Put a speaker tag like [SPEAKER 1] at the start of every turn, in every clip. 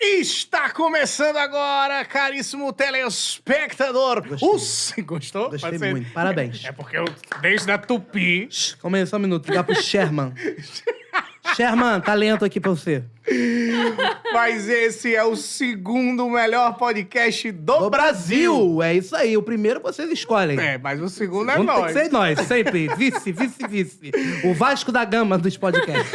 [SPEAKER 1] Está começando agora, caríssimo telespectador.
[SPEAKER 2] Gostei.
[SPEAKER 1] Os... Gostou?
[SPEAKER 2] Gostei
[SPEAKER 1] Pode ser.
[SPEAKER 2] muito. Parabéns.
[SPEAKER 1] É porque eu, desde a Tupi,
[SPEAKER 2] Shh, Calma aí, só um minuto. Ligar pro Sherman. Sherman, talento aqui pra você.
[SPEAKER 1] mas esse é o segundo melhor podcast do,
[SPEAKER 2] O Brasil! É isso aí. O primeiro vocês escolhem.
[SPEAKER 1] É, mas o segundo, é
[SPEAKER 2] Vamos ter
[SPEAKER 1] nós.
[SPEAKER 2] que ser nós, sempre. Vice, vice, vice. O Vasco da Gama dos podcasts.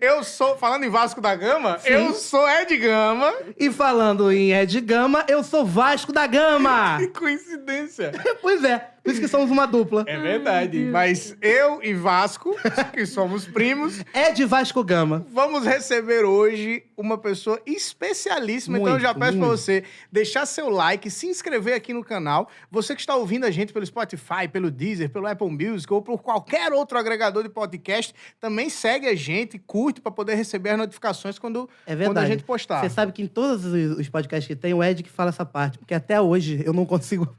[SPEAKER 1] Eu sou, falando em Vasco da Gama, eu sou Ed Gama.
[SPEAKER 2] E falando em Ed Gama, eu sou Vasco da Gama!
[SPEAKER 1] Que coincidência.
[SPEAKER 2] Pois é, por isso que somos uma dupla.
[SPEAKER 1] É verdade. mas eu e Vasco, que somos primos,
[SPEAKER 2] Ed Vasco Gama.
[SPEAKER 1] Vamos receber hoje uma pessoa especialíssima. então eu
[SPEAKER 2] Muito,
[SPEAKER 1] já peço pra
[SPEAKER 2] muito.
[SPEAKER 1] você deixar seu like, se inscrever aqui no canal. Você que está ouvindo a gente pelo Spotify, pelo Deezer, pelo Apple Music ou por qualquer outro agregador de podcast, também segue a gente, curte pra poder receber as notificações quando, quando
[SPEAKER 2] É
[SPEAKER 1] a
[SPEAKER 2] verdade.
[SPEAKER 1] gente postar.
[SPEAKER 2] Você sabe que em todos os os podcasts que tem, o Ed que fala essa parte. Porque até hoje eu não consigo.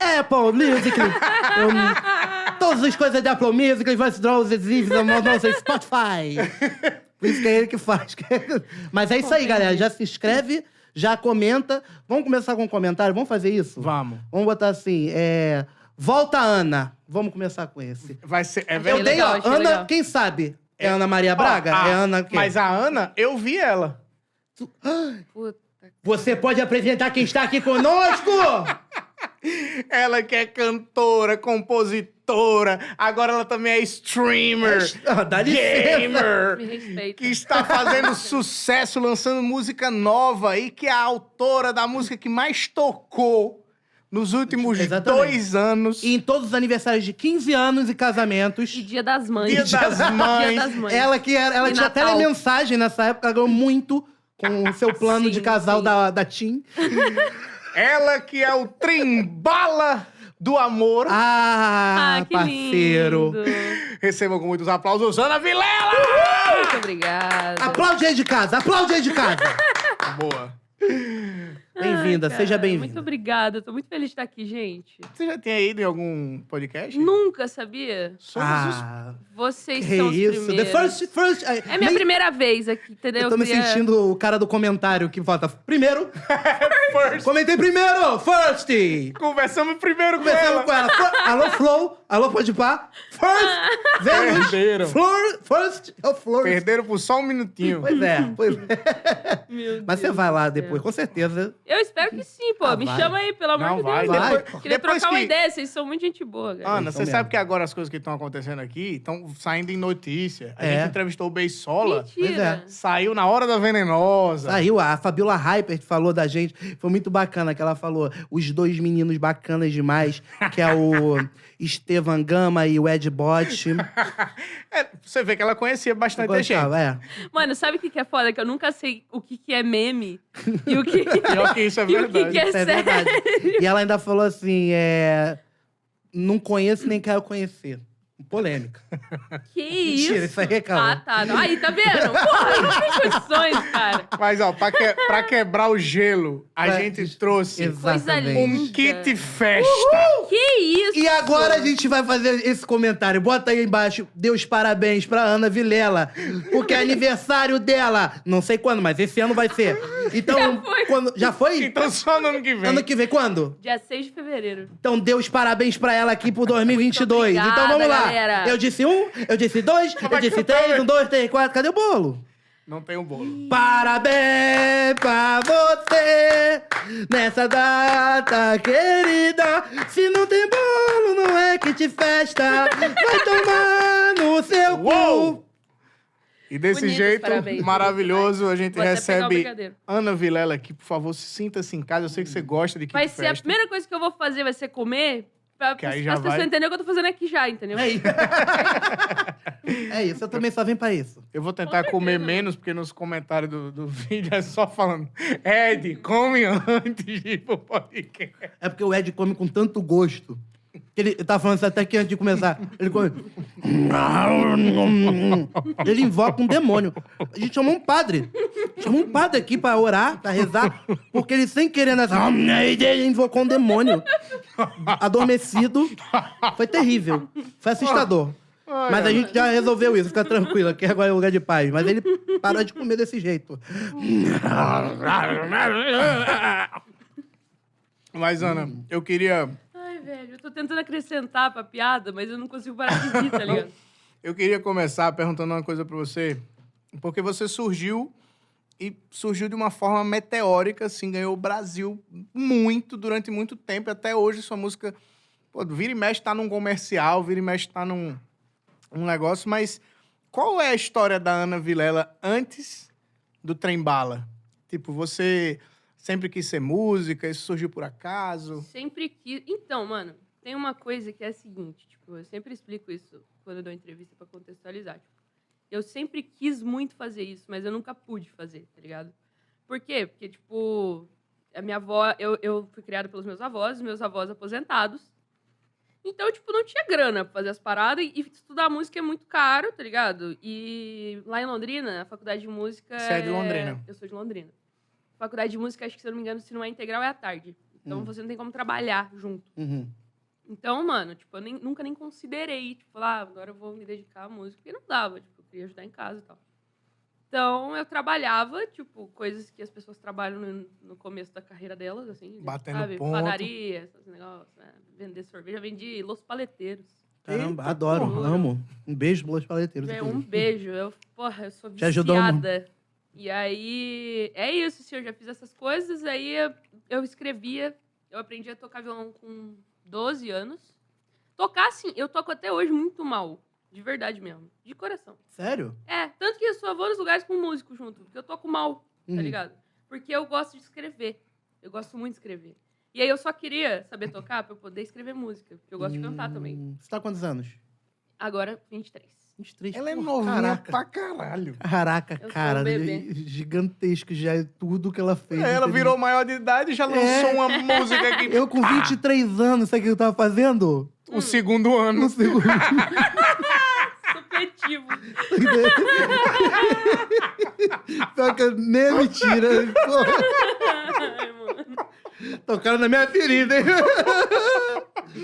[SPEAKER 2] Apple Music! eu não- Todas as coisas de Apple Music, Voice Draws, Exibs, nossa, Spotify! Por isso que é ele que faz. Mas é isso aí, galera. Já se inscreve, já comenta. Vamos começar com um comentário? Vamos fazer isso?
[SPEAKER 1] Vamos.
[SPEAKER 2] Vamos botar assim, é... Volta, Ana. Vamos começar com esse.
[SPEAKER 1] Vai ser. É
[SPEAKER 2] Eu
[SPEAKER 1] verdade.
[SPEAKER 3] Achei
[SPEAKER 2] dei,
[SPEAKER 3] legal,
[SPEAKER 2] ó,
[SPEAKER 3] achei
[SPEAKER 2] Ana,
[SPEAKER 3] legal.
[SPEAKER 2] quem sabe? É Ana Maria Braga?
[SPEAKER 1] Ó, a-
[SPEAKER 2] é Ana... quem? Ah!
[SPEAKER 1] Mas a Ana, eu vi ela.
[SPEAKER 3] Puta.
[SPEAKER 2] Você pode apresentar quem está aqui conosco?
[SPEAKER 1] Ela que é cantora, compositora, agora ela também é streamer.
[SPEAKER 2] Ah, Dá licença.
[SPEAKER 3] Me
[SPEAKER 1] Gamer!
[SPEAKER 3] respeita.
[SPEAKER 1] que está fazendo sucesso, lançando música nova e que é a autora da música que mais tocou nos últimos
[SPEAKER 2] Exatamente.
[SPEAKER 1] dois anos.
[SPEAKER 2] E em todos os aniversários de 15 anos e casamentos,
[SPEAKER 3] E Dia das Mães.
[SPEAKER 1] Dia das Mães.
[SPEAKER 3] Dia das Mães.
[SPEAKER 2] ela que era, ela
[SPEAKER 3] E
[SPEAKER 2] tinha
[SPEAKER 3] Natal.
[SPEAKER 2] telemensagem nessa época, ela ganhou muito com o seu plano
[SPEAKER 3] Sim,
[SPEAKER 2] de casal
[SPEAKER 3] sim.
[SPEAKER 2] da, da Tim.
[SPEAKER 1] Ela que é o trimbala do amor.
[SPEAKER 2] Ah,
[SPEAKER 3] Ah, que
[SPEAKER 2] parceiro.
[SPEAKER 3] lindo.
[SPEAKER 1] Recebam com muitos aplausos, Ana Vilela!
[SPEAKER 3] Muito obrigada.
[SPEAKER 2] Aplaude aí de casa, aplaude aí de casa.
[SPEAKER 1] Boa.
[SPEAKER 2] Bem-vinda,
[SPEAKER 3] Ai, cara,
[SPEAKER 2] seja
[SPEAKER 3] Muito
[SPEAKER 2] bem-vinda.
[SPEAKER 3] obrigada. Tô muito feliz de estar aqui, gente.
[SPEAKER 1] Você já tinha ido em algum podcast?
[SPEAKER 3] Nunca sabia?
[SPEAKER 1] Somos os...
[SPEAKER 2] Ah,
[SPEAKER 3] Vocês
[SPEAKER 2] que
[SPEAKER 3] são os
[SPEAKER 2] isso. The
[SPEAKER 3] primeiros.
[SPEAKER 2] first, first...
[SPEAKER 3] É minha primeira vez aqui, entendeu?
[SPEAKER 2] Eu tô me
[SPEAKER 3] queria-
[SPEAKER 2] sentindo o cara do comentário que vota primeiro.
[SPEAKER 1] First.
[SPEAKER 2] Comentei primeiro, first.
[SPEAKER 1] Conversamos primeiro com
[SPEAKER 2] Começamos
[SPEAKER 1] ela.
[SPEAKER 2] com ela. Fir- Alô, Flow. Alô, Podpah. First, Vênus.
[SPEAKER 1] Perderam.
[SPEAKER 2] Flor, first, é o Flor.
[SPEAKER 1] Perderam por só um minutinho.
[SPEAKER 2] Pois é, pois é.
[SPEAKER 3] Meu
[SPEAKER 2] Mas você
[SPEAKER 3] Deus
[SPEAKER 2] vai lá
[SPEAKER 3] do céu.
[SPEAKER 2] depois, com certeza.
[SPEAKER 3] Eu espero que sim, pô.
[SPEAKER 2] Ah,
[SPEAKER 3] me
[SPEAKER 2] vai.
[SPEAKER 3] chama aí, pelo amor
[SPEAKER 1] Não,
[SPEAKER 3] de
[SPEAKER 1] vai. Ah,
[SPEAKER 3] Deus.
[SPEAKER 2] vai.
[SPEAKER 1] Depois,
[SPEAKER 3] Queria
[SPEAKER 1] depois
[SPEAKER 3] trocar uma
[SPEAKER 1] que-
[SPEAKER 3] ideia. Vocês são muito gente boa, cara.
[SPEAKER 1] Ana,
[SPEAKER 2] Então
[SPEAKER 1] você
[SPEAKER 2] mesmo.
[SPEAKER 1] sabe que agora as coisas que estão acontecendo aqui estão saindo em notícia. A
[SPEAKER 2] É.
[SPEAKER 1] gente entrevistou o Beisola.
[SPEAKER 3] Mentira.
[SPEAKER 1] Saiu na hora da venenosa.
[SPEAKER 2] Saiu, a Fabiola Hyper falou da gente. Foi muito bacana que ela falou. Os dois meninos bacanas demais, que é o Estevan Gama e o Ed Bot.
[SPEAKER 1] É, você vê que ela conhecia
[SPEAKER 2] Eu
[SPEAKER 1] bastante a gente.
[SPEAKER 2] Gostava, é.
[SPEAKER 3] Mano, sabe o que que é foda? Que eu nunca sei o que que é meme e o que...
[SPEAKER 1] Pior que isso é
[SPEAKER 3] E o que
[SPEAKER 1] verdade.
[SPEAKER 3] que É
[SPEAKER 2] Isso é verdade. E ela ainda falou assim: é. Não conheço nem quero conhecer. Polêmica.
[SPEAKER 3] Que isso?
[SPEAKER 2] Mentira, isso aí é calma.
[SPEAKER 3] Ah, tá. Não. Aí, tá vendo? Porra, não tem condições, cara.
[SPEAKER 1] Mas, ó, pra, que- pra quebrar o gelo, a
[SPEAKER 2] Pra-
[SPEAKER 1] gente trouxe
[SPEAKER 2] Exatamente.
[SPEAKER 1] um kit festa.
[SPEAKER 3] Que isso?
[SPEAKER 2] E agora a gente vai fazer esse comentário. Bota aí embaixo. Deus parabéns pra Ana Vilela. Porque é aniversário dela. Não sei quando, mas esse ano vai ser. Então.
[SPEAKER 3] Já foi.
[SPEAKER 2] Quando, já foi?
[SPEAKER 1] Então só no ano que vem.
[SPEAKER 2] ano que vem, quando?
[SPEAKER 3] Dia 6 de fevereiro.
[SPEAKER 2] Então, Deus parabéns pra ela aqui por 2022.
[SPEAKER 3] Muito
[SPEAKER 2] então vamos lá.
[SPEAKER 3] galera.
[SPEAKER 2] Eu disse um, eu disse dois, eu
[SPEAKER 1] vai
[SPEAKER 2] disse
[SPEAKER 1] cantar,
[SPEAKER 2] três,
[SPEAKER 3] né?
[SPEAKER 1] velho.
[SPEAKER 2] um, dois, três, quatro. Cadê o bolo?
[SPEAKER 1] Não tem o bolo.
[SPEAKER 2] Parabéns pra você nessa data querida. Se não tem bolo, não é que te festa. Vai tomar no seu
[SPEAKER 1] Uou!
[SPEAKER 2] cu.
[SPEAKER 1] E desse
[SPEAKER 3] Bonitos
[SPEAKER 1] jeito
[SPEAKER 3] parabéns.
[SPEAKER 1] maravilhoso, a gente
[SPEAKER 3] Vou até pegar o
[SPEAKER 1] recebe
[SPEAKER 3] brigadeiro. Hum.
[SPEAKER 1] Ana Vilela aqui. Por favor, se sinta-se em casa. Eu sei que você gosta de kit
[SPEAKER 3] Vai
[SPEAKER 1] festa.
[SPEAKER 3] ser a primeira coisa que eu vou fazer, vai ser comer. Pra
[SPEAKER 1] Que
[SPEAKER 3] as
[SPEAKER 1] aí já
[SPEAKER 3] pessoas
[SPEAKER 1] vai.
[SPEAKER 3] entenderem o que eu tô fazendo aqui já, entendeu?
[SPEAKER 2] É isso. É isso, eu também só vim pra isso.
[SPEAKER 1] Eu vou tentar comer menos, porque nos comentários do, do vídeo é só falando Ed, come antes de ir pro podcast.
[SPEAKER 2] É porque o Ed come com tanto gosto. que Ele tá falando isso até que antes de começar. Ele come. Ele invoca um demônio. A gente chamou um padre. Chamou um padre aqui pra orar, pra rezar, porque ele sem querer nessa. Ele invocou um demônio. Adormecido. Foi terrível. Foi assustador.
[SPEAKER 1] Ai,
[SPEAKER 2] Mas a
[SPEAKER 1] ai.
[SPEAKER 2] gente já resolveu isso, fica tranquilo, que agora é lugar de paz. Mas ele parou de comer desse jeito.
[SPEAKER 1] Mas, Ana, eu queria.
[SPEAKER 3] Ai, velho, eu tô tentando acrescentar pra piada, mas eu não consigo parar de rir, tá ligado?
[SPEAKER 1] Eu queria começar perguntando uma coisa pra você, porque você surgiu e surgiu de uma forma meteórica, assim, ganhou o Brasil muito, durante muito tempo, e até hoje sua música, pô, vira e mexe tá num comercial, vira e mexe tá num, num negócio, mas qual é a história da Ana Vilela antes do Trem Bala? Tipo, você sempre quis ser música, isso surgiu por acaso?
[SPEAKER 3] Sempre quis. Então, mano, tem uma coisa que é a seguinte, tipo, eu sempre explico isso quando eu dou entrevista pra contextualizar. Tipo, eu sempre quis muito fazer isso, mas eu nunca pude fazer, tá ligado? Por quê? Porque, tipo, a minha avó, eu, eu fui criada pelos meus avós, meus avós aposentados. Então, tipo, não tinha grana pra fazer as paradas e, e estudar música é muito caro, tá ligado? E lá em Londrina, a faculdade de música.
[SPEAKER 1] Você é de Londrina?
[SPEAKER 3] Eu sou de Londrina. Faculdade de música, acho que se eu não me engano, se não é integral, é à tarde.
[SPEAKER 1] Hum.
[SPEAKER 3] Então você não tem como trabalhar junto.
[SPEAKER 2] Uhum.
[SPEAKER 3] Então, mano, tipo, eu nem- nunca nem considerei, tipo, falar, ah, agora eu vou me dedicar à música, porque não dava, tipo, eu queria ajudar em casa e tal. Então, eu trabalhava, tipo, coisas que as pessoas trabalham no, no começo da carreira delas, assim.
[SPEAKER 1] Batendo
[SPEAKER 3] sabe?
[SPEAKER 1] ponto.
[SPEAKER 3] Padaria, esses negócios, né? Vender sorvete. Já vendi assim. Los Paleteiros.
[SPEAKER 2] Caramba,
[SPEAKER 1] Eita,
[SPEAKER 2] adoro,
[SPEAKER 3] porra.
[SPEAKER 2] amo. Um beijo pelos paleteiros.
[SPEAKER 3] É, um
[SPEAKER 2] inclusive.
[SPEAKER 3] beijo. Eu, porra, eu sou
[SPEAKER 2] Te ajudou,
[SPEAKER 3] viciada. E aí, é isso, assim, eu já fiz essas coisas, aí eu, eu escrevia, eu aprendi a tocar violão com 12 anos. Tocar, assim, eu toco até hoje muito mal, de verdade mesmo, de coração.
[SPEAKER 2] Sério?
[SPEAKER 3] É, tanto que eu só vou nos lugares com músico junto, porque eu toco mal,
[SPEAKER 2] Uhum.
[SPEAKER 3] tá ligado? Porque eu gosto de escrever, eu gosto muito de escrever. E aí eu só queria saber tocar pra eu poder escrever música, porque eu gosto de cantar também.
[SPEAKER 2] Hum, Você tá há quantos anos?
[SPEAKER 3] Agora, 23.
[SPEAKER 2] 23.
[SPEAKER 1] Ela é
[SPEAKER 2] Pô,
[SPEAKER 1] novinha
[SPEAKER 2] Caraca.
[SPEAKER 1] pra caralho.
[SPEAKER 2] Caraca,
[SPEAKER 3] sou um
[SPEAKER 2] cara,
[SPEAKER 3] bebê.
[SPEAKER 2] gigantesco já é tudo que ela fez.
[SPEAKER 1] É, ela
[SPEAKER 2] entendeu?
[SPEAKER 1] virou um maior de idade e já lançou
[SPEAKER 2] É.
[SPEAKER 1] uma música aqui.
[SPEAKER 2] Eu com 23 anos, sabe o que eu tava fazendo?
[SPEAKER 1] O segundo ano.
[SPEAKER 2] Não sei o
[SPEAKER 3] Supletivo.
[SPEAKER 2] Pior que eu nem me tira. Pô,
[SPEAKER 3] Ai, mano.
[SPEAKER 2] tocaram na minha ferida, hein?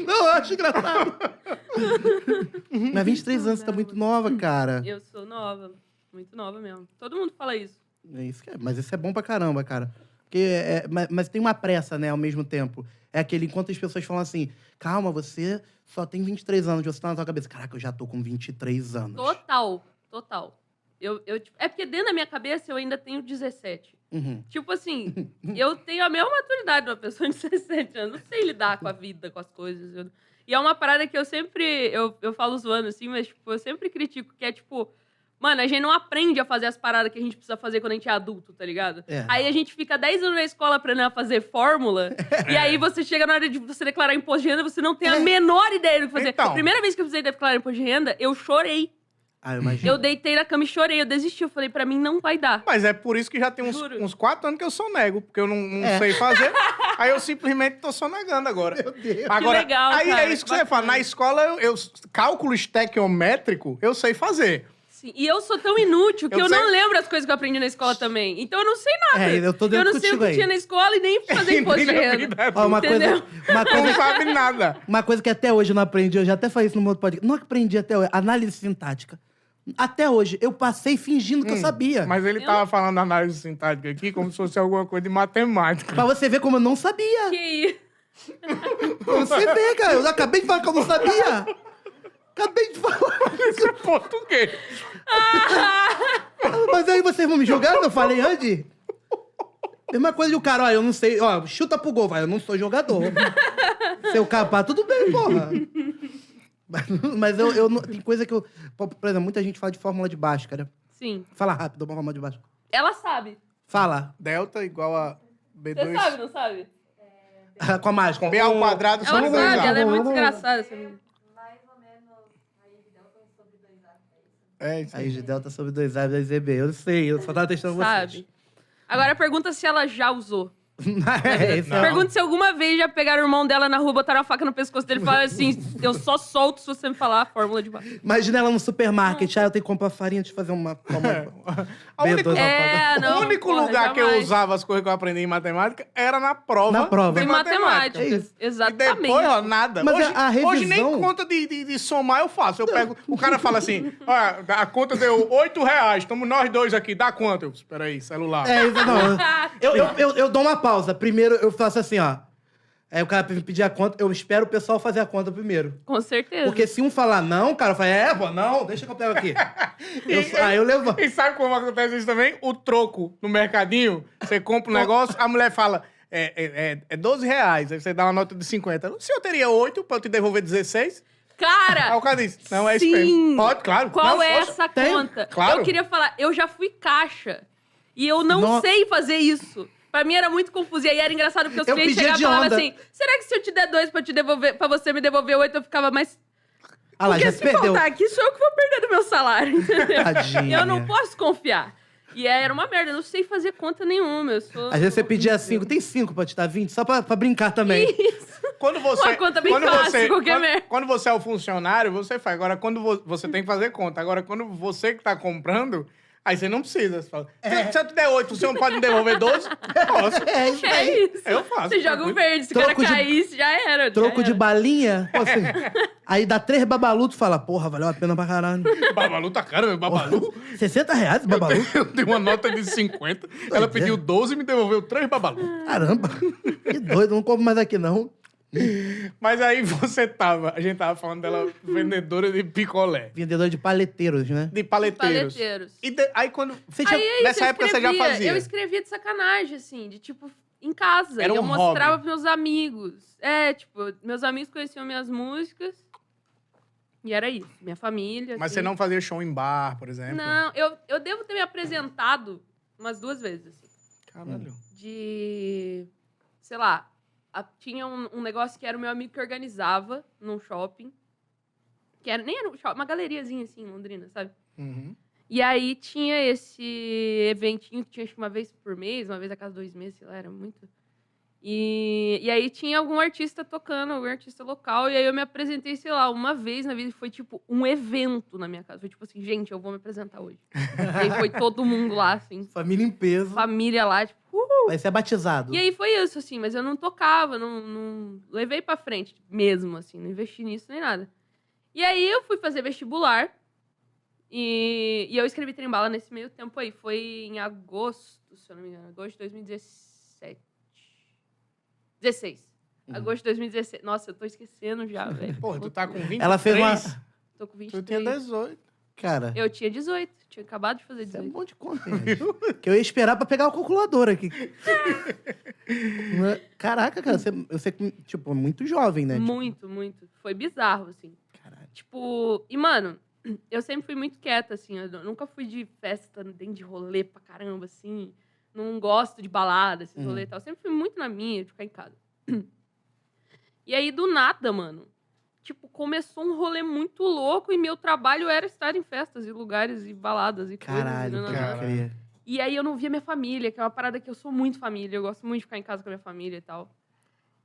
[SPEAKER 2] Não, eu acho engraçado. Mas 23 anos, você tá muito nova, cara.
[SPEAKER 3] Eu sou nova. Muito nova mesmo. Todo mundo fala isso.
[SPEAKER 2] É isso que é, mas isso é bom pra caramba, cara. Porque é- é- mas, mas tem uma pressa, né, ao mesmo tempo. É aquele, enquanto as pessoas falam assim, calma, você só tem 23 anos, você tá na tua cabeça. Caraca, eu já tô com 23 anos.
[SPEAKER 3] Total. Total. Eu, eu, tipo, é porque dentro da minha cabeça eu ainda tenho 17.
[SPEAKER 2] Uhum.
[SPEAKER 3] Tipo assim, eu tenho a mesma maturidade de uma pessoa de 17 anos. Não sei lidar com a vida, com as coisas. Eu- E é uma parada que eu sempre. Eu, eu falo zoando assim, mas tipo, eu sempre critico, que é tipo. Mano, a gente não aprende a fazer as paradas que a gente precisa fazer quando a gente é adulto, tá ligado?
[SPEAKER 2] É.
[SPEAKER 3] Aí a gente fica 10 anos na escola aprendendo a fazer fórmula. E
[SPEAKER 1] É.
[SPEAKER 3] aí você chega na hora de você declarar imposto de renda, você não tem a menor ideia do que fazer.
[SPEAKER 1] Então.
[SPEAKER 3] A primeira vez que eu precisei declarar imposto de renda, eu chorei.
[SPEAKER 2] Ah, eu imagino.
[SPEAKER 3] Eu deitei na cama e chorei. Eu desisti. Eu falei, pra mim não vai dar.
[SPEAKER 1] Mas é por isso que já tem uns,
[SPEAKER 3] Juro.
[SPEAKER 1] uns quatro anos que eu sou nego, porque eu não, não
[SPEAKER 2] É.
[SPEAKER 1] sei fazer. aí eu simplesmente tô sonegando agora. Meu
[SPEAKER 2] Deus.
[SPEAKER 1] Agora,
[SPEAKER 3] Que legal,
[SPEAKER 1] aí é
[SPEAKER 3] cara,
[SPEAKER 1] isso que
[SPEAKER 3] que
[SPEAKER 1] você fala.
[SPEAKER 3] bacana.
[SPEAKER 1] Na escola, eu, eu- cálculo estequiométrico, eu sei fazer.
[SPEAKER 3] Sim, E eu sou tão inútil que
[SPEAKER 1] Eu
[SPEAKER 3] eu,
[SPEAKER 1] sei-
[SPEAKER 3] não lembro as coisas que eu aprendi na escola também. Então eu não sei nada.
[SPEAKER 2] É, eu tô
[SPEAKER 3] eu
[SPEAKER 2] dentro
[SPEAKER 3] não sei o
[SPEAKER 2] contigo
[SPEAKER 3] que
[SPEAKER 2] aí.
[SPEAKER 3] tinha na escola e nem fazer
[SPEAKER 1] Nem
[SPEAKER 3] imposto de
[SPEAKER 1] na
[SPEAKER 3] renda.
[SPEAKER 1] vida adulta.
[SPEAKER 2] Ó, uma, coisa,
[SPEAKER 3] Entendeu?
[SPEAKER 1] Não
[SPEAKER 2] uma, coisa,
[SPEAKER 1] sabe nada.
[SPEAKER 2] uma coisa que até hoje eu não aprendi, eu já até falei isso no meu outro podcast. Não aprendi até hoje. Análise sintática. Até hoje, eu passei fingindo que eu sabia.
[SPEAKER 1] Hum, Mas ele tava falando análise sintática aqui como se fosse alguma coisa de matemática.
[SPEAKER 2] Pra você ver como eu não sabia.
[SPEAKER 3] Que isso?
[SPEAKER 2] Pra você ver, cara. Eu acabei de falar que eu não sabia. Acabei de falar.
[SPEAKER 1] Isso é português.
[SPEAKER 2] Mas aí vocês vão me julgar, eu falei, Andy? Mesma coisa de o cara, ó, eu não sei, ó, chuta pro gol, vai, eu não sou jogador. Seu capaz, tudo bem, porra. Mas, mas eu, eu não- tem coisa que eu. Por por exemplo, muita gente fala de fórmula de Bhaskara.
[SPEAKER 3] Sim.
[SPEAKER 2] Fala rápido, uma fórmula de Bhaskara.
[SPEAKER 3] Ela sabe.
[SPEAKER 2] Fala,
[SPEAKER 1] Delta igual a
[SPEAKER 3] Você sabe,
[SPEAKER 1] B2.
[SPEAKER 3] não sabe?
[SPEAKER 2] com a mágica.
[SPEAKER 1] B ao quadrado
[SPEAKER 3] Ela
[SPEAKER 1] são dois
[SPEAKER 3] sabe, ela
[SPEAKER 1] A.
[SPEAKER 3] é muito engraçada. Essa menina.
[SPEAKER 1] É isso
[SPEAKER 2] Aí, tá de delta sobre 2A, 2ZB. Eu sei, eu só tava testando vocês.
[SPEAKER 3] Sabe. Agora pergunta se é ela já usou.
[SPEAKER 2] É, isso é-
[SPEAKER 3] Pergunta se alguma vez já pegaram o irmão dela na rua, botaram a faca no pescoço dele e falaram assim: eu só solto se você me falar a fórmula de base.
[SPEAKER 2] Imagina ela no supermarket. Ah, eu tenho que comprar farinha de fazer uma. uma-
[SPEAKER 1] A única-
[SPEAKER 2] B12
[SPEAKER 3] É, não.
[SPEAKER 1] o único
[SPEAKER 3] porra,
[SPEAKER 1] lugar que eu
[SPEAKER 3] jamais.
[SPEAKER 1] usava as coisas que eu aprendi em matemática era na prova.
[SPEAKER 2] Na prova.
[SPEAKER 1] de
[SPEAKER 3] Em matemática.
[SPEAKER 2] É isso.
[SPEAKER 1] E
[SPEAKER 3] Exatamente.
[SPEAKER 1] depois, ó, nada.
[SPEAKER 2] Mas
[SPEAKER 1] hoje,
[SPEAKER 2] a- a
[SPEAKER 1] hoje nem
[SPEAKER 2] revisão-
[SPEAKER 1] conta de, de- de somar eu faço. Eu pego, o cara fala assim, "Ah, a conta deu 8 reais, estamos nós dois aqui, dá quanto? Eu, espera aí, celular.
[SPEAKER 2] É isso, não. Eu, eu, eu, eu dou uma pausa. Primeiro eu faço assim, ó. Aí o cara me pedir a conta, eu espero o pessoal fazer a conta primeiro.
[SPEAKER 3] Com certeza.
[SPEAKER 2] Porque se um falar não, cara, eu falo, é, pô, não, deixa que eu pego aqui. Eu,
[SPEAKER 1] E-
[SPEAKER 2] aí eu levanto.
[SPEAKER 1] E sabe como acontece isso também? O troco no mercadinho, você compra um negócio, a mulher fala, é, é, é, é 12 reais, aí você dá uma nota de 50. Se eu teria 8 pra eu te devolver 16, aí
[SPEAKER 3] Cara,
[SPEAKER 1] o cara diz, não, é isso
[SPEAKER 3] Sim.
[SPEAKER 1] mesmo. Pode, claro.
[SPEAKER 3] qual
[SPEAKER 1] Não,
[SPEAKER 3] é
[SPEAKER 1] poxa.
[SPEAKER 3] essa
[SPEAKER 2] tem,
[SPEAKER 3] conta?
[SPEAKER 1] claro.
[SPEAKER 3] Eu queria falar, eu já fui caixa. E eu não
[SPEAKER 2] No-
[SPEAKER 3] sei fazer isso. Pra mim era muito confuso. E aí era engraçado porque os
[SPEAKER 2] Eu
[SPEAKER 3] clientes
[SPEAKER 2] pedia
[SPEAKER 3] chegavam e
[SPEAKER 2] de
[SPEAKER 3] falavam
[SPEAKER 2] onda.
[SPEAKER 3] assim: será que se eu te der dois pra, te devolver, pra você me devolver oito, eu ficava mais.
[SPEAKER 2] Ah lá,
[SPEAKER 3] porque
[SPEAKER 2] já
[SPEAKER 3] se
[SPEAKER 2] se perdeu.
[SPEAKER 3] faltar aqui, sou eu que vou perder do meu salário, entendeu?
[SPEAKER 2] Tadinha.
[SPEAKER 3] Eu não posso confiar. E aí era uma merda, eu não sei fazer conta nenhuma. Eu sou.
[SPEAKER 2] Às vezes você pedia cinco, tem cinco pra te dar 20, só pra, pra brincar também.
[SPEAKER 1] Quando você,
[SPEAKER 3] Uma conta bem
[SPEAKER 1] quando
[SPEAKER 3] fácil,
[SPEAKER 1] você,
[SPEAKER 3] qualquer
[SPEAKER 1] quando,
[SPEAKER 3] merda.
[SPEAKER 1] quando você é o funcionário, você faz. Agora, quando vo- você tem que fazer conta. Agora, quando você que tá comprando, aí você não precisa. Você fala, se, se eu te der oito, você não pode me devolver 12? Posso.
[SPEAKER 2] É isso
[SPEAKER 3] É
[SPEAKER 2] aí.
[SPEAKER 3] isso.
[SPEAKER 1] eu faço,
[SPEAKER 3] Você joga um
[SPEAKER 1] tranquilo.
[SPEAKER 3] verde, se o cara
[SPEAKER 2] Troco de-
[SPEAKER 3] cair, já era. já
[SPEAKER 2] Troco de
[SPEAKER 3] era.
[SPEAKER 2] balinha. pô, assim, aí dá três babalu, tu fala, porra, valeu a pena pra caralho.
[SPEAKER 1] Babalu tá caro, meu babalu.
[SPEAKER 2] 60 reais, babalu?
[SPEAKER 1] Eu dei uma nota de 50, ela pediu 12 e me devolveu três babalu.
[SPEAKER 2] Caramba. Que doido, não compro mais aqui, não.
[SPEAKER 1] Mas aí você tava, a gente tava falando dela vendedora de picolé,
[SPEAKER 2] Vendedor de paleteiros, né?
[SPEAKER 1] de paleteiros.
[SPEAKER 3] Paleteiros.
[SPEAKER 1] E de- aí quando.
[SPEAKER 2] Você
[SPEAKER 3] Aí é isso,
[SPEAKER 1] Nessa
[SPEAKER 3] eu
[SPEAKER 1] época você já
[SPEAKER 3] escrevia-
[SPEAKER 1] fazia.
[SPEAKER 3] Eu escrevia de sacanagem, assim, de tipo, em casa.
[SPEAKER 1] Era
[SPEAKER 3] e eu
[SPEAKER 1] um
[SPEAKER 3] mostrava
[SPEAKER 1] hobby.
[SPEAKER 3] pros meus amigos. É, tipo, meus amigos conheciam minhas músicas. E era isso, minha família.
[SPEAKER 1] Mas
[SPEAKER 3] assim.
[SPEAKER 1] você não fazia show em bar, por exemplo?
[SPEAKER 3] Não, eu, eu devo ter me apresentado umas duas vezes, assim.
[SPEAKER 1] Caralho.
[SPEAKER 3] De. Sei lá. a- tinha um, um negócio que era o meu amigo que organizava num shopping. Que era, nem era um shopping, uma galeriazinha assim em Londrina, sabe?
[SPEAKER 1] Uhum.
[SPEAKER 3] E aí tinha esse eventinho que tinha acho que uma vez por mês, uma vez a cada dois meses, sei lá, era muito. E, e aí tinha algum artista tocando, algum artista local, e aí eu me apresentei, sei lá, uma vez na vida, e foi tipo um evento na minha casa. Foi tipo assim, gente, eu vou me apresentar hoje. e aí foi todo mundo lá, assim,
[SPEAKER 2] Família em peso.
[SPEAKER 3] família lá, tipo, uh!
[SPEAKER 2] Vai ser batizado.
[SPEAKER 3] E aí foi isso, assim, mas eu não tocava, não, não levei pra frente mesmo, assim, não investi nisso nem nada. E aí eu fui fazer vestibular e, e eu escrevi Trembala nesse meio tempo aí. Foi em agosto, se eu não me engano, agosto de 2017. 16.
[SPEAKER 2] Uhum.
[SPEAKER 3] Agosto de 2017. Nossa, eu tô esquecendo já, velho.
[SPEAKER 1] Porra, tu tá com 23.
[SPEAKER 2] Ela fez uma...
[SPEAKER 3] Tô com
[SPEAKER 1] Tu tinha
[SPEAKER 3] 23.
[SPEAKER 1] 18.
[SPEAKER 2] Cara,
[SPEAKER 3] Eu tinha 18. Tinha acabado de fazer
[SPEAKER 2] isso é um
[SPEAKER 3] 18.
[SPEAKER 2] monte de conta, gente. Que eu ia esperar pra pegar o calculador aqui. Né? Caraca, cara, você, você, tipo, é muito jovem, né? Tipo,
[SPEAKER 3] Muito, muito. Foi bizarro, assim.
[SPEAKER 2] caralho.
[SPEAKER 3] Tipo, e mano, eu sempre fui muito quieta, assim. Eu nunca fui de festa, nem de rolê pra caramba, assim. Não gosto de balada, esses
[SPEAKER 2] Uhum.
[SPEAKER 3] rolê e tal. Sempre fui muito na minha, de ficar em casa. E aí, do nada, mano, tipo, começou um rolê muito louco e meu trabalho era estar em festas e lugares e baladas e
[SPEAKER 2] Caralho, é.
[SPEAKER 3] coisas. né, e nananã.
[SPEAKER 2] pode crer.
[SPEAKER 3] E aí eu não via minha família, que é uma parada que eu sou muito família, eu gosto muito de ficar em casa com a minha família e tal.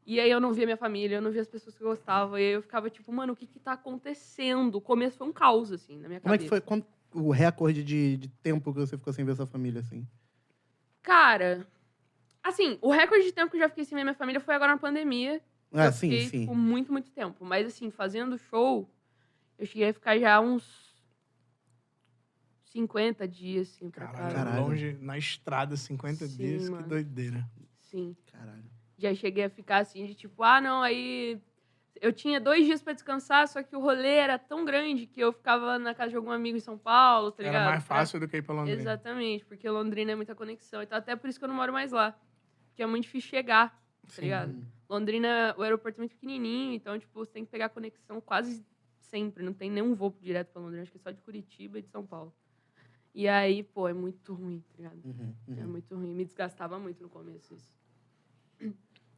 [SPEAKER 3] E aí eu não via minha família, eu não via as pessoas que eu gostava, e aí eu ficava tipo, mano, o que que tá acontecendo? O começo foi um caos, assim, na minha
[SPEAKER 2] Como é
[SPEAKER 3] cabeça.
[SPEAKER 2] que foi quanto- o recorde de, de tempo que você ficou sem ver sua família, assim?
[SPEAKER 3] Cara, assim, o recorde de tempo que eu já fiquei sem ver minha família foi agora na pandemia.
[SPEAKER 2] Ah,
[SPEAKER 3] eu
[SPEAKER 2] sim,
[SPEAKER 3] fiquei,
[SPEAKER 2] sim.
[SPEAKER 3] tipo, muito, muito tempo. Mas, assim, fazendo show, eu cheguei a ficar já uns 50 dias, assim, pra
[SPEAKER 1] Caralho,
[SPEAKER 3] cá.
[SPEAKER 2] Caralho.
[SPEAKER 1] longe, na estrada, 50
[SPEAKER 3] Sim,
[SPEAKER 1] dias.
[SPEAKER 3] mano.
[SPEAKER 1] Que doideira.
[SPEAKER 3] Sim.
[SPEAKER 2] Caralho.
[SPEAKER 3] já cheguei a ficar assim de tipo, ah, não, aí eu tinha dois dias pra descansar, só que o rolê era tão grande que eu ficava na casa de algum amigo em São Paulo, tá ligado?
[SPEAKER 1] Era mais
[SPEAKER 3] Pra-
[SPEAKER 1] fácil do que ir pra Londrina.
[SPEAKER 3] Exatamente, porque Londrina é muita conexão. Então, até por isso que eu não moro mais lá. Porque é muito difícil chegar, tá
[SPEAKER 1] Sim.
[SPEAKER 3] ligado? Londrina, o aeroporto é muito pequenininho, então, tipo, você tem que pegar conexão quase sempre. Não tem nenhum voo direto pra Londrina, acho que é só de Curitiba e de São Paulo. E aí, pô, é muito ruim, tá ligado?
[SPEAKER 2] Uhum,
[SPEAKER 3] É
[SPEAKER 2] uhum.
[SPEAKER 3] muito ruim. Me desgastava muito no começo isso.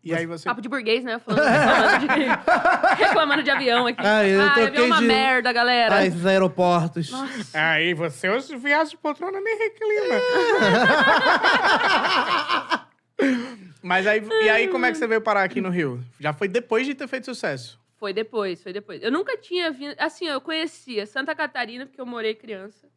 [SPEAKER 1] E aí você.
[SPEAKER 3] Papo de burguês, né? Falando, reclamando, de, reclamando de avião aqui.
[SPEAKER 2] Ah, eu
[SPEAKER 3] Ai,
[SPEAKER 2] troquei
[SPEAKER 3] avião é uma
[SPEAKER 2] de-
[SPEAKER 3] merda, galera.
[SPEAKER 2] Ah, esses aeroportos.
[SPEAKER 3] Nossa,
[SPEAKER 1] Aí você hoje viaja de poltrona nem reclina. Mas aí, e aí como é que você veio parar aqui no Rio? Já foi depois de ter feito sucesso.
[SPEAKER 3] Foi depois, foi depois. Eu nunca tinha vindo. Assim, eu conhecia Santa Catarina, porque eu morei criança,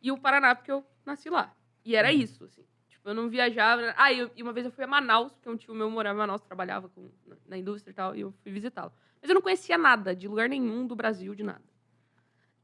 [SPEAKER 3] e o Paraná, porque eu nasci lá. E
[SPEAKER 1] Uhum.
[SPEAKER 3] era isso, assim. Tipo, eu não viajava. Ah, e eu- e uma vez eu fui a Manaus, porque um tio meu morava em Manaus, trabalhava com- na- na indústria e tal, e eu fui visitá-lo. Mas eu não conhecia nada, de lugar nenhum do Brasil, de nada.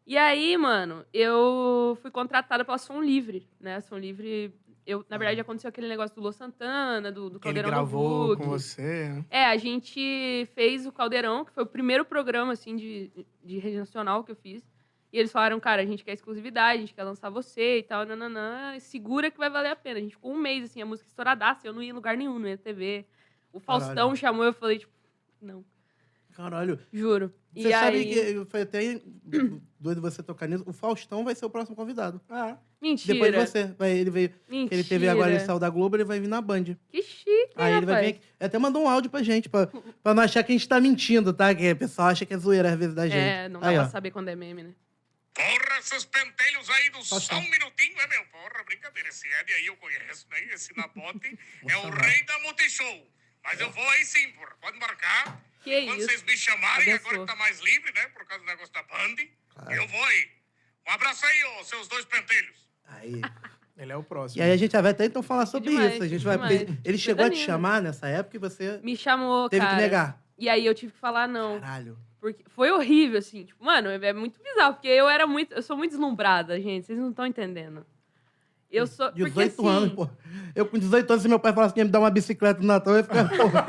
[SPEAKER 3] E aí, mano, eu fui contratada pela Som Livre, né? A Som Livre. Eu, na verdade, aconteceu aquele negócio do Lô Santana, do, do
[SPEAKER 1] Uhum. Que ele
[SPEAKER 3] Caldeirão do
[SPEAKER 1] gravou
[SPEAKER 3] Hulk.
[SPEAKER 1] com você. né?
[SPEAKER 3] É, a gente fez o Caldeirão, que foi o primeiro programa, assim, de, de rede nacional que eu fiz. E eles falaram, cara, a gente quer exclusividade, a gente quer lançar você e tal, nananã. Segura que vai valer a pena. A gente ficou um mês, assim, a música estouradaça, eu não ia em lugar nenhum, não ia na TV. O Faustão
[SPEAKER 2] Caralho.
[SPEAKER 3] chamou, eu falei, tipo, não,
[SPEAKER 2] Caralho.
[SPEAKER 3] juro.
[SPEAKER 2] Você
[SPEAKER 3] e
[SPEAKER 2] sabe
[SPEAKER 3] aí...
[SPEAKER 2] que foi até doido você tocar nisso. O Faustão vai ser o próximo convidado. Ah.
[SPEAKER 3] Mentira,
[SPEAKER 2] Depois de você. Vai, ele veio. que
[SPEAKER 3] mentira.
[SPEAKER 2] Ele teve agora ele saiu da Globo, ele vai vir na Band.
[SPEAKER 3] Que chique,
[SPEAKER 2] Aí ele vai
[SPEAKER 3] rapaz.
[SPEAKER 2] vir aqui. Ele Até mandou um áudio pra gente, pra, pra não achar que a gente tá mentindo, tá? Que o pessoal acha que é zoeira às vezes da gente.
[SPEAKER 3] É, não dá
[SPEAKER 2] Aí,
[SPEAKER 3] pra
[SPEAKER 2] ó.
[SPEAKER 3] saber quando é meme, né?
[SPEAKER 4] Porra, esses pentelhos aí do
[SPEAKER 2] Tá
[SPEAKER 4] só
[SPEAKER 2] certo.
[SPEAKER 4] um minutinho, é meu? Porra, brincadeira. Esse Hebe aí eu conheço, né? Esse Nabote é o
[SPEAKER 2] chamar.
[SPEAKER 4] rei da Multishow. Mas eu vou aí sim, porra. Pode marcar.
[SPEAKER 3] Que é
[SPEAKER 4] Quando
[SPEAKER 3] isso.
[SPEAKER 4] vocês me chamarem,
[SPEAKER 3] Abençoa.
[SPEAKER 4] agora que tá mais livre, né? Por causa do negócio da Band, eu vou aí. Um abraço aí, ô, seus dois pentelhos.
[SPEAKER 2] Aí.
[SPEAKER 1] Ele é o próximo.
[SPEAKER 2] E aí a gente já vai até então falar sobre
[SPEAKER 3] Demais,
[SPEAKER 2] isso. A gente vai.
[SPEAKER 3] demais.
[SPEAKER 2] porque Ele chegou a te
[SPEAKER 3] Danilo.
[SPEAKER 2] chamar nessa época e você
[SPEAKER 3] Me chamou,
[SPEAKER 2] teve
[SPEAKER 3] cara.
[SPEAKER 2] que negar.
[SPEAKER 3] E aí eu tive que falar não.
[SPEAKER 2] Caralho.
[SPEAKER 3] Porque foi horrível, assim. Tipo, mano, é muito bizarro, porque eu era muito. Eu sou muito deslumbrada, gente. Vocês não estão entendendo. Eu sou.
[SPEAKER 2] 18
[SPEAKER 3] porque, assim,
[SPEAKER 2] Hum, anos, pô. Eu com 18 anos, se meu pai falasse que ia me dar uma bicicleta no Natal, eu ia ficar, porra.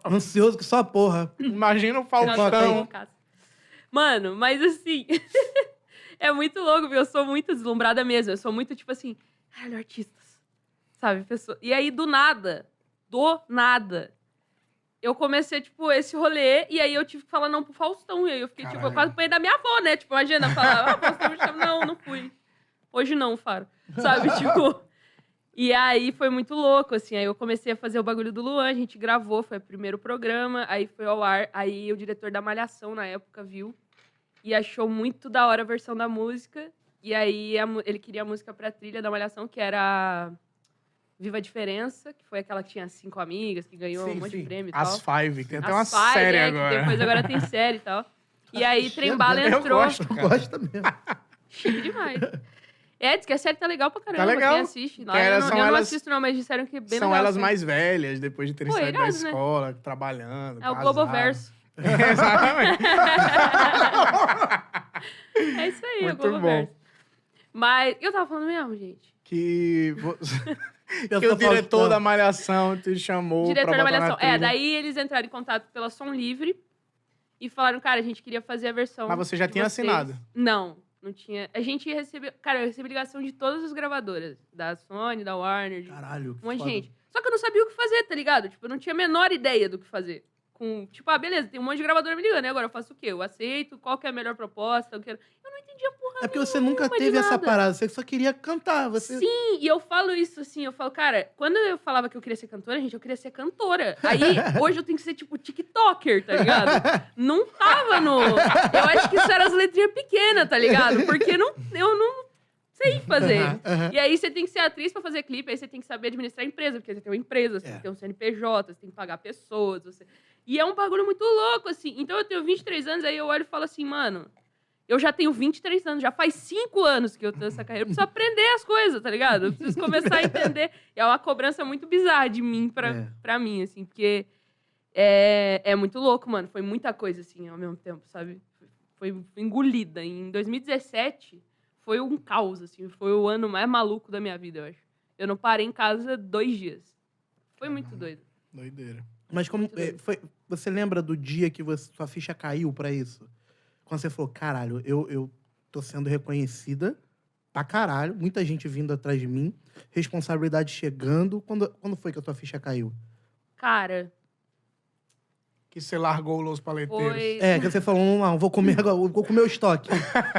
[SPEAKER 2] Ansioso que só porra.
[SPEAKER 1] Imagina o
[SPEAKER 3] Nossa, eu tô
[SPEAKER 1] Faustão.
[SPEAKER 3] loucaça. Mano, mas assim. é muito louco, porque eu sou muito deslumbrada mesmo. Eu sou muito, tipo assim, caralho, artistas. Sabe, pessoa. E aí, do nada, do nada, eu comecei, tipo, esse rolê, e aí eu tive que falar não pro Faustão. E aí eu fiquei, tipo, eu
[SPEAKER 1] Caralho.
[SPEAKER 3] quase apanhei da minha avó, né? Tipo, imagina, falar, ah, Faustão me chama. Não, não fui. Hoje não, Faro. Sabe, tipo. E aí foi muito louco, assim. Aí eu comecei a fazer o bagulho do Luan, a gente gravou, foi o primeiro programa, aí foi ao ar. Aí o diretor da Malhação na época viu e achou muito da hora a versão da música. E aí a mu- ele queria a música pra trilha da Malhação, que era Viva a Diferença, que foi aquela que tinha cinco amigas, que ganhou
[SPEAKER 2] Sim,
[SPEAKER 3] um monte
[SPEAKER 2] sim.
[SPEAKER 3] de prêmio e
[SPEAKER 1] As
[SPEAKER 3] tal.
[SPEAKER 1] Five. Tem até uma
[SPEAKER 3] As Five,
[SPEAKER 1] série
[SPEAKER 3] é, que
[SPEAKER 1] agora.
[SPEAKER 3] Depois agora tem série e tal. E aí
[SPEAKER 2] Cheiro
[SPEAKER 3] Trembala
[SPEAKER 2] dela.
[SPEAKER 3] entrou.
[SPEAKER 1] Eu gosto,
[SPEAKER 2] Tu
[SPEAKER 1] cara.
[SPEAKER 2] gosta mesmo.
[SPEAKER 3] Chique demais. É, diz que a série tá legal pra caramba.
[SPEAKER 1] legal.
[SPEAKER 3] Quem assiste. Não,
[SPEAKER 1] Que
[SPEAKER 3] eu
[SPEAKER 1] elas
[SPEAKER 3] não,
[SPEAKER 1] são
[SPEAKER 3] eu não
[SPEAKER 1] elas-
[SPEAKER 3] assisto, não, mas disseram que é bem
[SPEAKER 1] São
[SPEAKER 3] legal,
[SPEAKER 1] elas
[SPEAKER 3] assim.
[SPEAKER 1] mais velhas, depois de terem
[SPEAKER 3] Pô,
[SPEAKER 1] saído da
[SPEAKER 3] irado, né?
[SPEAKER 1] escola, trabalhando.
[SPEAKER 3] É o
[SPEAKER 1] casaram.
[SPEAKER 3] Globoverso.
[SPEAKER 1] Exatamente.
[SPEAKER 3] É isso aí, é o
[SPEAKER 1] Muito
[SPEAKER 3] Globoverso. Mas eu tava falando mesmo, gente.
[SPEAKER 1] Que, vo-
[SPEAKER 2] Eu
[SPEAKER 1] que
[SPEAKER 2] sou
[SPEAKER 1] o diretor
[SPEAKER 2] Faustão.
[SPEAKER 1] da Malhação te chamou
[SPEAKER 3] Diretor
[SPEAKER 1] pra
[SPEAKER 3] da
[SPEAKER 1] botar
[SPEAKER 3] Malhação.
[SPEAKER 1] na trilha.
[SPEAKER 3] É, daí eles entraram em contato pela Som Livre e falaram, cara, a gente queria fazer a versão.
[SPEAKER 1] Mas você já
[SPEAKER 3] de
[SPEAKER 1] tinha
[SPEAKER 3] vocês.
[SPEAKER 1] assinado?
[SPEAKER 3] Não, não tinha. A gente recebeu. Cara, eu recebi ligação de todas as gravadoras. Da Sony, da Warner, de
[SPEAKER 2] Caralho. que
[SPEAKER 3] Um monte de
[SPEAKER 2] foda.
[SPEAKER 3] gente. Só que eu não sabia o que fazer, tá ligado? Tipo, eu não tinha a menor ideia do que fazer. Com, tipo, ah, beleza, tem um monte de gravadora me ligando, né? Agora eu faço o quê? Eu aceito, qual que é a melhor proposta? Eu, quero... eu não entendia porra
[SPEAKER 2] É porque você nunca
[SPEAKER 3] Não, de
[SPEAKER 2] teve essa
[SPEAKER 3] nada.
[SPEAKER 2] parada, você só queria cantar. Você...
[SPEAKER 3] Sim, e eu falo isso assim, eu falo, cara, quando eu falava que eu queria ser cantora, gente, eu queria ser cantora. Aí, hoje eu tenho que ser, tipo, tiktoker, tá ligado? Não tava no... Eu acho que isso era as letrinhas pequenas, tá ligado? Porque não, eu não sei fazer.
[SPEAKER 1] Aham,
[SPEAKER 3] E aí você tem que ser atriz pra fazer clipe, aí você tem que saber administrar a empresa, porque você tem uma empresa, você
[SPEAKER 2] É.
[SPEAKER 3] tem que ter um CNPJ, você tem que pagar pessoas, você... E é um bagulho muito louco, assim. Então eu tenho 23 anos, aí eu olho e falo assim, mano, eu já tenho 23 anos, já faz 5 anos que eu tenho essa carreira. Eu preciso aprender as coisas, tá ligado? Eu preciso começar a entender. E é uma cobrança muito bizarra de mim pra,
[SPEAKER 2] É.
[SPEAKER 3] pra mim, assim, porque é, é muito louco, mano. Foi muita coisa, assim, ao mesmo tempo, sabe? Foi engolida. Em 2017 foi um caos, assim. Foi o ano mais maluco da minha vida, eu acho. Eu não parei em casa dois dias. Foi muito doido.
[SPEAKER 1] Doideira.
[SPEAKER 2] Mas como.
[SPEAKER 3] Muito doido.
[SPEAKER 2] eh, Foi, você lembra do dia que você- sua ficha caiu pra isso? Quando você falou, caralho, eu, eu tô sendo reconhecida pra caralho, muita gente vindo atrás de mim, responsabilidade chegando. Quando, quando foi que a sua ficha caiu?
[SPEAKER 3] Cara,
[SPEAKER 1] Que você largou os paleteiros.
[SPEAKER 3] foi.
[SPEAKER 2] É, que você falou, não, vou comer agora, vou comer o estoque.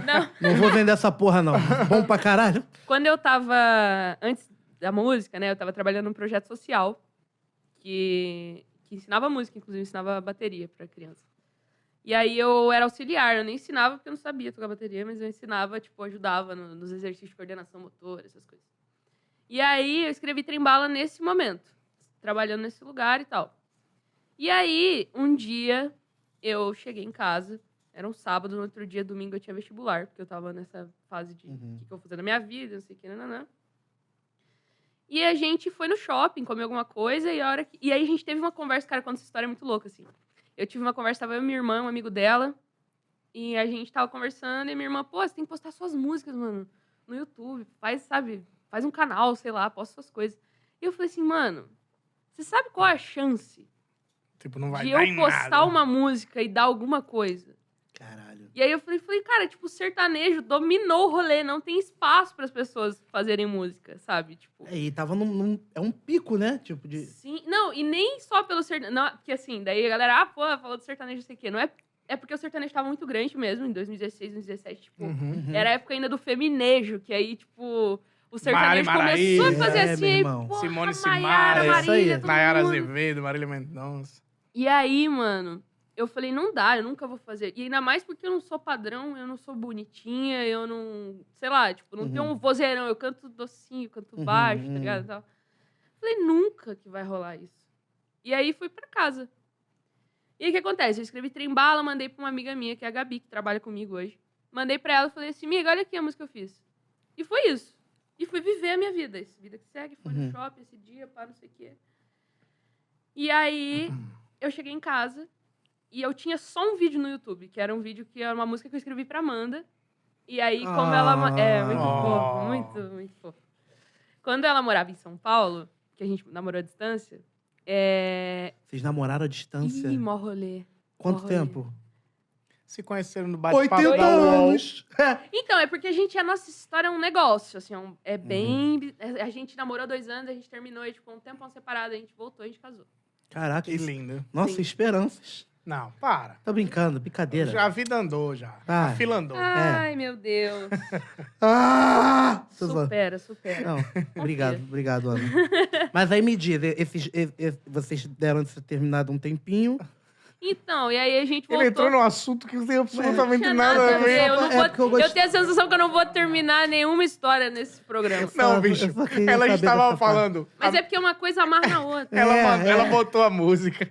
[SPEAKER 3] Não.
[SPEAKER 2] Não vou vender essa porra, não. Bom pra caralho.
[SPEAKER 3] Quando eu tava. Antes da música, né? Eu tava trabalhando num projeto social que, que ensinava música, inclusive ensinava bateria pra criança. E aí eu era auxiliar, eu nem ensinava porque eu não sabia tocar bateria, mas eu ensinava, tipo, ajudava no- nos exercícios de coordenação motora, essas coisas. E aí eu escrevi Trembala nesse momento. trabalhando nesse lugar e tal. E aí, um dia, eu cheguei em casa. Era um sábado, no outro dia, domingo, eu tinha vestibular, porque eu tava nessa fase de o
[SPEAKER 2] Uhum.
[SPEAKER 3] que, que eu vou fazer na minha vida, não sei o que, nananã. E a gente foi no shopping, comer alguma coisa, e a hora que... E aí a gente teve uma conversa, cara, quando essa história é muito louca, assim. Eu tive uma conversa, tava eu e minha irmã, um amigo dela, e a gente tava conversando, e minha irmã, pô, você tem que postar suas músicas, mano, no YouTube. Faz, sabe, faz um canal, sei lá, posta suas coisas. E eu falei assim, mano, você sabe qual é a chance
[SPEAKER 1] Tipo, não vai
[SPEAKER 3] de eu
[SPEAKER 1] dar em
[SPEAKER 3] postar
[SPEAKER 1] nada.
[SPEAKER 3] uma música e dar alguma coisa.
[SPEAKER 2] Caralho.
[SPEAKER 3] E aí eu falei, falei, cara, tipo, o sertanejo dominou o rolê, não tem espaço para as pessoas fazerem música, sabe? Tipo,
[SPEAKER 2] É, e tava num, num- É um pico, né? Tipo de.
[SPEAKER 3] sim, não, e nem só pelo sertanejo, não, porque assim, daí a galera, ah, pô, falou do sertanejo, não sei o quê, não é é porque o sertanejo tava muito grande mesmo em 2016, 2017, tipo,
[SPEAKER 1] Uhum.
[SPEAKER 2] Uhum.
[SPEAKER 3] era a época ainda do feminejo, que aí tipo o sertanejo
[SPEAKER 1] Mari
[SPEAKER 3] começou
[SPEAKER 1] Maraíza,
[SPEAKER 3] a fazer
[SPEAKER 2] é,
[SPEAKER 3] assim,
[SPEAKER 2] meu
[SPEAKER 3] aí,
[SPEAKER 2] irmão. É
[SPEAKER 3] porra,
[SPEAKER 1] Simone
[SPEAKER 3] Maiara,
[SPEAKER 1] Simaria,
[SPEAKER 2] isso aí.
[SPEAKER 3] Marília, todo
[SPEAKER 1] Nayara
[SPEAKER 3] mundo.
[SPEAKER 1] Azevedo, Marília Mendonça.
[SPEAKER 3] E aí, mano, eu falei, não dá, eu nunca vou fazer. E ainda mais porque eu não sou padrão, eu não sou bonitinha, eu não. Sei lá, tipo, não
[SPEAKER 2] Uhum.
[SPEAKER 3] tenho um vozeirão, eu canto docinho, canto
[SPEAKER 2] Uhum,
[SPEAKER 3] baixo, tá
[SPEAKER 2] uhum.
[SPEAKER 3] ligado? e tal. Falei, nunca que vai rolar isso. E aí fui pra casa. E aí o que acontece? Eu escrevi trembala, mandei pra uma amiga minha, que é a Gabi, que trabalha comigo hoje. Mandei pra ela e falei assim, amiga, olha aqui a música que eu fiz. E foi isso. E fui viver a minha vida. Essa vida que segue, foi
[SPEAKER 2] Uhum.
[SPEAKER 3] no shopping esse dia, pá, não sei o quê. E aí, eu cheguei em casa e eu tinha só um vídeo no YouTube, que era um vídeo que era uma música que eu escrevi pra Amanda. E aí, como ela. ma- É, muito
[SPEAKER 1] Ah.
[SPEAKER 3] fofo, muito, muito fofo. Quando ela morava em São Paulo, que a gente namorou à distância, é.
[SPEAKER 2] Vocês namoraram à distância?
[SPEAKER 3] Ih, mó rolê.
[SPEAKER 2] Quanto
[SPEAKER 3] olha.
[SPEAKER 2] tempo?
[SPEAKER 1] Se conheceram no bate-papo
[SPEAKER 2] 80
[SPEAKER 1] da UOL.
[SPEAKER 2] anos!
[SPEAKER 3] Então, é porque a gente, a nossa história é um negócio, assim, é, um- é bem. bi- é- A gente namorou dois anos, a gente terminou, e, tipo, um tempão separado, a gente voltou, a gente casou.
[SPEAKER 2] Caraca,
[SPEAKER 1] Que
[SPEAKER 2] isso-
[SPEAKER 1] lindo.
[SPEAKER 2] Nossa,
[SPEAKER 3] Sim.
[SPEAKER 2] esperanças.
[SPEAKER 1] Não, para.
[SPEAKER 2] Tô brincando, brincadeira.
[SPEAKER 1] Já a vida andou, já.
[SPEAKER 2] Ah.
[SPEAKER 1] A fila andou.
[SPEAKER 3] Ai, meu Deus.
[SPEAKER 2] Ah! Tô zoando.
[SPEAKER 3] supera, supera.
[SPEAKER 2] Não, obrigado, obrigado, Ana. Mas aí me diz, esses, e- e- vocês deram de terminado um tempinho.
[SPEAKER 3] Então, e aí a gente
[SPEAKER 1] Ele
[SPEAKER 3] voltou.
[SPEAKER 1] entrou num assunto que não tem
[SPEAKER 3] Não
[SPEAKER 1] absolutamente
[SPEAKER 3] tinha
[SPEAKER 1] nada a ver.
[SPEAKER 3] Eu, não
[SPEAKER 2] É,
[SPEAKER 3] vou-
[SPEAKER 2] porque eu
[SPEAKER 3] eu,
[SPEAKER 2] gost-
[SPEAKER 3] tenho a sensação que eu não vou terminar nenhuma história nesse programa.
[SPEAKER 1] Não,
[SPEAKER 2] Eu
[SPEAKER 1] bicho.
[SPEAKER 2] só queria
[SPEAKER 1] Ela
[SPEAKER 2] saber
[SPEAKER 1] estava
[SPEAKER 2] dessa parte.
[SPEAKER 1] falando.
[SPEAKER 3] Mas
[SPEAKER 1] a-
[SPEAKER 3] é porque uma coisa amarra na outra.
[SPEAKER 1] Ela,
[SPEAKER 2] É,
[SPEAKER 1] mandou-
[SPEAKER 2] é.
[SPEAKER 1] ela botou a música.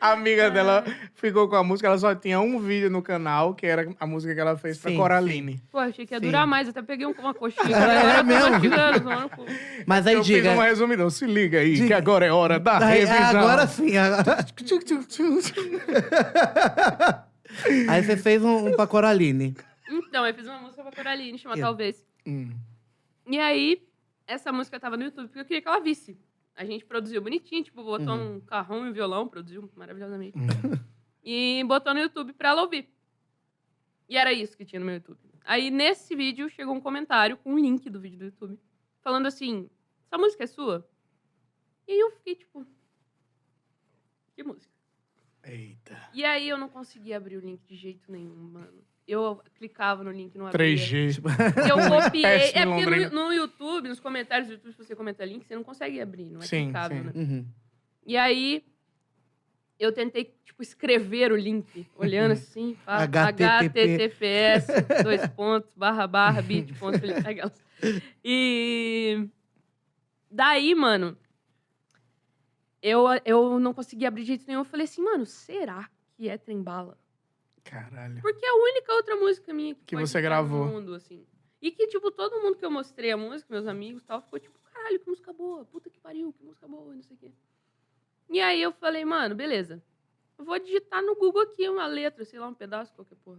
[SPEAKER 1] A amiga dela ficou com a música. Ela só tinha um vídeo no canal, que era a música que ela fez pra
[SPEAKER 2] Sim,
[SPEAKER 1] Coraline.
[SPEAKER 3] Pô, achei que ia
[SPEAKER 2] Sim.
[SPEAKER 3] durar mais. Até peguei um- uma
[SPEAKER 2] É,
[SPEAKER 3] coxinha. agora
[SPEAKER 2] é
[SPEAKER 3] eu tô
[SPEAKER 2] mesmo?
[SPEAKER 3] mastigando, tomando cu.
[SPEAKER 2] Mas aí
[SPEAKER 1] eu
[SPEAKER 2] diga.
[SPEAKER 1] fiz um resumidão. Se liga aí, que
[SPEAKER 2] Diga.
[SPEAKER 1] agora é hora da
[SPEAKER 2] Aí,
[SPEAKER 1] revisão.
[SPEAKER 2] agora sim. agora- Aí você fez um, um pra Coraline.
[SPEAKER 3] Então, eu fiz uma música pra Coraline, chama
[SPEAKER 2] Eu.
[SPEAKER 3] Talvez.
[SPEAKER 1] Hum.
[SPEAKER 3] E aí, essa música tava no YouTube, porque eu queria que ela visse. A gente produziu bonitinho, tipo, botou um carrão e um violão, produziu maravilhosamente. E botou no YouTube pra ela ouvir. E era isso que tinha no meu YouTube. Aí, nesse vídeo, chegou um comentário com um link do vídeo do YouTube, falando assim, essa música é sua? E aí eu fiquei, tipo, que música?
[SPEAKER 1] Eita.
[SPEAKER 3] E aí eu não conseguia abrir o link de jeito nenhum, mano. Eu clicava no link, não abria.
[SPEAKER 1] 3G.
[SPEAKER 3] Eu copiei.
[SPEAKER 1] Péssimo
[SPEAKER 3] É porque
[SPEAKER 1] Londrina.
[SPEAKER 3] no, no YouTube, nos comentários do YouTube, se você comenta link, você não consegue abrir, não é
[SPEAKER 1] Sim,
[SPEAKER 3] clicável,
[SPEAKER 1] sim.
[SPEAKER 3] né?
[SPEAKER 2] Uhum.
[SPEAKER 3] E aí, eu tentei, tipo, escrever o link,
[SPEAKER 1] Uhum.
[SPEAKER 3] olhando assim, pá,
[SPEAKER 2] HTTP.
[SPEAKER 3] https, dois pontos, barra, barra, bit, ponto, link, aquelas. E... Daí, mano, eu, eu não consegui abrir de jeito nenhum. Eu falei assim, mano, será que é Trembala?
[SPEAKER 1] Caralho.
[SPEAKER 3] Porque é a única outra música minha que,
[SPEAKER 1] Que
[SPEAKER 3] pode
[SPEAKER 1] você
[SPEAKER 3] entrar
[SPEAKER 1] gravou.
[SPEAKER 3] No mundo, assim. E que, tipo, todo mundo que eu mostrei a música, meus amigos e tal, ficou tipo, caralho, que música boa, puta que pariu, que música boa, não sei o quê. E aí eu falei, mano, beleza. Eu Vou digitar no Google aqui uma letra, sei lá, um pedaço, qualquer porra.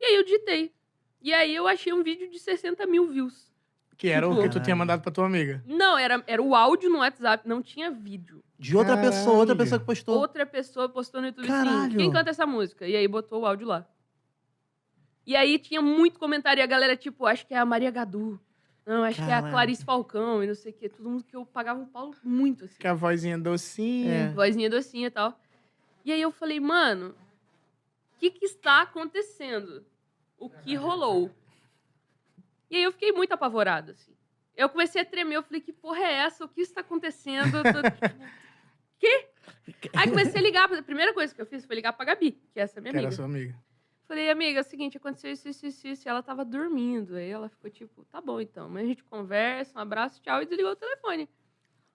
[SPEAKER 3] E aí eu digitei. E aí eu achei um vídeo de 60 mil views.
[SPEAKER 1] Que era o que tu
[SPEAKER 2] Caralho.
[SPEAKER 1] tinha mandado pra tua amiga.
[SPEAKER 3] Não, era, era o áudio no WhatsApp, não tinha vídeo.
[SPEAKER 2] De outra pessoa, outra
[SPEAKER 1] Caralho.
[SPEAKER 2] pessoa que postou.
[SPEAKER 3] Outra pessoa postou no YouTube assim,
[SPEAKER 2] Caralho.
[SPEAKER 3] quem canta essa música? E aí botou o áudio lá. E aí tinha muito comentário e a galera, tipo, acho que é a Maria Gadu. Não, acho que é a
[SPEAKER 2] Caralho.
[SPEAKER 3] Clarice Falcão e não sei o quê. Todo mundo que eu pagava um pau muito, assim.
[SPEAKER 1] Que a vozinha
[SPEAKER 2] É.
[SPEAKER 1] docinha.
[SPEAKER 3] Vozinha docinha e tal. E aí eu falei, mano, o que, que está acontecendo? O que rolou? E aí eu fiquei muito apavorada, assim. Eu comecei a tremer, eu falei, que porra é essa? O que está acontecendo? Eu tô, tipo, Quê? Aí comecei a ligar, a primeira coisa que eu fiz foi ligar pra Gabi, que é essa minha
[SPEAKER 1] Que era
[SPEAKER 3] amiga.
[SPEAKER 1] sua amiga.
[SPEAKER 3] Falei, amiga, é o seguinte, aconteceu isso, isso, isso, isso. E ela tava dormindo. Aí ela ficou tipo, tá bom então, mas a gente conversa, um abraço, tchau, e desligou o telefone.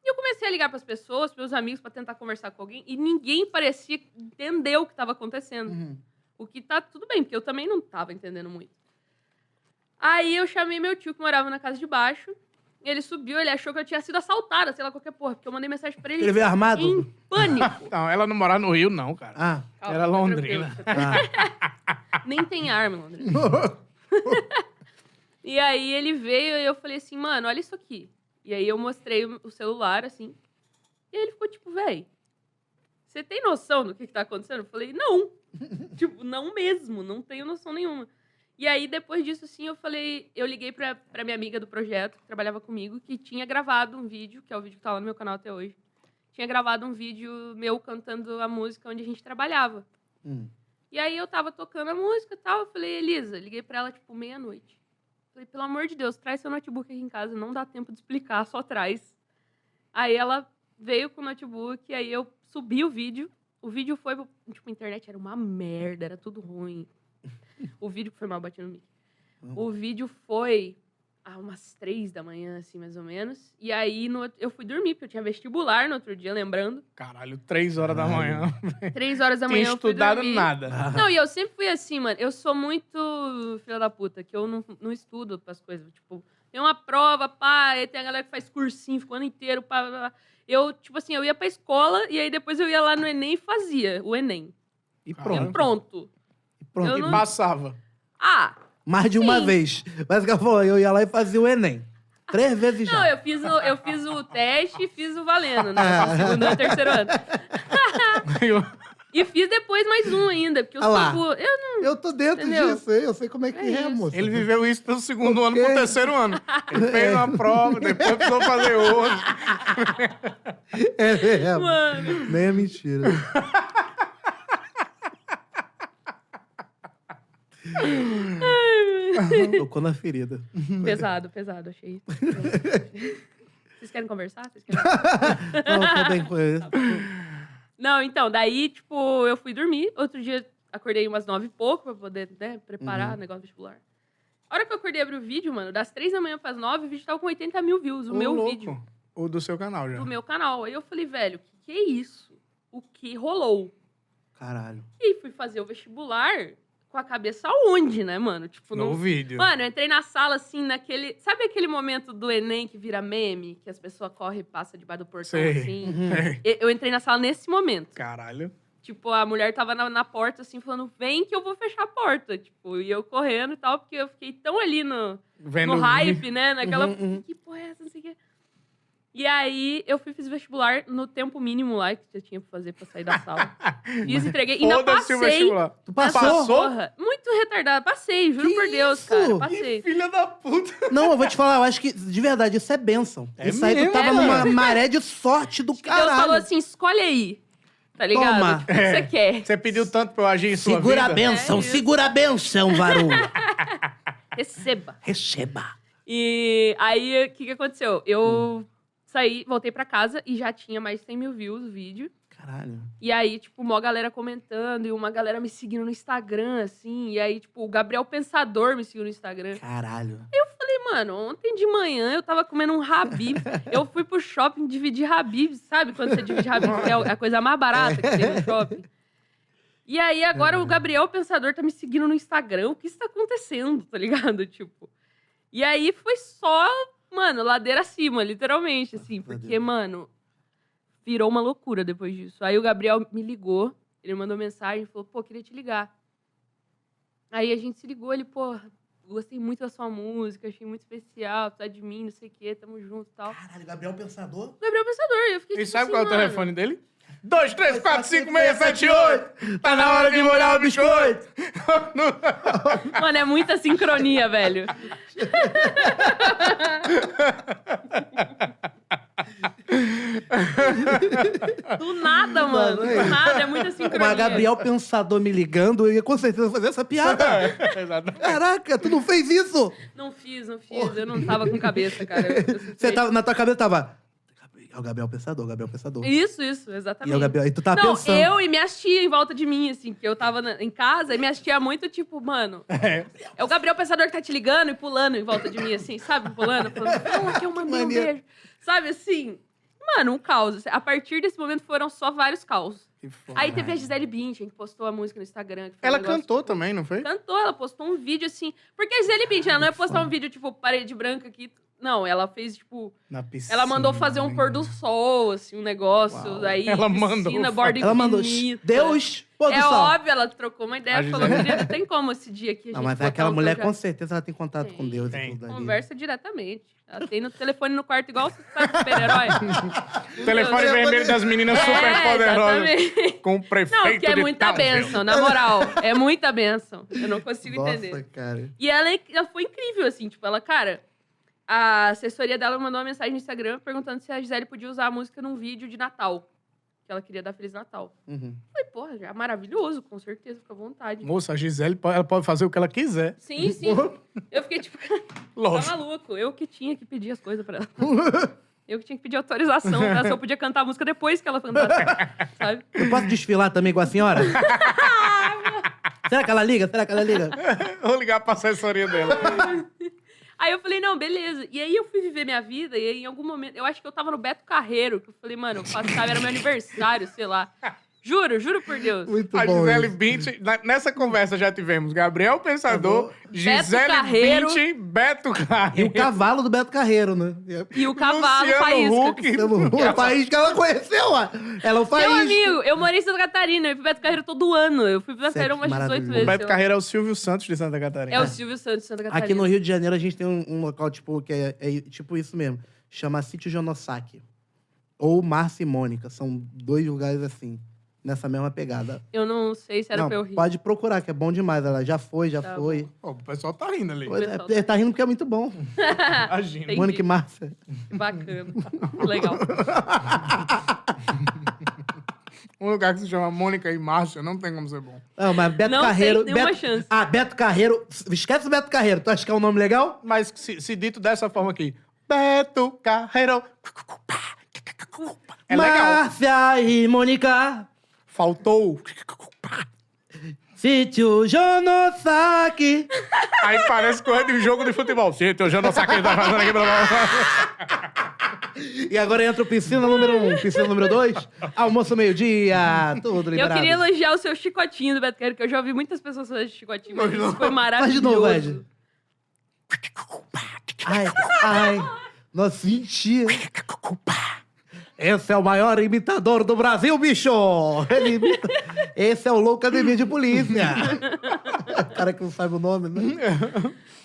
[SPEAKER 3] E eu comecei a ligar pras pessoas, pros meus amigos, pra tentar conversar com alguém, e ninguém parecia entender o que tava acontecendo.
[SPEAKER 1] Uhum.
[SPEAKER 3] O que tá tudo bem, porque eu também não tava entendendo muito. Aí eu chamei meu tio que morava na casa de baixo. Ele subiu, ele achou que eu tinha sido assaltada, sei lá, qualquer porra, porque eu mandei mensagem pra ele.
[SPEAKER 2] Ele veio armado?
[SPEAKER 3] Em pânico.
[SPEAKER 1] Não, ela não morava no Rio, não, cara.
[SPEAKER 2] Ah,
[SPEAKER 3] Calma,
[SPEAKER 1] Era né?
[SPEAKER 3] fica
[SPEAKER 1] Londrina.
[SPEAKER 3] tranquilo.
[SPEAKER 2] ah.
[SPEAKER 3] Nem tem arma, Londrina. e aí ele veio e eu falei assim, mano, olha isso aqui. E aí eu mostrei o o celular, assim. E aí ele ficou tipo, véi, você tem noção do que, que tá acontecendo? Eu falei, não. tipo, não mesmo, não tenho noção nenhuma. E aí, depois disso, sim, eu falei, eu liguei pra, pra minha amiga do projeto, que trabalhava comigo, que tinha gravado um vídeo, que é o vídeo que tá lá no meu canal até hoje. Tinha gravado um vídeo meu cantando a música onde a gente trabalhava.
[SPEAKER 2] Hum.
[SPEAKER 3] E aí eu tava tocando a música e tal. Eu falei, Elisa, liguei pra ela, tipo, meia-noite. Falei, pelo amor de Deus, traz seu notebook aqui em casa, não dá tempo de explicar, só traz. Aí ela veio com o notebook, aí eu subi o vídeo. O vídeo foi, pro- tipo, a internet era uma merda, era tudo ruim. O vídeo foi mal batido no mic. O vídeo foi a umas três da manhã, assim, mais ou menos. E aí no outro- eu fui dormir, porque eu tinha vestibular no outro dia, lembrando.
[SPEAKER 1] Caralho, três horas da
[SPEAKER 2] Caralho. Ah.
[SPEAKER 1] manhã.
[SPEAKER 3] Três horas da
[SPEAKER 1] Tinha
[SPEAKER 3] manhã eu fui
[SPEAKER 1] estudado
[SPEAKER 3] dormir.
[SPEAKER 1] nada.
[SPEAKER 3] Não, e eu sempre fui assim, mano. Eu sou muito filha da puta, que eu não, não estudo as coisas. Tipo, tem uma prova, pá, aí tem a galera que faz cursinho, fica o ano inteiro, pá, pá, pá. Eu, tipo assim, eu ia pra escola e aí depois eu ia lá no Enem e fazia o Enem.
[SPEAKER 2] E
[SPEAKER 1] Caralho.
[SPEAKER 2] pronto.
[SPEAKER 3] E pronto.
[SPEAKER 2] pronto.
[SPEAKER 3] eu não-
[SPEAKER 1] E passava.
[SPEAKER 3] Ah,
[SPEAKER 2] Mais de uma
[SPEAKER 3] Sim.
[SPEAKER 2] vez. Mas o cara falou, eu ia lá e fazia o Enem. Três vezes
[SPEAKER 3] não,
[SPEAKER 2] já.
[SPEAKER 3] eu fiz, o- eu fiz o teste e fiz o valendo, né?
[SPEAKER 2] Ah.
[SPEAKER 3] Segundo ano e terceiro ano. E fiz depois mais um ainda, porque eu
[SPEAKER 2] Ah lá.
[SPEAKER 3] sou. Eu não.
[SPEAKER 2] Eu, tô dentro
[SPEAKER 3] Entendeu?
[SPEAKER 2] disso, eu sei como é que
[SPEAKER 3] É
[SPEAKER 2] é,
[SPEAKER 3] isso.
[SPEAKER 2] moça.
[SPEAKER 1] Ele viveu isso pelo segundo ano
[SPEAKER 2] Ok.
[SPEAKER 1] pro terceiro ano. Ele fez uma prova, depois precisou fazer outra.
[SPEAKER 2] É, é,
[SPEAKER 3] Mano.
[SPEAKER 2] Nem é mentira. Tocou na ferida.
[SPEAKER 3] Pesado, pesado, achei. Vocês querem conversar? Vocês querem...
[SPEAKER 2] Não, tô bem com ele.
[SPEAKER 3] Não, então, daí, tipo, eu fui dormir. Outro dia, acordei umas nove e pouco pra poder, né, preparar
[SPEAKER 1] Uhum.
[SPEAKER 3] o negócio vestibular. A hora que eu acordei e abri o vídeo, mano, das três da manhã pras nove, o vídeo tava com 80 mil views. O
[SPEAKER 1] Ô,
[SPEAKER 3] meu
[SPEAKER 1] louco.
[SPEAKER 3] vídeo,
[SPEAKER 1] O do seu canal já.
[SPEAKER 3] do meu canal. Aí eu falei, velho, que que é isso? O que rolou?
[SPEAKER 2] Caralho.
[SPEAKER 3] E fui fazer o vestibular com a cabeça onde, né, mano? Tipo,
[SPEAKER 1] No
[SPEAKER 3] não
[SPEAKER 1] vídeo.
[SPEAKER 3] Mano, eu entrei na sala assim, naquele. Sabe aquele momento do Enem que vira meme? Que as pessoas correm e passam debaixo do portão
[SPEAKER 1] Sei. É,
[SPEAKER 3] assim?
[SPEAKER 2] Uhum.
[SPEAKER 3] Eu eu entrei na sala nesse momento.
[SPEAKER 1] Caralho.
[SPEAKER 3] Tipo, a mulher tava na, na porta assim, falando: vem que eu vou fechar a porta. Tipo, e eu correndo e tal, porque eu fiquei tão ali no,
[SPEAKER 1] Vendo
[SPEAKER 3] no
[SPEAKER 1] o vídeo.
[SPEAKER 3] hype, né? Naquela.
[SPEAKER 2] Uhum, uhum.
[SPEAKER 3] Que porra é essa? Não sei o quê. E aí eu fui fiz vestibular no tempo mínimo lá que eu tinha pra fazer pra sair da sala. Fiz, entreguei. Ainda
[SPEAKER 1] Foda-se o
[SPEAKER 3] passei.
[SPEAKER 1] vestibular.
[SPEAKER 2] Tu
[SPEAKER 3] nessa
[SPEAKER 2] passou?
[SPEAKER 1] Passou?
[SPEAKER 3] porra. Muito retardada. Passei, juro
[SPEAKER 2] Que
[SPEAKER 3] por Deus,
[SPEAKER 2] isso?
[SPEAKER 3] cara.
[SPEAKER 2] Que
[SPEAKER 3] Passei.
[SPEAKER 1] Filha da puta.
[SPEAKER 2] Não, eu vou te falar, eu acho que, de verdade, isso é bênção.
[SPEAKER 1] É
[SPEAKER 2] isso aí tu
[SPEAKER 1] mesmo,
[SPEAKER 2] tava
[SPEAKER 1] mano.
[SPEAKER 2] numa maré de sorte do
[SPEAKER 3] que Deus falou
[SPEAKER 2] caralho.
[SPEAKER 3] assim, escolhe aí. Tá ligado?
[SPEAKER 2] Toma.
[SPEAKER 3] Tipo, o que
[SPEAKER 1] É.
[SPEAKER 3] você quer?
[SPEAKER 1] Você pediu tanto pra eu agir em sua
[SPEAKER 2] Segura a
[SPEAKER 1] vida.
[SPEAKER 2] bênção,
[SPEAKER 3] É isso.
[SPEAKER 2] segura a bênção, varum.
[SPEAKER 3] Receba.
[SPEAKER 2] Receba.
[SPEAKER 3] E aí, o que, que aconteceu? Eu saí, voltei pra casa e já tinha mais de 100 mil views o vídeo.
[SPEAKER 2] Caralho.
[SPEAKER 3] E aí, tipo, uma galera comentando e uma galera me seguindo no Instagram, assim. E aí, tipo, o Gabriel Pensador me seguiu no Instagram.
[SPEAKER 2] Caralho.
[SPEAKER 3] Falei, mano, ontem de manhã eu tava comendo um Habib. Eu fui pro shopping dividir Habib, sabe? Quando você divide Habib, que é a coisa mais barata que tem no shopping. E aí, agora o Gabriel Pensador tá me seguindo no Instagram. O que está acontecendo, tá ligado? Tipo. E aí foi só, mano, ladeira acima, literalmente, assim. Porque,
[SPEAKER 2] Ladeira.
[SPEAKER 3] mano, virou uma loucura depois disso. Aí o Gabriel me ligou, ele mandou mensagem e falou: pô, queria te ligar. Aí a gente se ligou, ele, pô, gostei muito da sua música, achei muito especial, tá de mim, não sei o quê, tamo junto e tal.
[SPEAKER 2] Caralho, Gabriel Pensador.
[SPEAKER 3] Gabriel Pensador, eu fiquei
[SPEAKER 1] E
[SPEAKER 3] tipo
[SPEAKER 1] sabe
[SPEAKER 3] assim,
[SPEAKER 1] qual é o
[SPEAKER 3] mano,
[SPEAKER 1] telefone dele? 2, 3, 4, 5, 6, 7, 8. Tá na hora de molhar o biscoito.
[SPEAKER 3] Mano, é muita sincronia, velho. do nada, mano.
[SPEAKER 2] Mano,
[SPEAKER 3] Do
[SPEAKER 2] é.
[SPEAKER 3] nada, é muita sincronia.
[SPEAKER 2] Mas Gabriel Pensador me ligando, eu ia com certeza fazer essa piada.
[SPEAKER 1] Exatamente.
[SPEAKER 2] Caraca, tu não fez isso?
[SPEAKER 3] Não fiz, não fiz. Eu não tava com cabeça, cara. Eu-
[SPEAKER 2] Você
[SPEAKER 3] eu simplesmente-
[SPEAKER 2] tava, na tua cabeça tava. É o Gabriel Pensador, Gabriel Pensador.
[SPEAKER 3] Isso, isso,
[SPEAKER 2] E
[SPEAKER 3] exatamente.
[SPEAKER 2] é o Gabriel. E tu tava
[SPEAKER 3] não,
[SPEAKER 2] pensando.
[SPEAKER 3] eu e minhas tias em volta de mim, assim, porque eu tava na- em casa e minhas tias muito tipo, mano,
[SPEAKER 1] É.
[SPEAKER 3] é o Gabriel Pensador que tá te ligando e pulando em volta de mim, assim, sabe? Pulando, falando, não, aqui eu mandei um
[SPEAKER 2] maneiro.
[SPEAKER 3] beijo. Sabe assim? Mano, um caos. A partir desse momento foram só vários caos.
[SPEAKER 1] Que foda.
[SPEAKER 3] Aí teve a Gisele Bündchen, que postou a música no Instagram. que foi um
[SPEAKER 1] Ela
[SPEAKER 3] negócio,
[SPEAKER 1] cantou
[SPEAKER 3] tipo,
[SPEAKER 1] também, não foi?
[SPEAKER 3] Cantou, ela postou um vídeo assim. Porque a Gisele Bündchen, ela não ia postar um vídeo tipo parede branca aqui. Não, ela fez tipo.
[SPEAKER 1] Na piscina.
[SPEAKER 3] Ela mandou fazer
[SPEAKER 2] né?
[SPEAKER 3] um pôr do sol, assim, um negócio.
[SPEAKER 1] Uau.
[SPEAKER 3] Daí,
[SPEAKER 1] Ela mandou
[SPEAKER 3] piscina, borda
[SPEAKER 2] Ela mandou.
[SPEAKER 3] infinita.
[SPEAKER 2] Deus, pôr do
[SPEAKER 3] É
[SPEAKER 2] sol.
[SPEAKER 3] óbvio, ela trocou uma
[SPEAKER 1] A
[SPEAKER 3] ideia,
[SPEAKER 1] Gisele-
[SPEAKER 3] falou que não tem como esse dia aqui. A
[SPEAKER 2] Não,
[SPEAKER 3] gente
[SPEAKER 2] mas é
[SPEAKER 3] botar
[SPEAKER 2] aquela
[SPEAKER 3] um
[SPEAKER 2] mulher,
[SPEAKER 3] projeto."
[SPEAKER 2] com certeza, ela tem contato com Deus
[SPEAKER 1] Tem.
[SPEAKER 2] e tudo ali.
[SPEAKER 3] Conversa diretamente. Ela tem no telefone no quarto, igual você sabe, super-herói.
[SPEAKER 1] Telefone
[SPEAKER 3] Meu Deus.
[SPEAKER 1] vermelho das
[SPEAKER 3] É,
[SPEAKER 1] meninas super poderosas.
[SPEAKER 3] exatamente.
[SPEAKER 1] Com o prefeito
[SPEAKER 3] Não, que é
[SPEAKER 1] de
[SPEAKER 3] muita
[SPEAKER 1] Townsville.
[SPEAKER 3] benção, na moral. É muita benção. Eu não consigo
[SPEAKER 2] Nossa,
[SPEAKER 3] entender.
[SPEAKER 2] cara.
[SPEAKER 3] E ela, é, ela foi incrível, assim, tipo, ela, cara. A assessoria dela mandou uma mensagem no Instagram perguntando se a Gisele podia usar a música num vídeo de Natal. Que ela queria dar Feliz Natal.
[SPEAKER 2] Uhum.
[SPEAKER 3] Eu falei, porra, já é maravilhoso, com certeza, fica à vontade.
[SPEAKER 1] Moça, a Gisele pode, ela pode fazer o que ela quiser.
[SPEAKER 3] Sim, sim. Eu fiquei tipo, tá
[SPEAKER 1] Lógico.
[SPEAKER 3] maluco. Eu que tinha que pedir as coisas pra ela. Eu que tinha que pedir autorização, pra ela só podia cantar a música depois que ela cantasse. Sabe?
[SPEAKER 2] Eu posso desfilar também igual a senhora? Será que ela liga? Será que ela liga?
[SPEAKER 1] Vou ligar pra assessoria dela.
[SPEAKER 3] Aí eu falei, não, beleza. E aí eu fui viver minha vida, e aí em algum momento, eu acho que eu tava no Beto Carreiro, que eu falei, mano, eu passava, era meu aniversário, sei lá. Juro, juro por Deus.
[SPEAKER 2] Muito
[SPEAKER 1] A
[SPEAKER 2] bom.
[SPEAKER 1] Gisele
[SPEAKER 2] isso.
[SPEAKER 1] Bündchen, na- nessa conversa já tivemos Gabriel Pensador, Gisele
[SPEAKER 3] Carreiro.
[SPEAKER 1] Bündchen, Beto
[SPEAKER 2] E o
[SPEAKER 1] Carreiro,
[SPEAKER 2] cavalo do Beto Carreiro, né? E é-
[SPEAKER 3] E o cavalo
[SPEAKER 1] Luciano
[SPEAKER 3] faísca.
[SPEAKER 1] Huck.
[SPEAKER 2] Então, É o país que ela conheceu, ó. Ela é o país.
[SPEAKER 3] Meu amigo, eu morei em Santa Catarina, eu ia pro Beto Carreiro todo ano. Eu fui pro Beto
[SPEAKER 2] Isso é
[SPEAKER 3] Carreiro umas 18
[SPEAKER 2] maravilhoso.
[SPEAKER 3] vezes.
[SPEAKER 1] Beto
[SPEAKER 3] sei lá.
[SPEAKER 1] Carreiro é o Silvio Santos de Santa
[SPEAKER 3] É
[SPEAKER 1] Catarina.
[SPEAKER 3] o Silvio Santos de Santa Catarina.
[SPEAKER 2] Aqui no Rio de Janeiro a gente tem um, um local, tipo, que é, é tipo isso mesmo. Chama Sítio Jonosaki. Ou Márcia e Mônica. São dois lugares assim, nessa mesma pegada.
[SPEAKER 3] Eu não sei se era
[SPEAKER 2] Não,
[SPEAKER 3] pra eu rir.
[SPEAKER 2] pode procurar, que é bom demais. Ela já foi, já
[SPEAKER 3] Tá
[SPEAKER 2] foi.
[SPEAKER 1] Pô, o pessoal tá rindo ali.
[SPEAKER 2] Pois é,
[SPEAKER 3] Pessoal, tá-
[SPEAKER 2] tá rindo porque é muito bom.
[SPEAKER 1] Imagina.
[SPEAKER 3] Entendi.
[SPEAKER 2] Mônica e Márcia.
[SPEAKER 3] Que Bacana. Legal.
[SPEAKER 1] Um lugar que se chama Mônica e Márcia não tem como ser bom.
[SPEAKER 2] Não, mas Beto
[SPEAKER 3] Não tem
[SPEAKER 2] Carreiro.
[SPEAKER 3] nenhuma
[SPEAKER 2] Beto-
[SPEAKER 3] chance.
[SPEAKER 2] Ah, Beto Carreiro. Esquece o Beto Carreiro. Tu acha que é um nome legal?
[SPEAKER 1] Mas se, se dito dessa forma aqui, Beto Carreiro. É legal.
[SPEAKER 2] Márcia e Mônica.
[SPEAKER 1] Faltou.
[SPEAKER 2] Sítio Jonosaki.
[SPEAKER 1] Aí parece que de um jogo de futebol. Gente, eu já não sei o que ele tá fazendo aqui. Blá, blá, blá.
[SPEAKER 2] E agora entra o piscina número um, piscina número dois, almoço meio-dia, tudo
[SPEAKER 3] Eu
[SPEAKER 2] liberado.
[SPEAKER 3] queria elogiar o seu chicotinho do Beto Carreiro, que eu já ouvi muitas pessoas falando de chicotinho, mas isso foi
[SPEAKER 2] Faz de
[SPEAKER 3] maravilhoso.
[SPEAKER 2] novo, Ed. Ai, ai, nossa, sentia. Esse é o maior imitador do Brasil, bicho! Ele imita... Esse é o louco academia de polícia. o cara que não sabe o nome, né?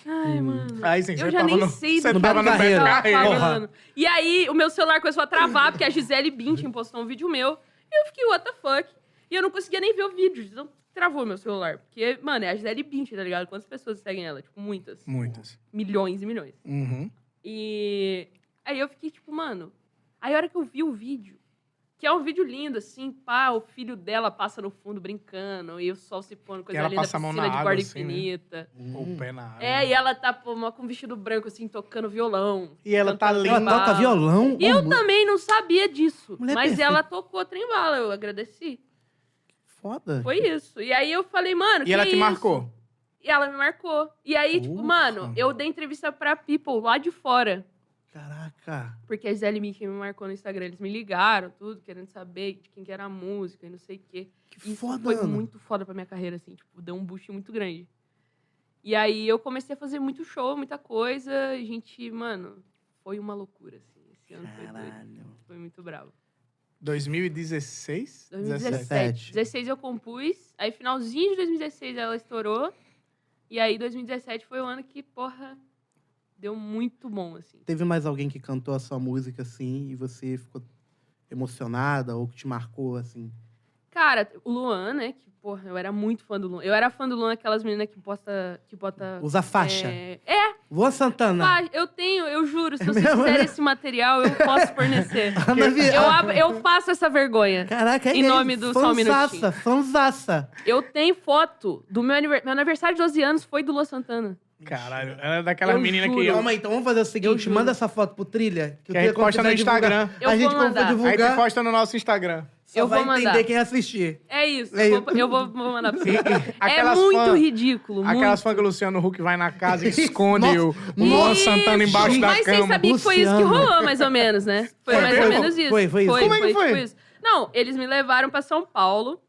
[SPEAKER 3] Ai, mano.
[SPEAKER 1] Aí sim,
[SPEAKER 3] Eu
[SPEAKER 1] você
[SPEAKER 3] já
[SPEAKER 1] tava
[SPEAKER 3] nem
[SPEAKER 1] no,
[SPEAKER 3] sei
[SPEAKER 1] Você
[SPEAKER 3] do que
[SPEAKER 1] tava
[SPEAKER 2] Beto
[SPEAKER 1] no
[SPEAKER 3] eu
[SPEAKER 1] Beto
[SPEAKER 2] Carreiro.
[SPEAKER 3] tava
[SPEAKER 1] Carreiro.
[SPEAKER 3] falando. E aí, o meu celular começou a travar, porque a Gisele Bündchen postou um vídeo meu. E eu fiquei, what the fuck? E eu não conseguia nem ver o vídeo, então travou meu celular. Porque, mano, é a Gisele Bündchen, tá ligado? Quantas pessoas seguem ela? Tipo, muitas.
[SPEAKER 1] Muitas.
[SPEAKER 3] Milhões e milhões.
[SPEAKER 1] Uhum.
[SPEAKER 3] E aí eu fiquei tipo, mano. Aí a hora que eu vi o vídeo, que é um vídeo lindo, assim, pá, o filho dela passa no fundo brincando, e o sol se pondo, coisa
[SPEAKER 1] ela
[SPEAKER 3] linda,
[SPEAKER 1] passa a mão
[SPEAKER 3] piscina
[SPEAKER 1] na
[SPEAKER 3] de
[SPEAKER 1] água,
[SPEAKER 3] borda
[SPEAKER 1] assim, né? Ah.
[SPEAKER 3] infinita.
[SPEAKER 1] O pé na água.
[SPEAKER 3] É, e ela tá pô, uma- com um vestido branco, assim, tocando violão.
[SPEAKER 1] E ela tá
[SPEAKER 3] cantando
[SPEAKER 1] linda.
[SPEAKER 2] Ela
[SPEAKER 3] trem-bala.
[SPEAKER 2] toca violão.
[SPEAKER 3] Eu
[SPEAKER 2] Ô, mu-
[SPEAKER 3] também não sabia disso,
[SPEAKER 2] Mulher
[SPEAKER 3] mas
[SPEAKER 2] perfeita.
[SPEAKER 3] ela tocou trem-bala, eu agradeci.
[SPEAKER 2] Foda.
[SPEAKER 3] Foi isso. E aí eu falei, mano,
[SPEAKER 1] E ela
[SPEAKER 3] que
[SPEAKER 1] te
[SPEAKER 3] isso?
[SPEAKER 1] marcou.
[SPEAKER 3] E ela me marcou. E aí, tipo,
[SPEAKER 2] Ufa.
[SPEAKER 3] mano, eu dei entrevista pra People lá de fora.
[SPEAKER 2] Caraca.
[SPEAKER 3] Porque a Gisele Mickey me marcou no Instagram. Eles me ligaram, tudo, querendo saber de quem que era a música e não sei o quê.
[SPEAKER 2] Que
[SPEAKER 3] Isso
[SPEAKER 2] foda,
[SPEAKER 3] foi
[SPEAKER 2] Ana.
[SPEAKER 3] muito foda pra minha carreira, assim. Tipo, deu um boost muito grande. E aí eu comecei a fazer muito show, muita coisa. A gente, mano, foi uma loucura, assim. Esse ano foi doido.
[SPEAKER 2] Caralho.
[SPEAKER 3] Foi muito bravo.
[SPEAKER 1] 2016?
[SPEAKER 3] 2017.
[SPEAKER 1] 17.
[SPEAKER 2] 17.
[SPEAKER 3] 16 eu compus. Aí finalzinho de 2016 ela estourou. E aí 2017 foi o ano que, porra, deu muito bom, assim.
[SPEAKER 2] Teve mais alguém que cantou a sua música assim e você ficou emocionada ou que te marcou assim?
[SPEAKER 3] Cara, o Luan, né? Que, porra, eu era muito fã do Luan. Eu era fã do Luan, aquelas meninas que bota. Que bota
[SPEAKER 2] Usa faixa.
[SPEAKER 3] É, é
[SPEAKER 2] Voa Santana.
[SPEAKER 3] fa- eu tenho, eu juro, se
[SPEAKER 2] É
[SPEAKER 3] vocês
[SPEAKER 2] mesmo,
[SPEAKER 3] quiserem
[SPEAKER 2] né?
[SPEAKER 3] esse material, eu posso fornecer.
[SPEAKER 2] Ana Vi-
[SPEAKER 3] eu,
[SPEAKER 2] ah,
[SPEAKER 3] ab- eu faço essa vergonha.
[SPEAKER 2] Caraca, é
[SPEAKER 3] em
[SPEAKER 2] ele,
[SPEAKER 3] nome do Só um
[SPEAKER 2] fanzaça, fanzaça.
[SPEAKER 3] Eu tenho foto do meu aniversário. Meu aniversário de 12 anos foi do Luan Santana.
[SPEAKER 1] Caralho, ela é daquela
[SPEAKER 3] Eu
[SPEAKER 1] menina que.
[SPEAKER 3] juro.
[SPEAKER 2] Calma aí, então vamos fazer o
[SPEAKER 3] Eu
[SPEAKER 2] seguinte,
[SPEAKER 3] juro.
[SPEAKER 2] manda essa foto pro Trilha.
[SPEAKER 1] Que a gente
[SPEAKER 2] quando
[SPEAKER 1] posta no
[SPEAKER 2] quiser divulgar,
[SPEAKER 1] Instagram.
[SPEAKER 3] Eu
[SPEAKER 2] a gente
[SPEAKER 3] vou
[SPEAKER 2] quando for
[SPEAKER 3] mandar.
[SPEAKER 1] Aí tu
[SPEAKER 2] divulgar,
[SPEAKER 1] posta no nosso Instagram.
[SPEAKER 2] Só
[SPEAKER 3] Eu
[SPEAKER 2] vai
[SPEAKER 3] vou mandar.
[SPEAKER 2] entender quem assistir.
[SPEAKER 3] É isso.
[SPEAKER 2] É
[SPEAKER 3] Eu
[SPEAKER 2] isso.
[SPEAKER 3] vou, eu vou- vou mandar pra você. É
[SPEAKER 1] Aquelas
[SPEAKER 3] muito
[SPEAKER 1] fã-
[SPEAKER 3] ridículo.
[SPEAKER 1] Aquelas
[SPEAKER 3] muito.
[SPEAKER 1] fãs que o Luciano Huck vai na casa e esconde
[SPEAKER 2] Nossa,
[SPEAKER 1] o, o Luan
[SPEAKER 3] Isso!
[SPEAKER 1] Santana embaixo da
[SPEAKER 3] Mas
[SPEAKER 1] cama.
[SPEAKER 3] vocês sabiam que foi isso que
[SPEAKER 2] Luciano.
[SPEAKER 3] rolou, mais ou menos, né? Foi,
[SPEAKER 1] Foi
[SPEAKER 3] mais ou
[SPEAKER 1] mesmo?
[SPEAKER 3] menos isso.
[SPEAKER 2] Foi, foi isso.
[SPEAKER 1] Como é que foi?
[SPEAKER 3] tipo isso. Não, eles me levaram pra São Paulo.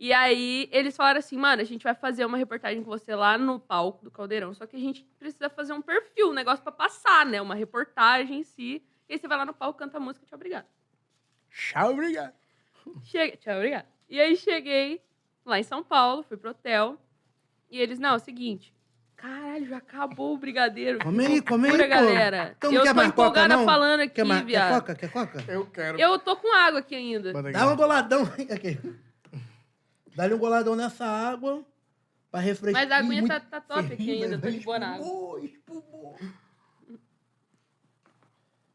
[SPEAKER 3] E aí eles falaram assim, mano, a gente vai fazer uma reportagem com você lá no palco do Caldeirão. Só que a gente precisa fazer um perfil, um negócio pra passar, né? Uma reportagem em si. E aí você vai lá no palco, canta a música, tchau, obrigado.
[SPEAKER 1] Tchau, obrigado.
[SPEAKER 3] Chega, tchau, obrigado. E aí cheguei lá em São Paulo, fui pro hotel. E eles, não, é o seguinte. Caralho, já acabou o brigadeiro.
[SPEAKER 2] Come aí, come aí,
[SPEAKER 3] Pura,
[SPEAKER 2] pô.
[SPEAKER 3] galera.
[SPEAKER 2] Então não
[SPEAKER 3] eu
[SPEAKER 2] quer
[SPEAKER 3] tô
[SPEAKER 2] mais coca,
[SPEAKER 3] empolgada
[SPEAKER 2] não?
[SPEAKER 3] falando aqui,
[SPEAKER 2] Quer, ma- quer
[SPEAKER 3] viado.
[SPEAKER 2] coca? Quer coca?
[SPEAKER 1] Eu quero.
[SPEAKER 3] Eu tô com água aqui ainda.
[SPEAKER 1] Bota aqui.
[SPEAKER 2] Dá um goladão. Aqui. Dá-lhe um goladão nessa água pra refrescar.
[SPEAKER 3] Mas a aguinha
[SPEAKER 2] Ih,
[SPEAKER 3] tá- tá top aqui ainda, tô de boa na água.
[SPEAKER 2] Espumou, espumou.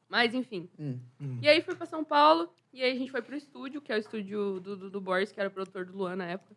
[SPEAKER 3] Mas enfim.
[SPEAKER 2] Hum,
[SPEAKER 3] E aí fui pra São Paulo, e aí a gente foi pro estúdio, que é o estúdio do, do, do Boris, que era o produtor do Luan na época.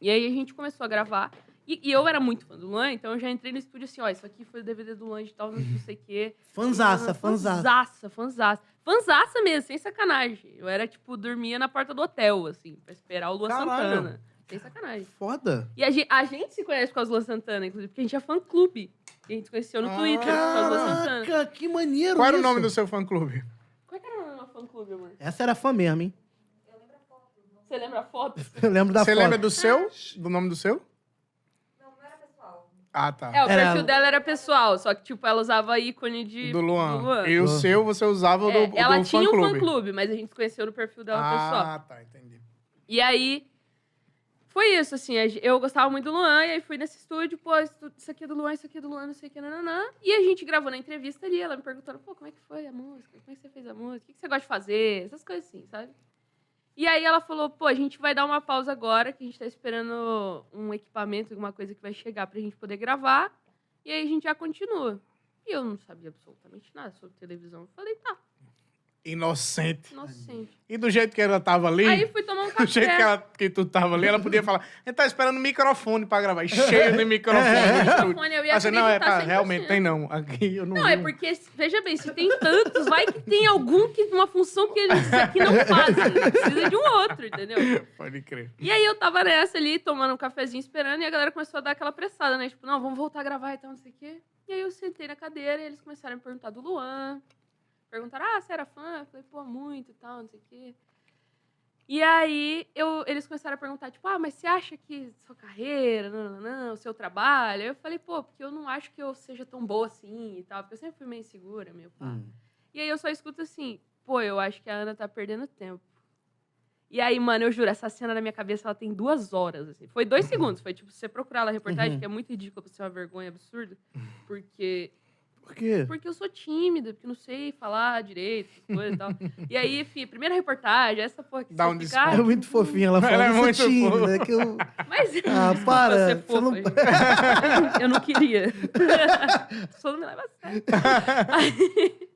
[SPEAKER 3] E aí a gente começou a gravar. E, e eu era muito fã do Luan, então eu já entrei no estúdio assim, ó, isso aqui foi o DVD do Luan de tal, não sei o quê.
[SPEAKER 2] Fanzaça,
[SPEAKER 3] Ah,
[SPEAKER 2] fanzaça.
[SPEAKER 3] Fanzaça, fanzaça. Fanzaça mesmo, sem sacanagem. Eu era, tipo, dormia na porta do hotel, assim, pra esperar o Luan
[SPEAKER 1] Caralho.
[SPEAKER 3] Santana. Sem sacanagem.
[SPEAKER 2] Foda.
[SPEAKER 3] E a gente, a gente se conhece por causa do Luan Santana, inclusive, porque a gente é fã-clube. E a gente se conheceu no
[SPEAKER 1] Ah.
[SPEAKER 3] Twitter por causa do Luan Santana.
[SPEAKER 2] Caraca, que maneiro
[SPEAKER 1] Qual era o
[SPEAKER 2] isso.
[SPEAKER 1] nome do seu fã-clube?
[SPEAKER 3] Qual é que era o nome do fã-clube, amor?
[SPEAKER 2] Essa era fã mesmo, hein?
[SPEAKER 3] Você lembra a foto?
[SPEAKER 2] Eu lembro da
[SPEAKER 1] Você
[SPEAKER 2] foto.
[SPEAKER 1] lembra do seu? Do nome do seu? Ah, tá.
[SPEAKER 3] É, o
[SPEAKER 2] Era-
[SPEAKER 3] perfil dela era pessoal, só que, tipo, ela usava ícone de...
[SPEAKER 1] do Luan. E o
[SPEAKER 2] Luan.
[SPEAKER 1] seu você usava o
[SPEAKER 3] É,
[SPEAKER 1] do,
[SPEAKER 3] ela
[SPEAKER 1] do
[SPEAKER 3] tinha um
[SPEAKER 1] fã-clube.
[SPEAKER 3] fã-clube, mas a gente se conheceu no perfil dela pessoal.
[SPEAKER 1] ah, tá, entendi.
[SPEAKER 3] E aí, foi isso, assim. a gen- Eu gostava muito do Luan, e aí fui nesse estúdio, pô, isso isso aqui é do Luan, isso aqui é do Luan, não sei o que, nananã. E a gente gravou na entrevista ali, ela me perguntando, pô, como é que foi a música? Como é que você fez a música? O que que você gosta de fazer? Essas coisas assim, sabe? E aí ela falou, pô, a gente vai dar uma pausa agora, que a gente tá esperando um equipamento, alguma coisa que vai chegar pra gente poder gravar. E aí a gente já continua. E eu não sabia absolutamente nada sobre televisão. Eu Falei, tá,
[SPEAKER 1] Inocente.
[SPEAKER 3] inocente.
[SPEAKER 1] E do jeito que ela tava ali,
[SPEAKER 3] Aí fui tomar um
[SPEAKER 1] do jeito que,
[SPEAKER 3] café.
[SPEAKER 1] ela, que tu tava ali, ela podia falar, a gente tá esperando microfone pra gravar. E cheio de microfone. no estúdio.
[SPEAKER 3] microfone, eu ia
[SPEAKER 1] Ah, você, não, é,
[SPEAKER 3] acreditar
[SPEAKER 1] tá,
[SPEAKER 3] 100%.
[SPEAKER 1] realmente tem não. Aqui eu não
[SPEAKER 3] Não, é
[SPEAKER 1] vi.
[SPEAKER 3] porque, veja bem, se tem tantos, vai que tem algum que uma função que eles aqui não fazem. Precisa de um outro, entendeu?
[SPEAKER 1] Pode crer.
[SPEAKER 3] E aí eu tava nessa ali, tomando um cafezinho, esperando, e a galera começou a dar aquela pressada, né? Tipo, não, vamos voltar a gravar e tal, não sei o quê. E aí eu sentei na cadeira e eles começaram a me perguntar do Luan. Perguntaram, ah, você era fã? Eu falei, pô, muito e tal, não sei o quê. E aí eu, eles começaram a perguntar, tipo, ah, mas você acha que sua carreira, não, não, não, o seu trabalho? Eu falei, pô, porque eu não acho que eu seja tão boa assim e tal, porque eu sempre fui meio insegura, meio pá.
[SPEAKER 2] Hum.
[SPEAKER 3] E aí eu só escuto assim, pô, eu acho que a Ana tá perdendo tempo. E aí, mano, eu juro, essa cena na minha cabeça, ela tem duas horas, assim. Foi dois segundos, foi tipo, você procurar lá a reportagem,
[SPEAKER 2] Uhum.
[SPEAKER 3] que é muito ridícula, pra ser uma vergonha absurda, porque...
[SPEAKER 2] Por quê?
[SPEAKER 3] Porque eu sou tímida, porque eu não sei falar direito, essas coisas e tal. E aí, enfim, primeira reportagem, essa porra que
[SPEAKER 1] Dá
[SPEAKER 3] você
[SPEAKER 1] um
[SPEAKER 3] fica,
[SPEAKER 2] É muito fofinha ela
[SPEAKER 1] Ela
[SPEAKER 2] fala.
[SPEAKER 1] é
[SPEAKER 2] "Eu sou
[SPEAKER 1] muito
[SPEAKER 2] tímida,
[SPEAKER 1] fofa."
[SPEAKER 2] que eu...
[SPEAKER 3] "Ah, Mas
[SPEAKER 2] Ah,
[SPEAKER 3] desculpa
[SPEAKER 2] para,
[SPEAKER 3] ser
[SPEAKER 2] você não-
[SPEAKER 3] fofa, gente. Eu não queria. Só não me leva a sério. Aí-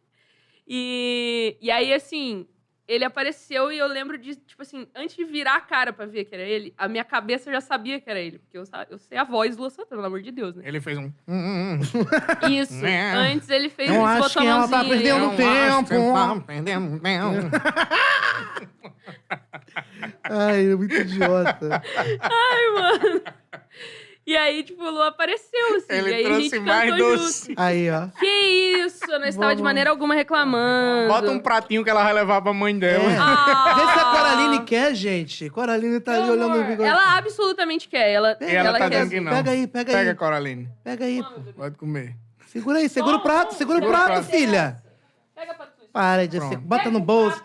[SPEAKER 3] e, e aí, assim, ele apareceu e eu lembro de, tipo assim, antes de virar a cara pra ver que era ele, a minha cabeça já sabia que era ele. Porque eu, sa- eu sei a voz do Luan Santana, pelo amor de Deus, né?
[SPEAKER 1] Ele fez um... "Hum, hum, hum."
[SPEAKER 3] Isso.
[SPEAKER 1] Né?
[SPEAKER 3] antes ele fez
[SPEAKER 2] Não
[SPEAKER 3] isso,
[SPEAKER 2] acho
[SPEAKER 3] botou a
[SPEAKER 2] que ela tá
[SPEAKER 3] mãozinha
[SPEAKER 2] perdendo
[SPEAKER 3] ali, ó.
[SPEAKER 1] Não
[SPEAKER 2] tempo.
[SPEAKER 1] acho que tá perdendo tempo.
[SPEAKER 2] Ai, é muito idiota.
[SPEAKER 3] E aí, tipo, o Luan apareceu, assim.
[SPEAKER 1] Ele
[SPEAKER 3] e aí a gente
[SPEAKER 1] trouxe mais
[SPEAKER 3] cantou
[SPEAKER 1] doce.
[SPEAKER 3] junto.
[SPEAKER 2] Aí, ó.
[SPEAKER 3] Que isso? Eu não estava de
[SPEAKER 2] Vamos.
[SPEAKER 3] maneira alguma reclamando.
[SPEAKER 1] Bota um pratinho que ela vai levar pra mãe dela.
[SPEAKER 2] É.
[SPEAKER 3] Ah!
[SPEAKER 2] Vê se a Coraline quer, gente. Coraline tá ali
[SPEAKER 3] Meu
[SPEAKER 2] olhando o
[SPEAKER 3] amor,
[SPEAKER 2] bigode.
[SPEAKER 3] Ela absolutamente quer. Ela,
[SPEAKER 2] E
[SPEAKER 1] ela
[SPEAKER 3] ela
[SPEAKER 1] tá
[SPEAKER 3] quer.
[SPEAKER 1] dizendo que não.
[SPEAKER 2] Pega aí, pega,
[SPEAKER 1] Pega,
[SPEAKER 2] aí.
[SPEAKER 1] Coraline.
[SPEAKER 2] Pega aí. pô.
[SPEAKER 1] Pode comer.
[SPEAKER 2] Segura aí, segura o
[SPEAKER 3] Toma,
[SPEAKER 2] prato,
[SPEAKER 3] toma.
[SPEAKER 2] segura o
[SPEAKER 3] Segura
[SPEAKER 1] o
[SPEAKER 2] prato,
[SPEAKER 1] prato.
[SPEAKER 2] filha.
[SPEAKER 3] Pega pra tu.
[SPEAKER 2] Para de ser.
[SPEAKER 1] Pronto.
[SPEAKER 2] Bota tá no bolso.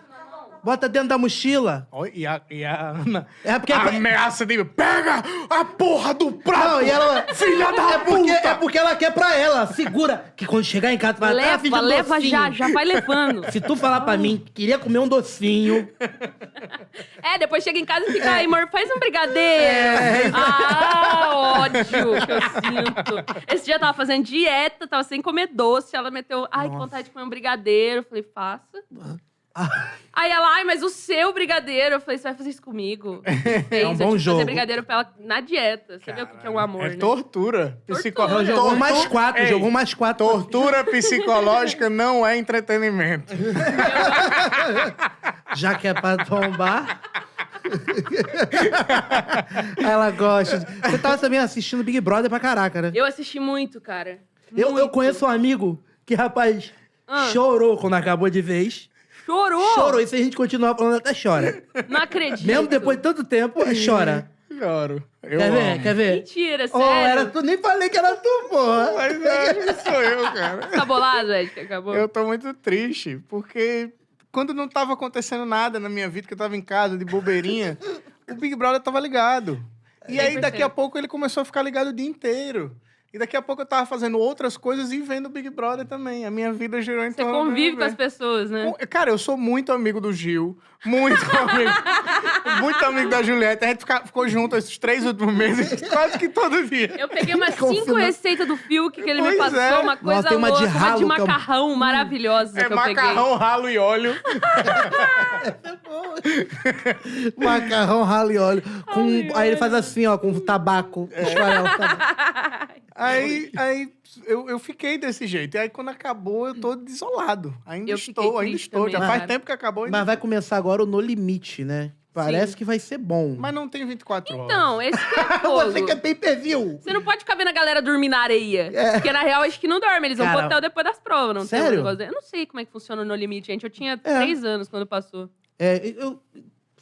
[SPEAKER 2] Bota dentro da mochila.
[SPEAKER 1] Ó, E a, e a Ana...
[SPEAKER 2] É porque.
[SPEAKER 1] a ameaça de... Pega a porra do prato!
[SPEAKER 2] Não, e ela.
[SPEAKER 1] Filha da
[SPEAKER 2] é porque,
[SPEAKER 1] puta!
[SPEAKER 2] é porque ela quer pra ela. Segura. Que quando chegar em casa, tu vai "Ah, fiz
[SPEAKER 3] Leva,
[SPEAKER 2] um
[SPEAKER 3] leva
[SPEAKER 2] docinho."
[SPEAKER 3] já, já vai levando.
[SPEAKER 2] Se tu falar pra mim que queria comer um docinho,
[SPEAKER 3] É, depois chega em casa e fica, ai, amor, faz um
[SPEAKER 2] É,
[SPEAKER 3] brigadeiro. Ah, ódio que eu sinto. Esse dia eu tava fazendo dieta, tava sem comer doce. Ela meteu, ai, que vontade de comer um brigadeiro. Eu falei, faça. Aí ela, ai, mas o seu brigadeiro. Eu falei, você vai fazer isso comigo? Fez, eu
[SPEAKER 2] É um bom
[SPEAKER 3] tive que
[SPEAKER 2] jogo.
[SPEAKER 3] fazer brigadeiro pra ela na dieta. Você vê o que que é um amor,
[SPEAKER 1] É
[SPEAKER 3] né?
[SPEAKER 1] tortura. Psico-
[SPEAKER 3] Tortura.
[SPEAKER 1] Tortu-
[SPEAKER 2] jogou mais quatro,
[SPEAKER 1] um Ei,
[SPEAKER 2] jogou mais quatro.
[SPEAKER 1] Tortura psicológica não é entretenimento.
[SPEAKER 2] já que é pra tombar. Ela gosta. de- Você tava também assistindo Big Brother pra caraca, né?
[SPEAKER 3] Eu assisti muito, cara.
[SPEAKER 2] Eu, eu
[SPEAKER 3] Muito.
[SPEAKER 2] conheço um amigo que, rapaz,
[SPEAKER 3] Ah.
[SPEAKER 2] chorou quando acabou de vez.
[SPEAKER 3] Chorou!
[SPEAKER 2] Chorou. E se a gente continuar falando, até chora.
[SPEAKER 3] Não acredito.
[SPEAKER 2] Mesmo depois de tanto tempo, chora.
[SPEAKER 1] Choro. Eu
[SPEAKER 2] Quer ver?
[SPEAKER 1] amo.
[SPEAKER 2] Quer ver?
[SPEAKER 3] Mentira,
[SPEAKER 2] Oh,
[SPEAKER 3] sério.
[SPEAKER 2] era tu, nem falei que era tu, porra.
[SPEAKER 1] Mas é, sou eu, cara.
[SPEAKER 3] Tá bolado, Ed, que acabou.
[SPEAKER 1] Eu tô muito triste, porque quando não tava acontecendo nada na minha vida, que eu tava em casa de bobeirinha, o Big Brother tava ligado. E aí,
[SPEAKER 3] 100%.
[SPEAKER 1] daqui a pouco, ele começou a ficar ligado o dia inteiro. E daqui a pouco eu tava fazendo outras coisas e vendo o Big Brother também. A minha vida girou em
[SPEAKER 3] Você
[SPEAKER 1] torno do
[SPEAKER 3] convive
[SPEAKER 1] Big
[SPEAKER 3] com as
[SPEAKER 2] é.
[SPEAKER 1] Brother.
[SPEAKER 3] pessoas, né?
[SPEAKER 1] Com- Cara, eu sou muito amigo do Gil. Muito amigo. muito amigo da Juliette. A gente fica- ficou junto esses três últimos meses, quase que todo dia.
[SPEAKER 3] Eu peguei umas
[SPEAKER 2] Confirma.
[SPEAKER 3] cinco receitas do Fiuk que ele me
[SPEAKER 1] Pois
[SPEAKER 3] passou,
[SPEAKER 1] é.
[SPEAKER 3] uma coisa
[SPEAKER 2] Nossa, tem uma de
[SPEAKER 3] louca, uma de
[SPEAKER 2] ralo que é um-
[SPEAKER 3] macarrão maravilhosa
[SPEAKER 1] É
[SPEAKER 3] que eu
[SPEAKER 1] macarrão, ralo e óleo.
[SPEAKER 3] É
[SPEAKER 2] Macarrão, ralo e óleo. Com, aí ele faz assim, ó, com tabaco. Esfarela, tabaco.
[SPEAKER 3] peguei.
[SPEAKER 1] Aí, aí eu, eu fiquei desse jeito. E aí, quando acabou, eu tô desolado. Ainda
[SPEAKER 3] Eu fiquei
[SPEAKER 1] estou, ainda
[SPEAKER 3] triste
[SPEAKER 1] estou.
[SPEAKER 3] também,
[SPEAKER 1] Já faz
[SPEAKER 3] cara.
[SPEAKER 1] tempo que acabou. Ainda...
[SPEAKER 2] Mas vai começar agora o No Limite, né? Parece
[SPEAKER 3] Sim.
[SPEAKER 2] que vai ser bom.
[SPEAKER 1] Mas não tem 24 horas.
[SPEAKER 3] Então, esse que é fogo.
[SPEAKER 2] Você que é pay per view.
[SPEAKER 3] Você não pode ficar vendo a galera dormir na areia. Porque, na real, acho que não dorme. Eles vão
[SPEAKER 2] É. Cara,
[SPEAKER 3] pro hotel depois das provas, não tem um
[SPEAKER 2] sério?
[SPEAKER 3] negócio desse? Eu não sei como é que funciona o No Limite, gente. Eu tinha três anos quando passou.
[SPEAKER 2] É, eu...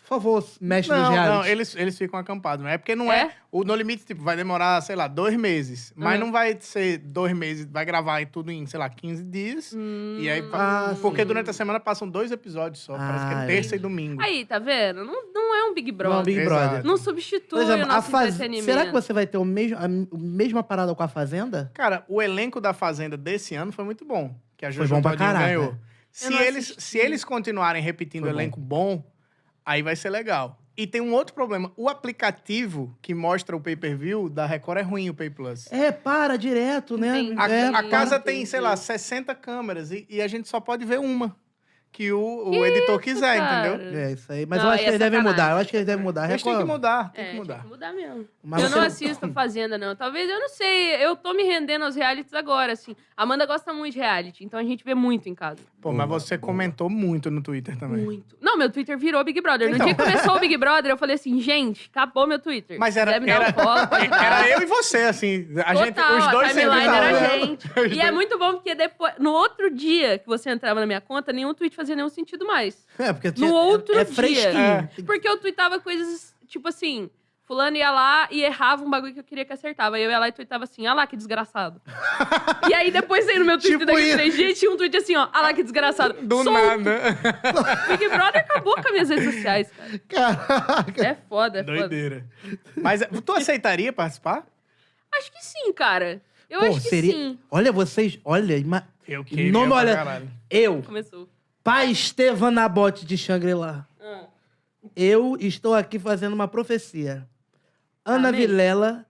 [SPEAKER 2] Por favor, mexe nos
[SPEAKER 1] Não,
[SPEAKER 2] reais.
[SPEAKER 1] não, eles, eles ficam acampados. Não é porque não é?
[SPEAKER 3] É?
[SPEAKER 1] O No Limite, tipo, vai demorar, sei lá, dois meses. Mas
[SPEAKER 3] Uhum.
[SPEAKER 1] não vai ser dois meses, vai gravar tudo em, sei lá, 15 dias.
[SPEAKER 3] Hum.
[SPEAKER 1] E aí,
[SPEAKER 2] Ah,
[SPEAKER 1] porque
[SPEAKER 2] sim.
[SPEAKER 1] durante a semana passam dois episódios só. parece que
[SPEAKER 2] Ah,
[SPEAKER 1] é
[SPEAKER 2] é.
[SPEAKER 1] terça e domingo.
[SPEAKER 3] Aí, tá vendo? Não, não é um Big Brother.
[SPEAKER 2] Não,
[SPEAKER 3] Não,
[SPEAKER 2] Big
[SPEAKER 1] Exato.
[SPEAKER 2] Brother.
[SPEAKER 3] substitui
[SPEAKER 2] Por exemplo,
[SPEAKER 3] o
[SPEAKER 2] a
[SPEAKER 3] nosso
[SPEAKER 2] faz...
[SPEAKER 3] entretenimento.
[SPEAKER 2] será que você vai ter o mesmo, a m- mesma parada com a Fazenda?
[SPEAKER 1] Cara, o elenco da Fazenda desse ano foi muito bom. Que a
[SPEAKER 2] Foi
[SPEAKER 1] Jojo
[SPEAKER 2] bom pra
[SPEAKER 1] Todinho
[SPEAKER 2] caraca.
[SPEAKER 1] ganhou. Se
[SPEAKER 3] não
[SPEAKER 1] eles,
[SPEAKER 3] assisti.
[SPEAKER 1] se eles continuarem repetindo
[SPEAKER 2] Foi
[SPEAKER 1] o elenco bom, aí vai ser legal. E tem um outro problema. O aplicativo que mostra o pay-per-view da Record é ruim, o Pay Plus.
[SPEAKER 2] É, para direto, né?
[SPEAKER 3] Entendi.
[SPEAKER 1] A,
[SPEAKER 2] É,
[SPEAKER 1] a
[SPEAKER 3] Sim,
[SPEAKER 1] casa
[SPEAKER 3] entendi.
[SPEAKER 1] tem, sei lá, 60 câmeras e, e a gente só pode ver uma. Que o, o editor quiser,
[SPEAKER 3] cara?
[SPEAKER 1] entendeu?
[SPEAKER 2] É isso aí. Mas
[SPEAKER 3] Não,
[SPEAKER 2] eu acho que
[SPEAKER 3] aí é
[SPEAKER 2] eles devem
[SPEAKER 3] sacanagem.
[SPEAKER 2] mudar. Eu acho que eles devem mudar.
[SPEAKER 1] Eles têm que
[SPEAKER 2] Reclama.
[SPEAKER 1] mudar, tem
[SPEAKER 3] É,
[SPEAKER 1] que mudar.
[SPEAKER 3] Tem que mudar mesmo.
[SPEAKER 2] Mas
[SPEAKER 3] eu
[SPEAKER 2] você
[SPEAKER 3] não
[SPEAKER 2] não-
[SPEAKER 3] assisto Fazenda, não. Talvez, eu não sei. Eu tô me rendendo aos realities agora, assim. Amanda gosta muito de reality, então a gente vê muito em casa.
[SPEAKER 1] Pô, mas você comentou muito no Twitter também.
[SPEAKER 3] Muito. Não, meu Twitter virou Big Brother. No
[SPEAKER 1] Então.
[SPEAKER 3] dia que começou o Big Brother, eu falei assim, gente, acabou meu Twitter.
[SPEAKER 1] Mas era-
[SPEAKER 3] Deve me dar
[SPEAKER 1] era-
[SPEAKER 3] um follow, pode dar.
[SPEAKER 1] Era eu e você, assim. A
[SPEAKER 3] Total,
[SPEAKER 1] gente, os dois
[SPEAKER 3] a
[SPEAKER 1] sempre
[SPEAKER 3] timeline era a
[SPEAKER 1] estavam-
[SPEAKER 3] gente.
[SPEAKER 1] Os
[SPEAKER 3] E é
[SPEAKER 1] dois.
[SPEAKER 3] muito bom porque depois, no outro dia que você entrava na minha conta, nenhum tweet fazia nenhum sentido mais.
[SPEAKER 2] É, porque
[SPEAKER 3] No outro
[SPEAKER 2] é, é
[SPEAKER 3] dia.
[SPEAKER 2] fresquinho.
[SPEAKER 1] É.
[SPEAKER 2] Tem que-
[SPEAKER 3] Porque eu tweetava coisas, tipo assim, fulano ia lá e errava um bagulho que eu queria que acertava. Aí eu ia lá e tweetava assim, ah lá, que desgraçado. e aí depois aí no meu Twitter
[SPEAKER 1] Tipo
[SPEAKER 3] daqui a
[SPEAKER 1] isso.
[SPEAKER 3] três dias tinha um tweet assim, ó, ah lá, que desgraçado.
[SPEAKER 1] Do
[SPEAKER 3] Sou-
[SPEAKER 1] nada.
[SPEAKER 3] Big Brother acabou com as minhas redes sociais, cara.
[SPEAKER 2] Caraca.
[SPEAKER 3] É foda, é foda.
[SPEAKER 1] Doideira. Mas eh, tu aceitaria participar?
[SPEAKER 3] Acho que sim, cara. Eu
[SPEAKER 2] Pô,
[SPEAKER 3] acho que
[SPEAKER 2] seria...
[SPEAKER 3] sim.
[SPEAKER 2] Olha vocês, olha... Ima...
[SPEAKER 1] Eu
[SPEAKER 2] Nome, olha, eu,
[SPEAKER 3] Começou.
[SPEAKER 2] pai Estevan Nabote de Shangri-La,
[SPEAKER 3] Ah.
[SPEAKER 2] eu estou aqui fazendo uma profecia. Ana
[SPEAKER 3] Amém.
[SPEAKER 2] Vilela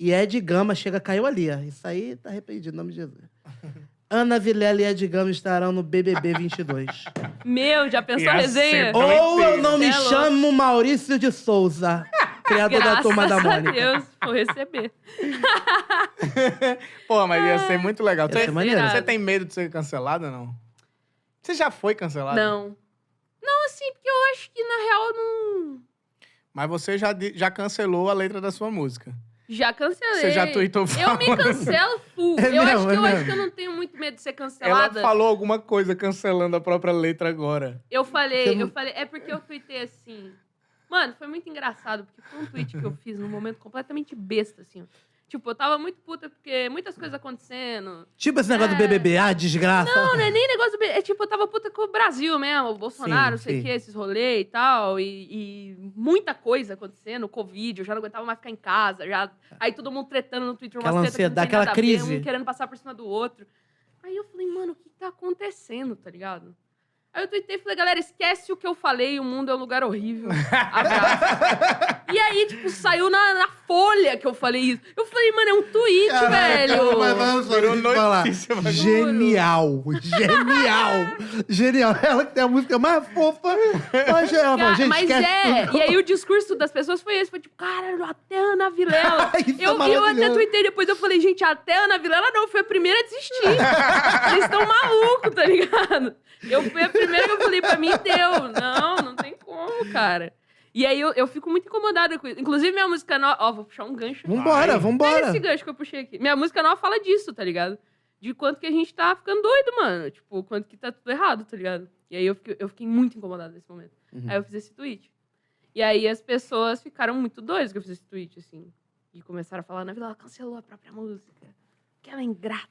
[SPEAKER 2] e Ed Gama chega, caiu ali, ó. Isso aí tá arrependido, em nome de Jesus. Ana Vilela e Ed Gama estarão no BBB 22.
[SPEAKER 3] Meu, já pensou
[SPEAKER 1] Ia
[SPEAKER 3] a resenha?
[SPEAKER 1] ser bom.
[SPEAKER 2] Ou eu não me
[SPEAKER 3] É louco.
[SPEAKER 2] chamo Maurício de Souza, criador da Turma da
[SPEAKER 3] a
[SPEAKER 2] Mônica.
[SPEAKER 3] Deus, vou receber.
[SPEAKER 1] Pô, mas ia
[SPEAKER 3] Ah,
[SPEAKER 1] ser muito legal.
[SPEAKER 2] Ia
[SPEAKER 1] Você,
[SPEAKER 2] ser maneiro.
[SPEAKER 1] você tem medo de ser cancelado ou não? Você já foi cancelado?
[SPEAKER 3] Não. Não, assim, porque eu acho que, na real, não...
[SPEAKER 1] Mas você já, di- já cancelou a letra da sua música.
[SPEAKER 3] Já cancelei.
[SPEAKER 1] Você já tweetou
[SPEAKER 3] Eu
[SPEAKER 1] falando.
[SPEAKER 3] me cancelo full.
[SPEAKER 2] É
[SPEAKER 3] eu
[SPEAKER 2] mesmo,
[SPEAKER 3] acho que
[SPEAKER 2] é
[SPEAKER 3] eu acho
[SPEAKER 2] mesmo.
[SPEAKER 3] que eu não tenho muito medo de ser
[SPEAKER 1] Ela
[SPEAKER 3] cancelada.
[SPEAKER 1] falou alguma coisa cancelando a própria letra agora.
[SPEAKER 3] Eu
[SPEAKER 2] Você
[SPEAKER 3] falei,
[SPEAKER 2] não-
[SPEAKER 3] eu falei, é porque eu tuitei assim. Mano, foi muito engraçado, porque foi um tweet que eu fiz num momento completamente besta, assim. ó. Tipo, eu tava muito puta porque muitas coisas acontecendo.
[SPEAKER 2] Tipo esse negócio
[SPEAKER 3] É.
[SPEAKER 2] do BBB, ah, desgraça.
[SPEAKER 3] Não, não é nem negócio. do B- É tipo, eu tava puta com o Brasil mesmo, o Bolsonaro, não
[SPEAKER 2] Sim,
[SPEAKER 3] sei o
[SPEAKER 2] sim.
[SPEAKER 3] que, esses rolês e tal. E, e muita coisa acontecendo, o Covid, eu já não aguentava mais ficar em casa. Já... Aí todo mundo tretando no Twitter,
[SPEAKER 2] Aquela
[SPEAKER 3] umas treta que não
[SPEAKER 2] ansiedade,
[SPEAKER 3] tem nada
[SPEAKER 2] aquela
[SPEAKER 3] a ver,
[SPEAKER 2] crise.
[SPEAKER 3] um querendo passar por cima do outro. Aí eu falei, mano, o que tá acontecendo, tá ligado? Aí eu tuitei e falei, galera, esquece o que eu falei, o mundo é um lugar horrível. Abraço. e aí, tipo, saiu na, na folha que eu falei isso. Eu falei, mano, é um tweet, velho.
[SPEAKER 1] Virou notícia,
[SPEAKER 2] falar.
[SPEAKER 1] mas-
[SPEAKER 2] Genial, genial, genial. Ela que tem a música mais fofa. Mas, ela
[SPEAKER 3] Cara,
[SPEAKER 2] fala, gente,
[SPEAKER 3] mas
[SPEAKER 2] esquece
[SPEAKER 3] é,
[SPEAKER 2] tudo.
[SPEAKER 3] e aí o discurso das pessoas foi esse, foi tipo, cara, até a Ana Vilela.
[SPEAKER 2] Isso é
[SPEAKER 3] eu, eu até
[SPEAKER 2] maravilhoso.
[SPEAKER 3] tuitei depois, eu falei, gente, até a Ana Vilela não, foi a primeira a desistir. Vocês estão malucos, tá ligado? Eu fui a primeira que eu falei, pra mim deu. Não, não tem como, cara. E aí eu, eu fico muito incomodada com isso. Inclusive, minha música nova. Ó, vou puxar um gancho. aqui.
[SPEAKER 2] Vambora,
[SPEAKER 1] Vai.
[SPEAKER 3] Pega
[SPEAKER 2] vambora.
[SPEAKER 3] esse gancho que eu puxei aqui. Minha música nova fala disso, tá ligado? De quanto que a gente tá ficando doido, mano. Tipo, quanto que tá tudo errado, tá ligado? E aí eu fiquei, eu fiquei muito incomodada nesse momento.
[SPEAKER 2] Uhum.
[SPEAKER 3] Aí eu fiz esse tweet. E aí as pessoas ficaram muito doidas que eu fiz esse tweet, assim. E começaram a falar na vila, ela cancelou a própria música. Que ela é ingrata.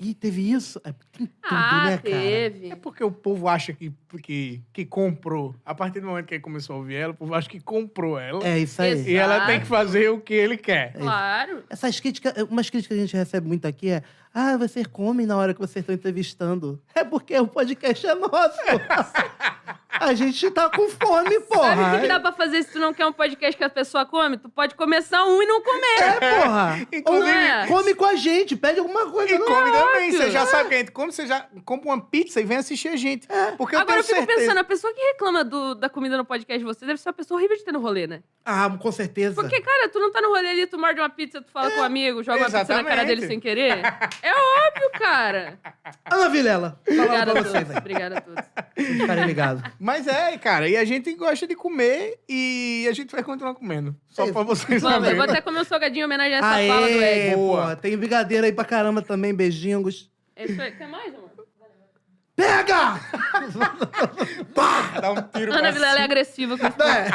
[SPEAKER 2] Ih, teve isso? É, tem tudo,
[SPEAKER 3] ah,
[SPEAKER 2] né, cara?
[SPEAKER 3] teve.
[SPEAKER 1] É porque o povo acha que, que, que comprou. A partir do momento que ele começou a ouvir ela, o povo acha que comprou ela.
[SPEAKER 2] É isso aí.
[SPEAKER 3] Exato.
[SPEAKER 1] E ela tem que fazer o que ele
[SPEAKER 2] É.
[SPEAKER 1] quer.
[SPEAKER 3] Claro.
[SPEAKER 2] Essas críticas, umas críticas que a gente recebe muito aqui é: ah, vocês comem na hora que vocês estão entrevistando. É porque o podcast é nosso. a gente tá com fome,
[SPEAKER 3] Sabe o que
[SPEAKER 2] porra. é.
[SPEAKER 3] que, dá pra fazer se tu não quer um podcast que a pessoa come? Tu pode começar um e não comer.
[SPEAKER 2] É, porra.
[SPEAKER 1] Inclusive-
[SPEAKER 2] Ou
[SPEAKER 3] é?
[SPEAKER 2] come com a gente, pede alguma coisa.
[SPEAKER 1] E
[SPEAKER 2] não- é?
[SPEAKER 1] come também.
[SPEAKER 3] óbvio.
[SPEAKER 1] Você já sabe que a gente come, você já compra uma pizza e vem assistir a gente. Porque eu
[SPEAKER 3] É. Agora eu
[SPEAKER 1] tenho
[SPEAKER 3] fico
[SPEAKER 1] certeza.
[SPEAKER 3] pensando, a pessoa que reclama do- da comida no podcast de você deve ser uma pessoa horrível de ter no rolê, né?
[SPEAKER 2] Ah, com certeza.
[SPEAKER 3] Porque, cara, tu não tá no rolê ali, tu morde uma pizza, tu fala com um
[SPEAKER 2] É,
[SPEAKER 3] amigo, joga uma pizza na cara
[SPEAKER 1] exatamente.
[SPEAKER 3] dele sem querer. É óbvio, cara.
[SPEAKER 2] Ana Vilela, falando
[SPEAKER 3] Obrigada
[SPEAKER 2] pra
[SPEAKER 3] a
[SPEAKER 2] vocês
[SPEAKER 3] todos.
[SPEAKER 2] aí.
[SPEAKER 3] Obrigada a todos.
[SPEAKER 2] Vocês ficarem ligados.
[SPEAKER 1] Mas é, cara, e a gente gosta de comer e a gente vai continuar comendo. Só
[SPEAKER 2] Isso.
[SPEAKER 1] pra vocês
[SPEAKER 3] Vamos, eu
[SPEAKER 1] saberem.
[SPEAKER 3] vou até comer um salgadinho em homenagem a essa fala do Ed.
[SPEAKER 1] Boa.
[SPEAKER 2] Aê, boa. Tem brigadeiro aí pra caramba também, beijingos.
[SPEAKER 3] É isso aí. Quer mais, amor?
[SPEAKER 2] Pega!
[SPEAKER 1] Pá! Dá um tiro
[SPEAKER 3] Ana
[SPEAKER 1] pra
[SPEAKER 3] Vilela é agressiva com isso.
[SPEAKER 2] é.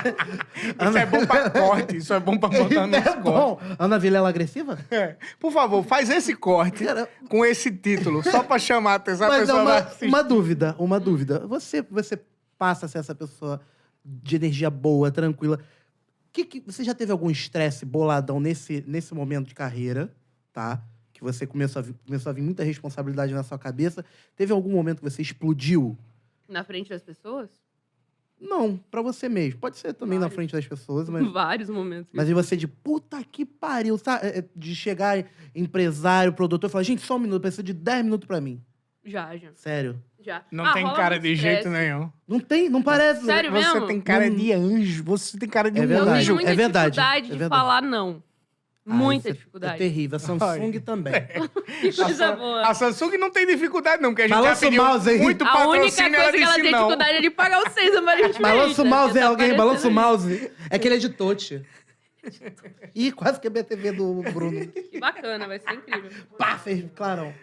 [SPEAKER 1] Isso é bom pra corte, isso é bom pra botar nos
[SPEAKER 2] É
[SPEAKER 1] cortes.
[SPEAKER 2] bom. Ana Vilela agressiva?
[SPEAKER 1] É. Por favor, faz esse corte
[SPEAKER 2] Cara-
[SPEAKER 1] com esse título, só pra chamar a atenção, a
[SPEAKER 2] Mas é
[SPEAKER 1] pessoa vai
[SPEAKER 2] uma,
[SPEAKER 1] assistir.
[SPEAKER 2] uma dúvida, uma dúvida. Você, você passa a ser essa pessoa de energia boa, tranquila. Que, que- você já teve algum estresse boladão nesse, nesse momento de carreira, tá? Que você começou a, vi- começou a vir muita responsabilidade na sua cabeça. Teve algum momento que você explodiu?
[SPEAKER 3] Na frente das pessoas?
[SPEAKER 2] Não, pra você mesmo. Pode ser também na
[SPEAKER 3] Vários.
[SPEAKER 2] frente das pessoas, mas...
[SPEAKER 3] Vários momentos.
[SPEAKER 2] Mas e você é de puta que pariu, sabe? É, é, De chegar empresário, produtor, e falar, gente, só um minuto, preciso de 10 minutos pra mim.
[SPEAKER 3] Já, já.
[SPEAKER 2] Sério.
[SPEAKER 3] já.
[SPEAKER 1] Não
[SPEAKER 3] Ah,
[SPEAKER 1] tem
[SPEAKER 3] rola
[SPEAKER 1] cara
[SPEAKER 3] muito
[SPEAKER 1] de
[SPEAKER 3] estresse.
[SPEAKER 1] jeito nenhum.
[SPEAKER 2] Não tem, não parece.
[SPEAKER 3] Sério
[SPEAKER 1] Você
[SPEAKER 3] mesmo? Hum.
[SPEAKER 1] tem cara
[SPEAKER 2] Não-
[SPEAKER 1] de anjo, você tem cara de
[SPEAKER 2] É
[SPEAKER 1] um
[SPEAKER 3] Eu
[SPEAKER 2] verdade,
[SPEAKER 3] tenho
[SPEAKER 1] anjo.
[SPEAKER 3] muita
[SPEAKER 2] é verdade,
[SPEAKER 3] dificuldade
[SPEAKER 2] é
[SPEAKER 3] de
[SPEAKER 2] verdade.
[SPEAKER 3] falar não.
[SPEAKER 2] Ah, isso
[SPEAKER 3] Muita
[SPEAKER 2] é- É
[SPEAKER 3] dificuldade.
[SPEAKER 2] terrível. A Samsung também.
[SPEAKER 3] que coisa
[SPEAKER 1] Sa-
[SPEAKER 3] boa.
[SPEAKER 1] A Samsung não tem dificuldade, não, porque a gente
[SPEAKER 2] Balança
[SPEAKER 1] já
[SPEAKER 2] o
[SPEAKER 1] pediu
[SPEAKER 2] mouse aí.
[SPEAKER 1] muito
[SPEAKER 3] A
[SPEAKER 1] patrocínio
[SPEAKER 3] única
[SPEAKER 1] e ela
[SPEAKER 3] coisa que ela
[SPEAKER 1] disse
[SPEAKER 3] tem
[SPEAKER 1] não.
[SPEAKER 3] dificuldade é de pagar os seis aparentemente.
[SPEAKER 2] Balança o
[SPEAKER 3] né?
[SPEAKER 2] mouse
[SPEAKER 3] Porque
[SPEAKER 2] aí,
[SPEAKER 3] tá
[SPEAKER 2] alguém. Balança o
[SPEAKER 3] aparecendo
[SPEAKER 2] mouse. É aquele é de touch. Ih, quase que é a BTV do Bruno.
[SPEAKER 3] aí. Que bacana, vai ser incrível.
[SPEAKER 2] Pá, fez clarão.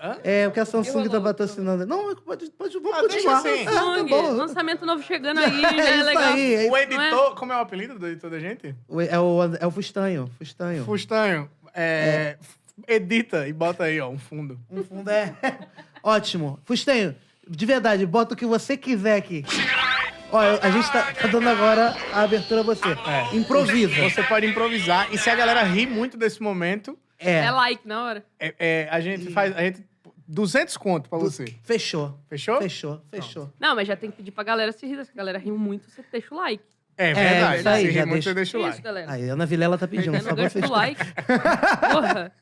[SPEAKER 1] Hã?
[SPEAKER 2] É, o que a Samsung
[SPEAKER 3] Eu
[SPEAKER 2] tá
[SPEAKER 3] não-
[SPEAKER 2] patrocinando. Não, pode, pode, vamos
[SPEAKER 1] Ah, deixa
[SPEAKER 2] continuar.
[SPEAKER 1] assim.
[SPEAKER 2] Ah, tá
[SPEAKER 3] Samsung,
[SPEAKER 2] bom.
[SPEAKER 3] lançamento novo chegando aí, né?
[SPEAKER 2] É isso
[SPEAKER 3] legal.
[SPEAKER 2] aí. é
[SPEAKER 1] O
[SPEAKER 2] isso-
[SPEAKER 1] editor, como é o apelido do editor da gente?
[SPEAKER 2] É o, é o Fustanho, Fustanho.
[SPEAKER 1] Fustanho, é, edita e bota aí, ó, um fundo.
[SPEAKER 2] Um fundo é. Ótimo. Fustenho, de verdade, bota o que você quiser aqui. Olha, a gente tá, tá dando agora a abertura a você.
[SPEAKER 1] É.
[SPEAKER 2] Improvisa.
[SPEAKER 1] Você pode improvisar. E se a galera ri muito desse momento,
[SPEAKER 3] É
[SPEAKER 2] É.
[SPEAKER 3] like na hora.
[SPEAKER 1] é- é, a gente faz... A gente, 200 conto pra você.
[SPEAKER 2] Fechou.
[SPEAKER 1] Fechou?
[SPEAKER 2] Fechou, fechou.
[SPEAKER 3] Não, mas já tem que pedir pra galera se rir. né? Se a galera riu muito, você deixa o like.
[SPEAKER 1] É verdade.
[SPEAKER 2] isso aí,
[SPEAKER 1] se rir
[SPEAKER 2] já
[SPEAKER 1] muito,
[SPEAKER 2] deixa-
[SPEAKER 1] você deixa o
[SPEAKER 3] É
[SPEAKER 1] like.
[SPEAKER 3] isso, galera.
[SPEAKER 2] Aí, a Ana Vilela tá pedindo,
[SPEAKER 3] Perdendo
[SPEAKER 2] só
[SPEAKER 3] o gancho
[SPEAKER 2] vocês.
[SPEAKER 3] do like. Porra.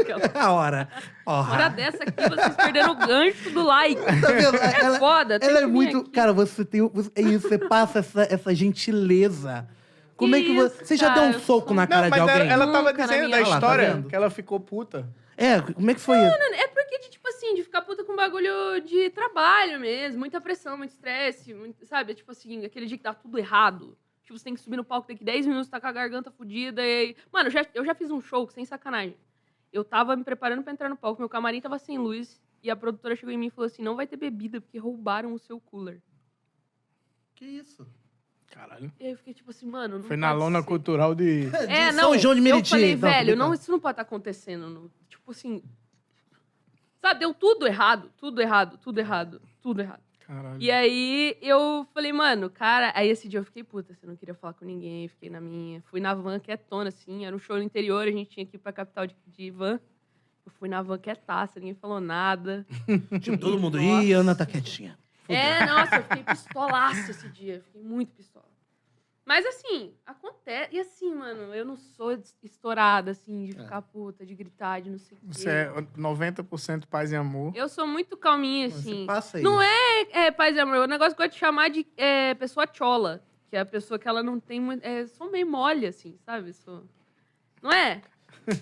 [SPEAKER 3] Aquela
[SPEAKER 2] A hora. Ó.
[SPEAKER 3] Hora dessa aqui, vocês perderam o gancho do like.
[SPEAKER 2] Tá vendo? Ela,
[SPEAKER 3] Foda, tem
[SPEAKER 2] ela é
[SPEAKER 3] que vir
[SPEAKER 2] muito.
[SPEAKER 3] aqui.
[SPEAKER 2] Cara, você tem. você- É isso, você passa essa, essa gentileza. Como é que
[SPEAKER 3] Isso,
[SPEAKER 2] você. Você já deu um
[SPEAKER 3] cara, eu
[SPEAKER 2] soco
[SPEAKER 3] sou-
[SPEAKER 2] na cara
[SPEAKER 1] Não, mas
[SPEAKER 2] de alguém?
[SPEAKER 1] ela, ela tava
[SPEAKER 3] Nunca na
[SPEAKER 1] dizendo
[SPEAKER 3] minha
[SPEAKER 1] da
[SPEAKER 2] vida. Olha lá, tá
[SPEAKER 1] história
[SPEAKER 2] vendo?
[SPEAKER 1] que ela ficou puta.
[SPEAKER 2] É, como é que foi isso?
[SPEAKER 3] Mano, é porque, de, tipo assim, de ficar puta com bagulho de trabalho mesmo. Muita pressão, muito estresse, muito- sabe? É tipo assim, aquele dia que dá tudo errado. Tipo, você tem que subir no palco daqui 10 minutos, tá com a garganta fodida e aí... Mano, eu já, eu já fiz um show, sem sacanagem. Eu tava me preparando pra entrar no palco, meu camarim tava sem luz e a produtora chegou em mim e falou assim, não vai ter bebida porque roubaram o seu cooler.
[SPEAKER 2] Que isso?
[SPEAKER 1] Caralho.
[SPEAKER 3] E aí eu fiquei tipo assim, mano... Não
[SPEAKER 1] Foi na
[SPEAKER 3] pode
[SPEAKER 1] lona
[SPEAKER 3] ser.
[SPEAKER 1] cultural de.
[SPEAKER 3] É,
[SPEAKER 2] De
[SPEAKER 3] não,
[SPEAKER 2] São João de Meriti.
[SPEAKER 3] eu falei,
[SPEAKER 2] Não, tô
[SPEAKER 3] velho, não,
[SPEAKER 2] brincando.
[SPEAKER 3] isso não pode estar acontecendo. no- tipo assim... Sabe, deu tudo errado, tudo errado, tudo errado, tudo errado.
[SPEAKER 1] Caralho.
[SPEAKER 3] E aí eu falei, mano, cara, aí esse dia eu fiquei puta, assim, eu não queria falar com ninguém, fiquei na minha. Fui na van quietona, assim, era um show no interior, a gente tinha que ir pra capital de, de van. Eu fui na van quietaça, ninguém falou nada.
[SPEAKER 2] Tipo, todo mundo.
[SPEAKER 3] Nossa.
[SPEAKER 2] Ih, Ana tá quietinha.
[SPEAKER 3] É, nossa, eu fiquei pistolaço esse dia. eu Fiquei muito pistola. Mas assim, acontece. E assim, mano, eu não sou es- estourada, assim, de ficar puta, de gritar, de não sei o quê.
[SPEAKER 1] É. Você é um 90% paz e amor.
[SPEAKER 3] Eu sou muito calminha, assim.
[SPEAKER 2] Você passa aí.
[SPEAKER 3] Não é, é, paz e amor. O negócio que eu gosto de chamar de é, pessoa chola. Que é a pessoa que ela não tem muito. É, sou meio mole, assim, sabe? Sou... Não é?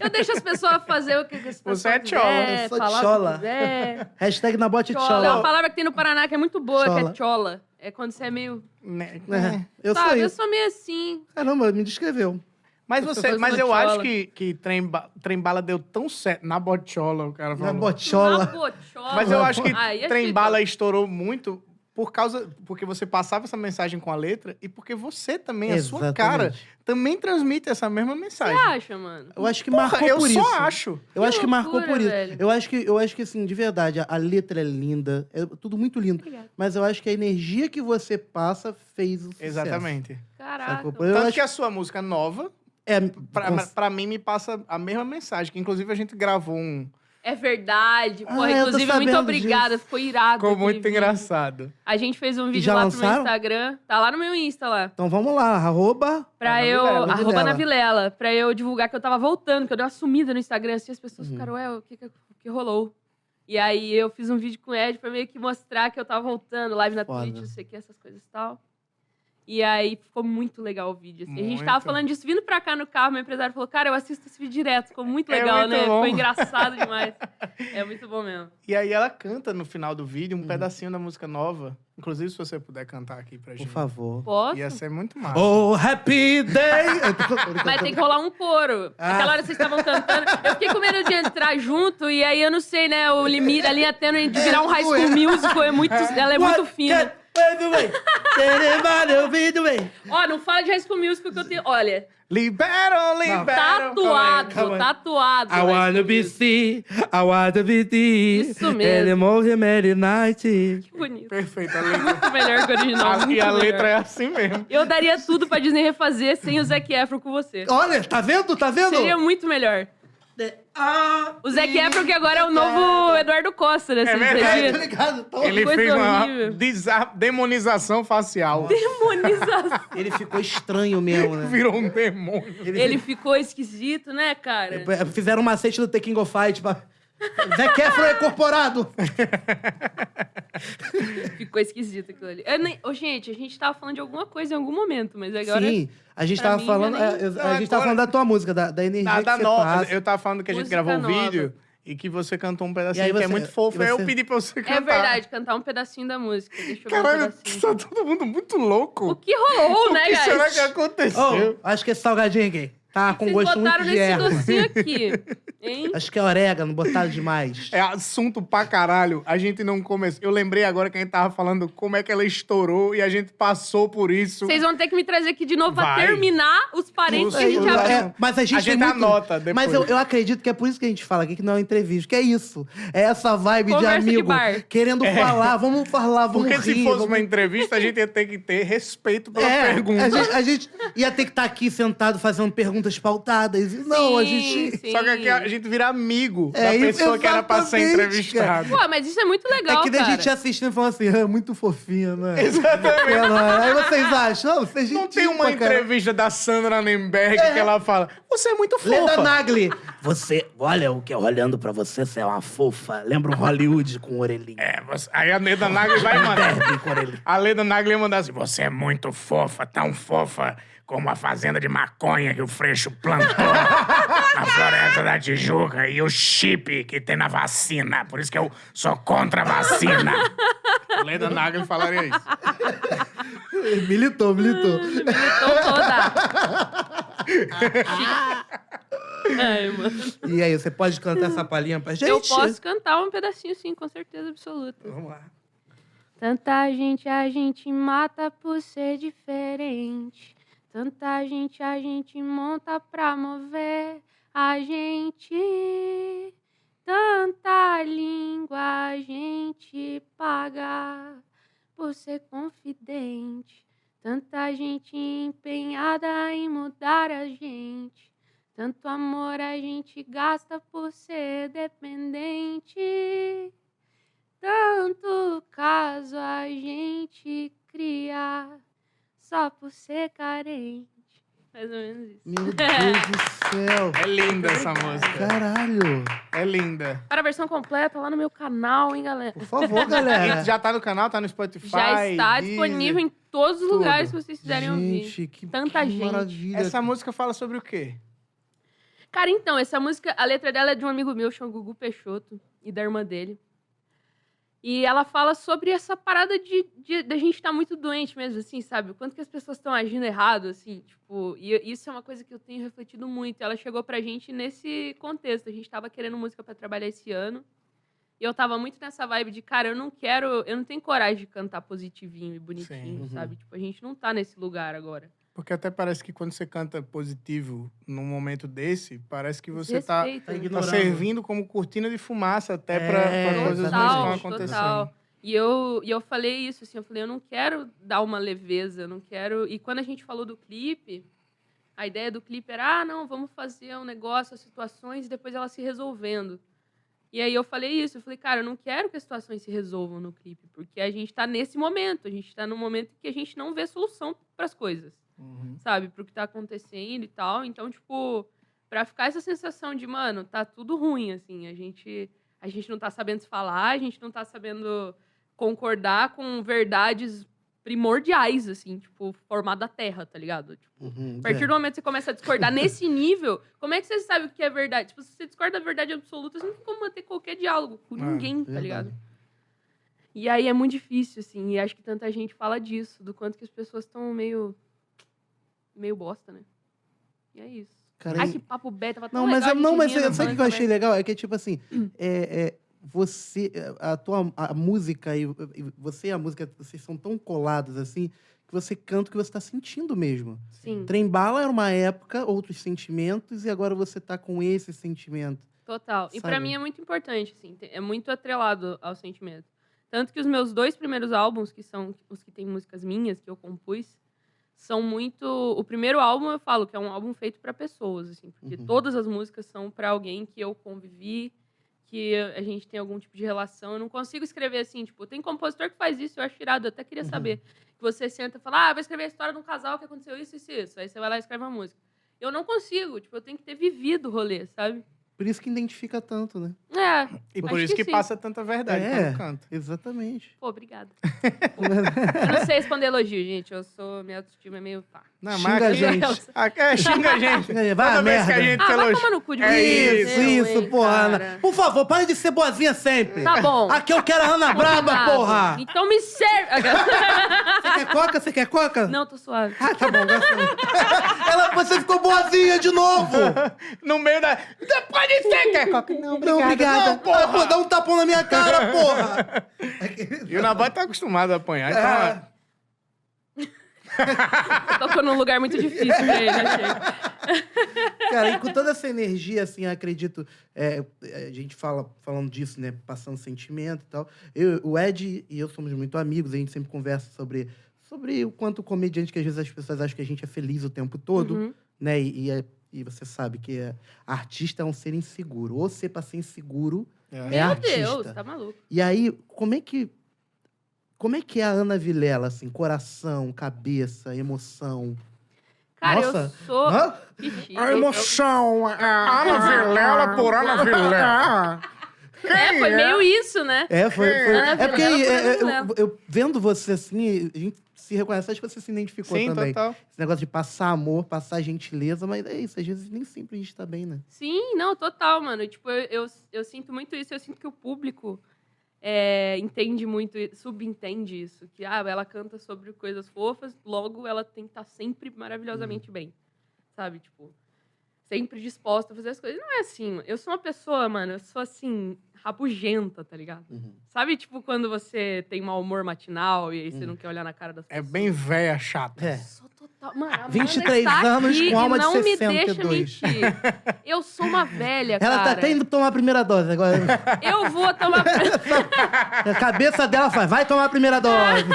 [SPEAKER 3] Eu deixo as pessoas fazer o que as pessoas
[SPEAKER 1] Você é tchola,
[SPEAKER 3] quiser,
[SPEAKER 2] eu sou
[SPEAKER 3] falar
[SPEAKER 2] tchola.
[SPEAKER 3] O que quiser.
[SPEAKER 2] Hashtag na bote
[SPEAKER 3] Tchola. É uma
[SPEAKER 2] tchola.
[SPEAKER 3] palavra que tem no Paraná que é muito boa, que
[SPEAKER 2] Tchola.
[SPEAKER 3] é tchola. É quando você é meio.
[SPEAKER 1] Né?
[SPEAKER 2] É, eu sou
[SPEAKER 3] Sabe, eu
[SPEAKER 2] isso.
[SPEAKER 3] sou meio assim.
[SPEAKER 2] Caramba, me descreveu.
[SPEAKER 1] Mas,
[SPEAKER 3] Eu sou
[SPEAKER 1] você,
[SPEAKER 3] fã de
[SPEAKER 1] mas eu
[SPEAKER 3] Botchola.
[SPEAKER 1] acho que, que trem, Ba- Trem Bala deu tão certo. Na Botchola, o cara
[SPEAKER 2] Na
[SPEAKER 1] falou.
[SPEAKER 3] Na
[SPEAKER 2] bochola.
[SPEAKER 3] bochola.
[SPEAKER 1] Mas eu acho que
[SPEAKER 3] Aí é
[SPEAKER 1] Trem
[SPEAKER 3] chique.
[SPEAKER 1] Bala estourou muito por causa. Porque você passava essa mensagem com a letra e porque você também, a sua
[SPEAKER 2] Exatamente.
[SPEAKER 1] cara, também transmite essa mesma mensagem.
[SPEAKER 3] Você acha, mano?
[SPEAKER 2] Eu acho que
[SPEAKER 1] Porra,
[SPEAKER 2] marcou
[SPEAKER 1] eu
[SPEAKER 2] por
[SPEAKER 1] só
[SPEAKER 2] isso.
[SPEAKER 1] acho.
[SPEAKER 2] Eu
[SPEAKER 3] Que
[SPEAKER 2] acho que marcou
[SPEAKER 3] loucura,
[SPEAKER 2] por isso.
[SPEAKER 3] velho.
[SPEAKER 2] Eu acho que, eu acho que assim, de verdade, a, a letra é linda, é tudo muito lindo.
[SPEAKER 3] Obrigada.
[SPEAKER 2] Mas eu acho que a energia que você passa fez o sucesso.
[SPEAKER 1] Exatamente.
[SPEAKER 3] Caraca.
[SPEAKER 2] Sacou? Eu
[SPEAKER 1] Tanto
[SPEAKER 2] acho-
[SPEAKER 1] que a sua música nova,
[SPEAKER 2] É,
[SPEAKER 1] pra,
[SPEAKER 2] cons-
[SPEAKER 1] pra mim, me passa a mesma mensagem. Que inclusive a gente gravou um.
[SPEAKER 3] É verdade. Porra,
[SPEAKER 2] Ah, eu tô
[SPEAKER 3] inclusive, muito
[SPEAKER 2] sabendo
[SPEAKER 3] obrigada.
[SPEAKER 2] disso.
[SPEAKER 3] Ficou irado.
[SPEAKER 1] Ficou
[SPEAKER 3] aquele
[SPEAKER 1] muito
[SPEAKER 3] vídeo.
[SPEAKER 1] engraçado.
[SPEAKER 3] A gente fez um vídeo
[SPEAKER 2] já
[SPEAKER 3] lá pro
[SPEAKER 2] lançaram?
[SPEAKER 3] meu Instagram. Tá lá no meu Insta lá.
[SPEAKER 2] Então vamos lá, arroba.
[SPEAKER 3] Pra
[SPEAKER 1] Ah, na
[SPEAKER 3] eu.
[SPEAKER 1] Vilela,
[SPEAKER 2] na
[SPEAKER 3] arroba na
[SPEAKER 2] Vilela.
[SPEAKER 3] Vilela. Pra eu divulgar que eu tava voltando, que eu dei uma sumida no Instagram. Assim, as
[SPEAKER 1] Uhum.
[SPEAKER 3] pessoas ficaram, ué, o que, que, o que rolou? E aí eu fiz um vídeo com o Ed pra meio que mostrar que eu tava voltando, live na
[SPEAKER 2] Foda.
[SPEAKER 3] Twitch, não sei o que, essas coisas e tal. E aí ficou muito legal o vídeo. assim. A gente tava
[SPEAKER 1] Muito.
[SPEAKER 3] falando disso, vindo pra cá no carro, meu empresário falou, cara, eu assisto esse vídeo direto. Ficou muito
[SPEAKER 1] É
[SPEAKER 3] legal,
[SPEAKER 1] muito
[SPEAKER 3] né?
[SPEAKER 1] bom.
[SPEAKER 3] Ficou engraçado demais. é muito bom mesmo.
[SPEAKER 1] E aí ela canta no final do vídeo
[SPEAKER 2] Uhum.
[SPEAKER 1] um pedacinho da música nova. Inclusive, se você puder cantar aqui pra
[SPEAKER 2] Por
[SPEAKER 1] gente.
[SPEAKER 2] favor.
[SPEAKER 3] Posso?
[SPEAKER 1] Ia ser muito massa.
[SPEAKER 2] Oh, happy day! Eu tô- eu tô-
[SPEAKER 3] Mas tem que rolar um coro.
[SPEAKER 2] Ah.
[SPEAKER 3] Aquela hora que vocês estavam cantando. Eu fiquei com medo de entrar junto, e aí eu não sei, né? O limite, a linha tênue de virar um high school musical é muito. Ela é muito
[SPEAKER 2] What
[SPEAKER 3] fina.
[SPEAKER 2] can baby wait? Everybody be the way.
[SPEAKER 3] Ó, não fala de high school musical que eu tenho. Olha, Tá
[SPEAKER 1] Liberam, liberam.
[SPEAKER 3] tatuado,
[SPEAKER 1] Calma aí, calma aí.
[SPEAKER 3] tatuado.
[SPEAKER 2] I wanna be see, I wanna be thee.
[SPEAKER 3] Isso mesmo.
[SPEAKER 2] Ele morre Mary Night.
[SPEAKER 3] Que bonito.
[SPEAKER 1] Perfeito, a letra.
[SPEAKER 3] Muito melhor que o original.
[SPEAKER 1] a-
[SPEAKER 3] muito
[SPEAKER 1] e a
[SPEAKER 3] melhor.
[SPEAKER 1] letra é assim mesmo.
[SPEAKER 3] Eu daria tudo pra Disney refazer sem o Zac Efron com você.
[SPEAKER 2] Olha, tá vendo? Tá vendo? Ah,
[SPEAKER 3] Seria muito melhor. O Zac Efron, que agora é o novo Eduardo Costa, né? Vocês
[SPEAKER 1] verdade.
[SPEAKER 2] tá É, tá
[SPEAKER 3] acreditam?
[SPEAKER 2] ligado? Tá
[SPEAKER 1] Ele
[SPEAKER 3] coisa
[SPEAKER 1] fez uma
[SPEAKER 3] horrível.
[SPEAKER 1] desa- demonização facial.
[SPEAKER 3] Demonização.
[SPEAKER 2] Ele ficou estranho mesmo, né?
[SPEAKER 1] Virou um demônio.
[SPEAKER 3] Ele ficou esquisito, né, cara?
[SPEAKER 2] É, Fizeram um macete do The King of Fight. Pra... Zac Efron é incorporado.
[SPEAKER 3] Ficou esquisito aquilo ali. Eu nem... Ô, gente, a gente tava falando de alguma coisa em algum momento, mas agora.
[SPEAKER 2] Sim, a gente
[SPEAKER 3] pra
[SPEAKER 2] tava
[SPEAKER 3] mim, né?
[SPEAKER 2] falando...
[SPEAKER 3] já nem-
[SPEAKER 2] é,
[SPEAKER 1] Não,
[SPEAKER 2] eu- a gente tava
[SPEAKER 1] agora-
[SPEAKER 2] falando da tua música, da, da energia
[SPEAKER 1] Nada
[SPEAKER 2] que você
[SPEAKER 1] nova. né?
[SPEAKER 2] passa.
[SPEAKER 1] Eu tava falando que a gente
[SPEAKER 3] Música
[SPEAKER 1] gravou um
[SPEAKER 3] nova.
[SPEAKER 1] vídeo e que você cantou um
[SPEAKER 2] E
[SPEAKER 1] pedacinho
[SPEAKER 2] aí
[SPEAKER 1] que é
[SPEAKER 2] você-
[SPEAKER 1] muito fofo.
[SPEAKER 2] e
[SPEAKER 1] Aí eu
[SPEAKER 2] você-
[SPEAKER 1] pedi pra você cantar.
[SPEAKER 3] É verdade, cantar um pedacinho da música. Deixa eu ver um
[SPEAKER 1] Caralho,
[SPEAKER 3] pedacinho.
[SPEAKER 1] tá todo mundo muito
[SPEAKER 3] O
[SPEAKER 1] louco.
[SPEAKER 3] que rolou, né,
[SPEAKER 1] que será
[SPEAKER 3] guys?
[SPEAKER 1] que é? aconteceu?
[SPEAKER 2] Oh, acho que esse salgadinho aqui tá com
[SPEAKER 3] Vocês
[SPEAKER 2] gosto muito
[SPEAKER 3] botaram
[SPEAKER 2] de
[SPEAKER 3] nesse
[SPEAKER 2] erva.
[SPEAKER 3] docinho aqui. Hein?
[SPEAKER 2] Acho que é orégano, botaram demais.
[SPEAKER 1] É assunto pra caralho. A gente não começou. Eu lembrei agora que a gente tava falando como é que ela estourou e a gente passou por isso.
[SPEAKER 3] Vocês vão ter que me trazer aqui de novo
[SPEAKER 1] Vai.
[SPEAKER 3] pra terminar os parentes que a gente
[SPEAKER 1] Os-
[SPEAKER 3] abriu.
[SPEAKER 2] É, mas a gente,
[SPEAKER 1] A gente
[SPEAKER 2] tem muito-
[SPEAKER 1] anota depois.
[SPEAKER 2] Mas eu, eu acredito que é por isso que a gente fala aqui que não é uma entrevista. Que é isso. É essa vibe
[SPEAKER 3] Conversa de
[SPEAKER 2] de amigo
[SPEAKER 3] bar.
[SPEAKER 2] querendo falar, vamos falar, vamos
[SPEAKER 1] É. Porque
[SPEAKER 2] rir.
[SPEAKER 1] se fosse
[SPEAKER 2] vamos...
[SPEAKER 1] uma entrevista, a gente ia ter que ter respeito pela
[SPEAKER 2] é,
[SPEAKER 1] pergunta.
[SPEAKER 2] A gente, a gente ia ter que estar aqui sentado fazendo perguntas pautadas. E Não, a
[SPEAKER 3] Sim,
[SPEAKER 2] gente.
[SPEAKER 3] sim.
[SPEAKER 1] Só que aqui a gente vira amigo
[SPEAKER 2] É,
[SPEAKER 1] da
[SPEAKER 2] isso-
[SPEAKER 1] pessoa que era pra ser
[SPEAKER 2] exatamente,
[SPEAKER 1] entrevistado.
[SPEAKER 3] Pô, mas isso é muito legal,
[SPEAKER 2] é que nem
[SPEAKER 3] cara.
[SPEAKER 2] a gente assistindo e falando assim, é muito fofinha, né?
[SPEAKER 1] Exatamente.
[SPEAKER 2] Ela- Aí vocês acham, não, vocês
[SPEAKER 1] Não tem uma entrevista da Sandra Nemberg que ela fala: Você é muito
[SPEAKER 2] Leda
[SPEAKER 1] fofa.
[SPEAKER 2] Nagli.
[SPEAKER 5] Você, olha o que eu olhando pra você, você é uma fofa. Lembra um Hollywood com orelhinha.
[SPEAKER 1] É, você- aí a Leda Nagli vai mandar.
[SPEAKER 5] com orelhinha.
[SPEAKER 1] A Leda Nagli ia mandar assim: Você
[SPEAKER 4] Você é muito fofa, tão fofa como a fazenda de maconha que o Freixo plantou na floresta da Tijuca e o chip que tem na vacina. Por isso que eu sou contra a vacina.
[SPEAKER 1] A Leda Nagli falaria isso.
[SPEAKER 2] Militou, militou.
[SPEAKER 3] Militou toda. Ai, mano.
[SPEAKER 2] E aí, você pode cantar essa palhinha pra gente?
[SPEAKER 3] Eu posso cantar um pedacinho, sim, com certeza absoluta.
[SPEAKER 1] Vamos lá.
[SPEAKER 3] Tanta gente a gente mata por ser diferente. Tanta gente a gente monta pra mover a gente. Tanta língua a gente paga por ser confidente. Tanta gente empenhada em mudar a gente. Tanto amor a gente gasta por ser dependente. Tanto caso a gente cria só por ser carente. Mais ou menos isso.
[SPEAKER 2] Meu Deus do céu.
[SPEAKER 1] É linda essa música.
[SPEAKER 2] Caralho.
[SPEAKER 1] É linda.
[SPEAKER 3] Para a versão completa lá no meu canal, hein, galera?
[SPEAKER 2] Por favor,
[SPEAKER 1] E
[SPEAKER 2] galera.
[SPEAKER 1] já tá no canal, tá no Spotify.
[SPEAKER 3] Já está
[SPEAKER 1] Deezer.
[SPEAKER 3] disponível em todos os
[SPEAKER 1] tudo.
[SPEAKER 3] lugares que vocês quiserem ouvir.
[SPEAKER 2] Gente, que,
[SPEAKER 3] Tanta
[SPEAKER 2] que
[SPEAKER 3] gente.
[SPEAKER 2] maravilha.
[SPEAKER 1] Essa música fala sobre o quê?
[SPEAKER 3] Cara, então, essa música, a letra dela é de um amigo meu, chama Gugu Peixoto, e da irmã dele. E ela fala sobre essa parada de, de, de a gente estar muito doente mesmo, assim, sabe? O quanto que as pessoas estão agindo errado, assim, tipo... E eu- isso é uma coisa que eu tenho refletido muito. Ela chegou pra gente nesse contexto. A gente tava querendo música pra trabalhar esse ano. E eu tava muito nessa vibe de, cara, eu não quero... Eu não tenho coragem de cantar positivinho e bonitinho,
[SPEAKER 2] uhum.
[SPEAKER 3] sabe? Tipo, a gente não tá nesse lugar agora.
[SPEAKER 1] Porque até parece que quando você canta positivo num momento desse, parece que você tá,
[SPEAKER 3] Respeito,
[SPEAKER 2] tá
[SPEAKER 3] né?
[SPEAKER 1] tá
[SPEAKER 2] ignorando.
[SPEAKER 1] servindo como cortina de fumaça até
[SPEAKER 2] É,
[SPEAKER 1] pra, pra coisas
[SPEAKER 2] exatamente.
[SPEAKER 1] ruins que estão acontecendo.
[SPEAKER 3] Total. E eu, e eu falei isso, assim, eu falei, eu não quero dar uma leveza, eu não quero. E quando a gente falou do clipe, a ideia do clipe era, ah, não, vamos fazer um negócio, as situações, e depois elas se resolvendo. E aí eu falei isso, eu falei, cara, eu não quero que as situações se resolvam no clipe, porque a gente tá nesse momento, a gente tá num momento que a gente não vê solução para as coisas
[SPEAKER 2] Uhum.
[SPEAKER 3] sabe, pro que tá acontecendo e tal. Então, tipo, pra ficar essa sensação de, mano, tá tudo ruim, assim, a gente, a gente não tá sabendo se falar, a gente não tá sabendo concordar com verdades primordiais, assim, tipo, formado da terra, tá ligado? Tipo,
[SPEAKER 2] Uhum,
[SPEAKER 3] a partir do momento que você começa a discordar nesse nível, como é que você sabe o que é verdade? Tipo, se você discorda da verdade absoluta, você não tem como manter qualquer diálogo com
[SPEAKER 1] É,
[SPEAKER 3] ninguém, tá
[SPEAKER 2] verdade.
[SPEAKER 3] ligado? E aí é muito difícil, assim, e acho que tanta gente fala disso, do quanto que as pessoas estão meio. meio bosta, né? E é isso.
[SPEAKER 2] Cara,
[SPEAKER 3] Ai,
[SPEAKER 2] e-
[SPEAKER 3] que papo beta, tava tão
[SPEAKER 2] Não, mas,
[SPEAKER 3] legal,
[SPEAKER 2] eu-
[SPEAKER 3] a gente
[SPEAKER 2] não, mas
[SPEAKER 3] rindo,
[SPEAKER 2] eu- sabe o que eu
[SPEAKER 3] falando
[SPEAKER 2] achei legal? É que, tipo assim, é, é, você, a tua a música e, e você e a música, vocês são tão colados assim, que você canta o que você tá sentindo mesmo.
[SPEAKER 3] também. Sim,
[SPEAKER 2] Trembala era uma época, outros sentimentos, e agora você tá com esse sentimento.
[SPEAKER 3] total. E pra
[SPEAKER 2] Sabe?
[SPEAKER 3] mim é muito importante, assim, te- é muito atrelado ao sentimento. Tanto que os meus dois primeiros álbuns, que são os que têm músicas minhas, que eu compus, são muito. O primeiro álbum eu falo que é um álbum feito pra pessoas, assim, porque
[SPEAKER 2] Uhum.
[SPEAKER 3] todas as músicas são pra alguém que eu convivi, que a gente tem algum tipo de relação. Eu não consigo escrever assim, tipo, tem compositor que faz isso, eu acho irado, eu até queria
[SPEAKER 2] Uhum.
[SPEAKER 3] saber. Que você senta e fala, ah, vai escrever a história de um casal que aconteceu isso, isso, e isso. Aí você vai lá e escreve uma música. Eu não consigo, tipo, eu tenho que ter vivido o rolê, sabe?
[SPEAKER 2] Por isso que identifica tanto, né?
[SPEAKER 3] É,
[SPEAKER 1] E
[SPEAKER 3] Acho
[SPEAKER 1] por isso
[SPEAKER 3] que
[SPEAKER 1] que,
[SPEAKER 3] sim.
[SPEAKER 1] passa tanta verdade um
[SPEAKER 2] É.
[SPEAKER 1] quando canta.
[SPEAKER 2] Exatamente.
[SPEAKER 3] pô, obrigada. Eu não sei responder elogio, gente. Eu sou, minha autoestima é meio pá.
[SPEAKER 1] Não,
[SPEAKER 2] Xinga a
[SPEAKER 1] mas aqui-
[SPEAKER 3] gente.
[SPEAKER 1] Ah, é, xinga a gente.
[SPEAKER 2] Vai,
[SPEAKER 1] Toda vez que
[SPEAKER 2] merda.
[SPEAKER 1] a gente
[SPEAKER 3] Ah, vai
[SPEAKER 1] elogia-
[SPEAKER 3] tomar no cu de
[SPEAKER 1] É
[SPEAKER 3] vocês,
[SPEAKER 2] Isso,
[SPEAKER 3] eu,
[SPEAKER 2] isso,
[SPEAKER 3] hein,
[SPEAKER 2] porra,
[SPEAKER 3] cara.
[SPEAKER 2] Ana. Por favor, para de ser boazinha sempre.
[SPEAKER 3] Tá bom.
[SPEAKER 2] Aqui eu quero a Ana Braba,
[SPEAKER 3] Combinado.
[SPEAKER 2] porra.
[SPEAKER 3] Então me serve.
[SPEAKER 2] Você quer coca? Você quer coca?
[SPEAKER 3] Não, tô suave.
[SPEAKER 2] Ah, tá bom, gostei. Ela, você ficou boazinha de novo!
[SPEAKER 1] No meio da. Pode ser, quer coca? Não,
[SPEAKER 2] Não, obrigada.
[SPEAKER 1] Não, porra.
[SPEAKER 2] Ah, pô, dá um tapão na minha cara, porra!
[SPEAKER 1] E o Nabote tá acostumado a apanhar. Então,
[SPEAKER 2] É.
[SPEAKER 3] Tocou num lugar muito difícil pra ele, achei.
[SPEAKER 2] Cara, e com toda essa energia, assim, eu acredito. é, a gente fala falando disso, né? Passando sentimento e tal. Eu, o Ed e eu somos muito amigos, a gente sempre conversa sobre, sobre o quanto comediante que às vezes as pessoas acham que a gente é feliz o tempo todo,
[SPEAKER 3] Uhum.
[SPEAKER 2] né? E, e é- e você sabe que é, artista é um ser inseguro. Ou ser pra ser inseguro é,
[SPEAKER 3] Meu
[SPEAKER 2] artista.
[SPEAKER 3] Deus, tá maluco.
[SPEAKER 2] E aí, como é que. Como é que é a Ana Vilela, assim? Coração, cabeça, emoção.
[SPEAKER 3] Cara, eu
[SPEAKER 2] Nossa.
[SPEAKER 3] sou.
[SPEAKER 2] Hã?
[SPEAKER 3] Ixi,
[SPEAKER 1] A
[SPEAKER 3] eu-
[SPEAKER 1] emoção. é. a- a Ana Ah, Vilela por Ana Vilela.
[SPEAKER 3] É, foi
[SPEAKER 1] é?
[SPEAKER 3] meio isso, né?
[SPEAKER 2] É, foi. foi-
[SPEAKER 3] Ana
[SPEAKER 2] É porque
[SPEAKER 3] Vilela,
[SPEAKER 2] é, é, eu,
[SPEAKER 3] Ana Vilela.
[SPEAKER 2] eu vendo você assim, a gente se reconhece, acho que você se identificou
[SPEAKER 1] Sim,
[SPEAKER 2] também.
[SPEAKER 1] total.
[SPEAKER 2] Esse negócio de passar amor, passar gentileza, mas é isso, às vezes nem sempre a gente tá bem, né?
[SPEAKER 3] Sim, não, total, mano. Tipo, eu, eu, eu sinto muito isso. Eu sinto que o público é, entende muito, i- subentende isso. Que, ah, ela canta sobre coisas fofas, logo ela tem que estar sempre maravilhosamente bem. Sabe? Tipo, sempre disposta a fazer as coisas. Não é assim. Eu sou uma pessoa, mano, eu sou assim, rabugenta, tá ligado?
[SPEAKER 2] Uhum.
[SPEAKER 3] Sabe, tipo, quando você tem mau humor matinal e aí você
[SPEAKER 2] Uhum.
[SPEAKER 3] não quer olhar na cara das
[SPEAKER 1] É
[SPEAKER 3] pessoas?
[SPEAKER 1] bem véia chata.
[SPEAKER 2] É.
[SPEAKER 3] Sou total. Mano, a Amanda
[SPEAKER 2] 23
[SPEAKER 3] está
[SPEAKER 2] anos
[SPEAKER 3] aqui
[SPEAKER 2] com alma
[SPEAKER 3] e
[SPEAKER 2] de
[SPEAKER 3] não me
[SPEAKER 2] 62.
[SPEAKER 3] Deixa mentir. Eu sou uma velha,
[SPEAKER 2] Ela tá
[SPEAKER 3] cara.
[SPEAKER 2] até indo tomar a primeira dose agora.
[SPEAKER 3] Eu vou tomar.
[SPEAKER 2] a cabeça dela faz, vai tomar a primeira dose.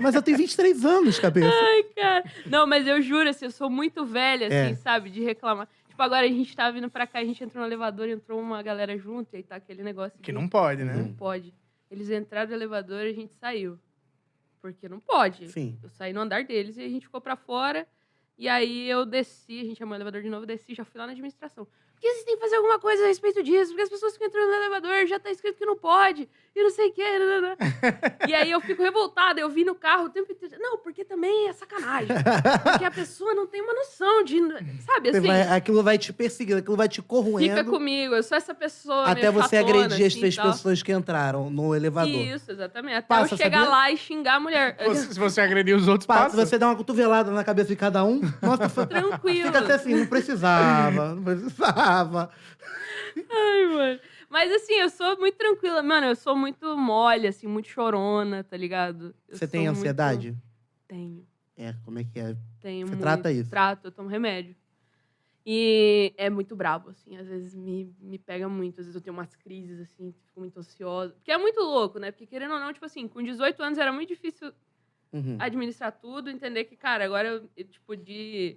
[SPEAKER 2] mas eu tenho 23 anos, cabeça.
[SPEAKER 3] Ai, cara. Não, mas eu juro, assim, eu sou muito velha, assim,
[SPEAKER 2] É.
[SPEAKER 3] sabe? De reclamar. Tipo, agora a gente tá vindo pra cá, a gente entrou no elevador, entrou uma galera junto, e aí tá aquele negócio.
[SPEAKER 1] Que
[SPEAKER 3] de-
[SPEAKER 1] não pode,
[SPEAKER 3] não
[SPEAKER 1] né?
[SPEAKER 3] pode. Eles entraram no elevador e a gente saiu. Porque não pode.
[SPEAKER 2] Sim.
[SPEAKER 3] Eu saí no andar deles e a gente ficou pra fora. E aí eu desci, a gente chamou o elevador de novo, desci, já fui lá na administração. que vocês têm que fazer alguma coisa a respeito disso, porque as pessoas ficam entrando no elevador, já tá escrito que não pode, e não sei o quê. nananã." e aí eu fico revoltada, eu vi no carro o tempo inteiro. Não, porque também é sacanagem. Porque a pessoa não tem uma noção de. Sabe
[SPEAKER 2] Você
[SPEAKER 3] assim?
[SPEAKER 2] vai- aquilo vai te perseguindo, aquilo vai te
[SPEAKER 3] Fica
[SPEAKER 2] corroendo
[SPEAKER 3] comigo, eu sou essa pessoa.
[SPEAKER 2] até
[SPEAKER 3] meio
[SPEAKER 2] você
[SPEAKER 3] chatona,
[SPEAKER 2] agredir as
[SPEAKER 3] assim,
[SPEAKER 2] três
[SPEAKER 3] tal.
[SPEAKER 2] pessoas que entraram no elevador.
[SPEAKER 3] Isso, exatamente. Até
[SPEAKER 2] Passa,
[SPEAKER 3] eu chegar
[SPEAKER 2] sabia?
[SPEAKER 3] lá e xingar a mulher.
[SPEAKER 1] Você- se você agredir os outros,
[SPEAKER 2] Pá,
[SPEAKER 1] passa.
[SPEAKER 2] se você der uma cotovelada na cabeça de cada um, nossa, foi-
[SPEAKER 3] Tranquilo.
[SPEAKER 2] fica até assim, não precisava, não precisava.
[SPEAKER 3] Ai, mano. Mas assim, eu sou muito tranquila. Mano, eu sou muito mole, assim, muito chorona, tá ligado? Eu
[SPEAKER 2] Você
[SPEAKER 3] sou
[SPEAKER 2] tem
[SPEAKER 3] muito-
[SPEAKER 2] ansiedade?
[SPEAKER 3] Tenho,
[SPEAKER 2] É, como é que é?
[SPEAKER 3] tenho
[SPEAKER 2] Você
[SPEAKER 3] muito.
[SPEAKER 2] trata isso?
[SPEAKER 3] Trato, eu tomo remédio. E é muito brabo, assim. Às vezes me, me pega muito. Às vezes eu tenho umas crises, assim, fico muito ansiosa. Porque é muito louco, né? Porque querendo ou não, tipo assim, com 18 anos era muito difícil
[SPEAKER 2] Uhum.
[SPEAKER 3] administrar tudo, entender que, cara, agora eu, eu, tipo, de.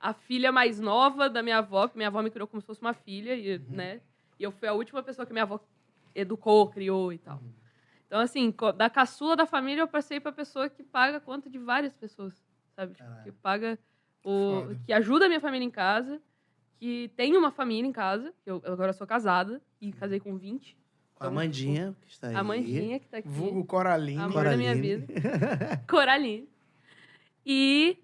[SPEAKER 3] A filha mais nova da minha avó, que minha avó me criou como se fosse uma filha, e,
[SPEAKER 2] Uhum.
[SPEAKER 3] né? E eu fui a última pessoa que minha avó educou, criou e tal.
[SPEAKER 2] Uhum.
[SPEAKER 3] Então, assim, co- da caçula da família, eu passei pra pessoa que paga a conta de várias pessoas, sabe? Tipo, que paga o.
[SPEAKER 1] Foda.
[SPEAKER 3] que ajuda a minha família em casa, que tem uma família em casa, que eu eu agora sou casada, e casei com 20.
[SPEAKER 2] Com a Mandinha, É, que está aí.
[SPEAKER 3] A Mandinha, que tá aqui.
[SPEAKER 1] Vulgo Coraline.
[SPEAKER 3] Amor da minha
[SPEAKER 2] Coraline.
[SPEAKER 3] vida. Coraline. E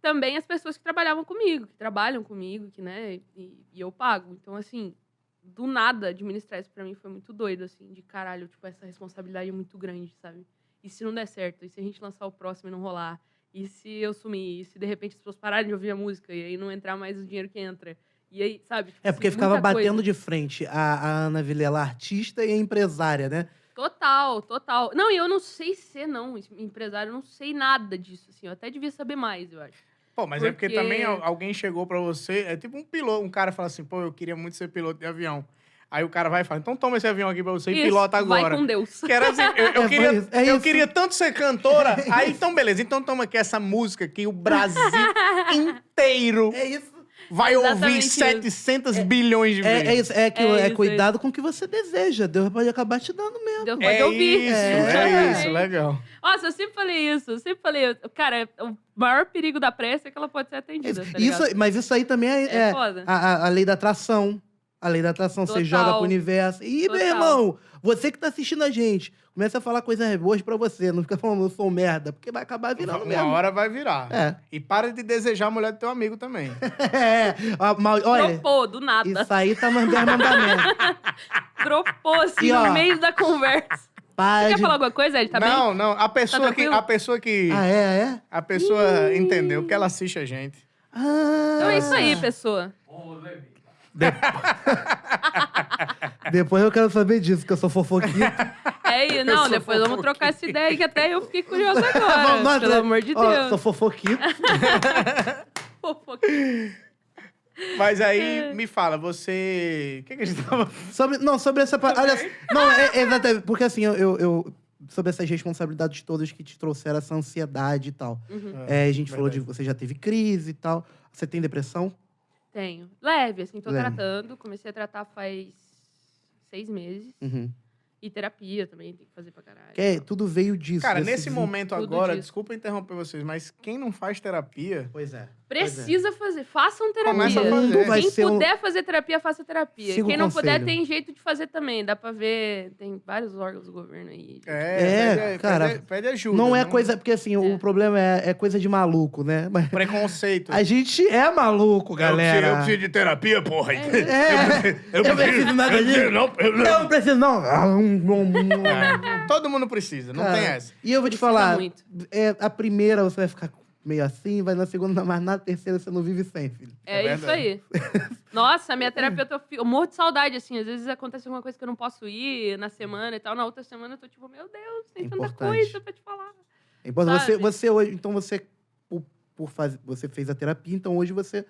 [SPEAKER 3] também as pessoas que trabalhavam comigo, que trabalham comigo, que, né, e, e eu pago. Então, assim, do nada administrar isso pra mim foi muito doido, assim, de caralho, tipo, essa responsabilidade é muito grande, sabe? E se não der certo? E se a gente lançar o próximo e não rolar? E se eu sumir? E se de repente as pessoas pararem de ouvir a música e aí não entrar mais o dinheiro que entra? E aí, sabe? Tipo,
[SPEAKER 2] É porque
[SPEAKER 3] assim,
[SPEAKER 2] ficava
[SPEAKER 3] muita coisa.
[SPEAKER 2] batendo de frente a, a Ana Vilela, a artista e a empresária, né?
[SPEAKER 3] Total, total. Não, e eu não sei ser, não, empresário, eu não sei nada disso, assim. Eu até devia saber mais, eu acho.
[SPEAKER 1] Pô, mas é porque
[SPEAKER 3] Porque-
[SPEAKER 1] também al- alguém chegou pra você, é tipo um piloto, um cara fala assim, pô, eu queria muito ser piloto de avião. Aí o cara vai e fala, então toma esse avião aqui pra você e
[SPEAKER 3] Isso,
[SPEAKER 1] pilota agora.
[SPEAKER 3] Vai com Deus.
[SPEAKER 1] Que era assim, eu, eu
[SPEAKER 2] É,
[SPEAKER 1] queria,
[SPEAKER 2] foi isso, é
[SPEAKER 1] eu
[SPEAKER 2] isso.
[SPEAKER 1] queria tanto ser cantora. Aí, então, beleza. Então toma aqui essa música que o Brasil inteiro
[SPEAKER 2] É isso.
[SPEAKER 1] vai
[SPEAKER 3] Exatamente
[SPEAKER 1] ouvir
[SPEAKER 3] isso.
[SPEAKER 1] 700 bilhões de vezes.
[SPEAKER 2] É, é isso, é aquilo,
[SPEAKER 3] É
[SPEAKER 2] é,
[SPEAKER 3] isso, é
[SPEAKER 2] cuidado com o que você deseja. Deus pode acabar te dando mesmo.
[SPEAKER 3] Deus pode
[SPEAKER 1] É
[SPEAKER 3] ouvir.
[SPEAKER 1] isso, é
[SPEAKER 3] Exatamente.
[SPEAKER 1] isso, legal.
[SPEAKER 3] Nossa, eu sempre falei isso. Eu sempre falei. Cara, o maior perigo da pressa é que ela pode ser atendida. Tá
[SPEAKER 2] Isso,
[SPEAKER 3] ligado?
[SPEAKER 2] mas isso aí também é,
[SPEAKER 3] é,
[SPEAKER 2] é
[SPEAKER 3] foda.
[SPEAKER 2] a, a- a lei da atração. A lei da atração, você
[SPEAKER 3] Total.
[SPEAKER 2] joga pro universo. E, meu
[SPEAKER 3] Total.
[SPEAKER 2] irmão, você que tá assistindo a gente, começa a falar coisas boas pra você. Não fica falando, eu sou um merda, porque vai acabar virando
[SPEAKER 1] Uma
[SPEAKER 2] mesmo.
[SPEAKER 1] hora vai virar.
[SPEAKER 2] É.
[SPEAKER 1] E para de desejar a mulher do teu amigo também.
[SPEAKER 2] é. ó, mal- Olha,
[SPEAKER 3] Dropou, do nada.
[SPEAKER 2] isso aí tá mandando mandamento.
[SPEAKER 3] Dropou, assim,
[SPEAKER 2] E, ó,
[SPEAKER 3] no meio da conversa. Você
[SPEAKER 2] Pai
[SPEAKER 3] quer
[SPEAKER 2] de...
[SPEAKER 3] falar alguma coisa, Ed? Tá bem?
[SPEAKER 1] não, não. A pessoa que.
[SPEAKER 3] tranquilo?
[SPEAKER 1] A pessoa que.
[SPEAKER 2] Ah, é, é?
[SPEAKER 1] A pessoa entendeu porque ela assiste a gente.
[SPEAKER 2] Ah,
[SPEAKER 3] Então é isso aí, pessoa.
[SPEAKER 2] Depois eu quero saber disso, que eu sou fofoquita.
[SPEAKER 3] É isso. Não,
[SPEAKER 1] sou
[SPEAKER 3] depois vamos trocar essa ideia aí, que até eu fiquei curiosa agora.
[SPEAKER 2] Vamos nós-
[SPEAKER 3] pelo amor de
[SPEAKER 2] ó, Sou
[SPEAKER 3] Deus.
[SPEAKER 2] fofoquita.
[SPEAKER 3] Fofoca.
[SPEAKER 1] Mas
[SPEAKER 3] É.
[SPEAKER 1] aí, me fala, você. O que, que a gente tava.
[SPEAKER 2] Sobre, não, sobre essa... pa- Olha, não, é, é exatamente, porque assim, eu, eu- eu- Sobre essas responsabilidades todas que te trouxeram essa ansiedade e tal.
[SPEAKER 3] Uhum.
[SPEAKER 2] É, a gente falou de
[SPEAKER 1] verdade.
[SPEAKER 2] você já teve crise e tal. Você tem depressão?
[SPEAKER 3] Tenho. Leve, assim, tô
[SPEAKER 2] Leve.
[SPEAKER 3] tratando. Comecei a tratar faz seis meses.
[SPEAKER 2] Uhum.
[SPEAKER 3] E terapia também, tem que fazer pra caralho. Então,
[SPEAKER 2] Que é, tudo veio disso.
[SPEAKER 1] Cara,
[SPEAKER 2] desse
[SPEAKER 1] nesse
[SPEAKER 2] des-
[SPEAKER 1] momento
[SPEAKER 3] Tudo
[SPEAKER 1] agora,
[SPEAKER 3] disso.
[SPEAKER 1] desculpa interromper vocês, mas quem não faz terapia.
[SPEAKER 2] Pois é.
[SPEAKER 3] Precisa fazer. Façam terapia.
[SPEAKER 1] Começa a
[SPEAKER 2] O
[SPEAKER 1] fazer.
[SPEAKER 2] mundo vai
[SPEAKER 3] Quem
[SPEAKER 2] ser um...
[SPEAKER 3] puder fazer terapia, faça terapia.
[SPEAKER 2] Siga o
[SPEAKER 3] Quem não puder,
[SPEAKER 2] conselho.
[SPEAKER 3] tem jeito de fazer também. Dá pra ver. Tem vários órgãos do governo aí.
[SPEAKER 1] É,
[SPEAKER 2] É,
[SPEAKER 1] pede,
[SPEAKER 2] cara,
[SPEAKER 1] pede, pede ajuda. né?
[SPEAKER 2] Não é coisa... Porque assim, o problema é, é coisa de maluco, né? Mas
[SPEAKER 1] Um Preconceito. né?
[SPEAKER 2] a gente é maluco, galera.
[SPEAKER 4] de terapia, porra.
[SPEAKER 2] É,
[SPEAKER 4] Eu
[SPEAKER 2] eu preciso nada disso.
[SPEAKER 4] não, eu
[SPEAKER 2] Eu não preciso, não.
[SPEAKER 1] É. Todo mundo precisa, não
[SPEAKER 2] Cara,
[SPEAKER 1] tem essa.
[SPEAKER 2] E eu vou te
[SPEAKER 3] Precisa
[SPEAKER 2] falar,
[SPEAKER 3] muito.
[SPEAKER 2] é, a primeira você vai ficar meio assim, vai na segunda, não mais nada, na terceira você não vive sem, filho.
[SPEAKER 3] É,
[SPEAKER 1] É
[SPEAKER 3] isso aí. Nossa, minha terapeuta, eu fi- eu morro de saudade, assim. Às vezes acontece alguma coisa que eu não posso ir na semana e tal. Na outra semana eu tô tipo, meu Deus, tem tanta
[SPEAKER 2] Importante.
[SPEAKER 3] coisa pra te falar.
[SPEAKER 2] É importante. Você,
[SPEAKER 3] Sabe?
[SPEAKER 2] você hoje, então você, por, por fazer, você fez a terapia, então hoje você,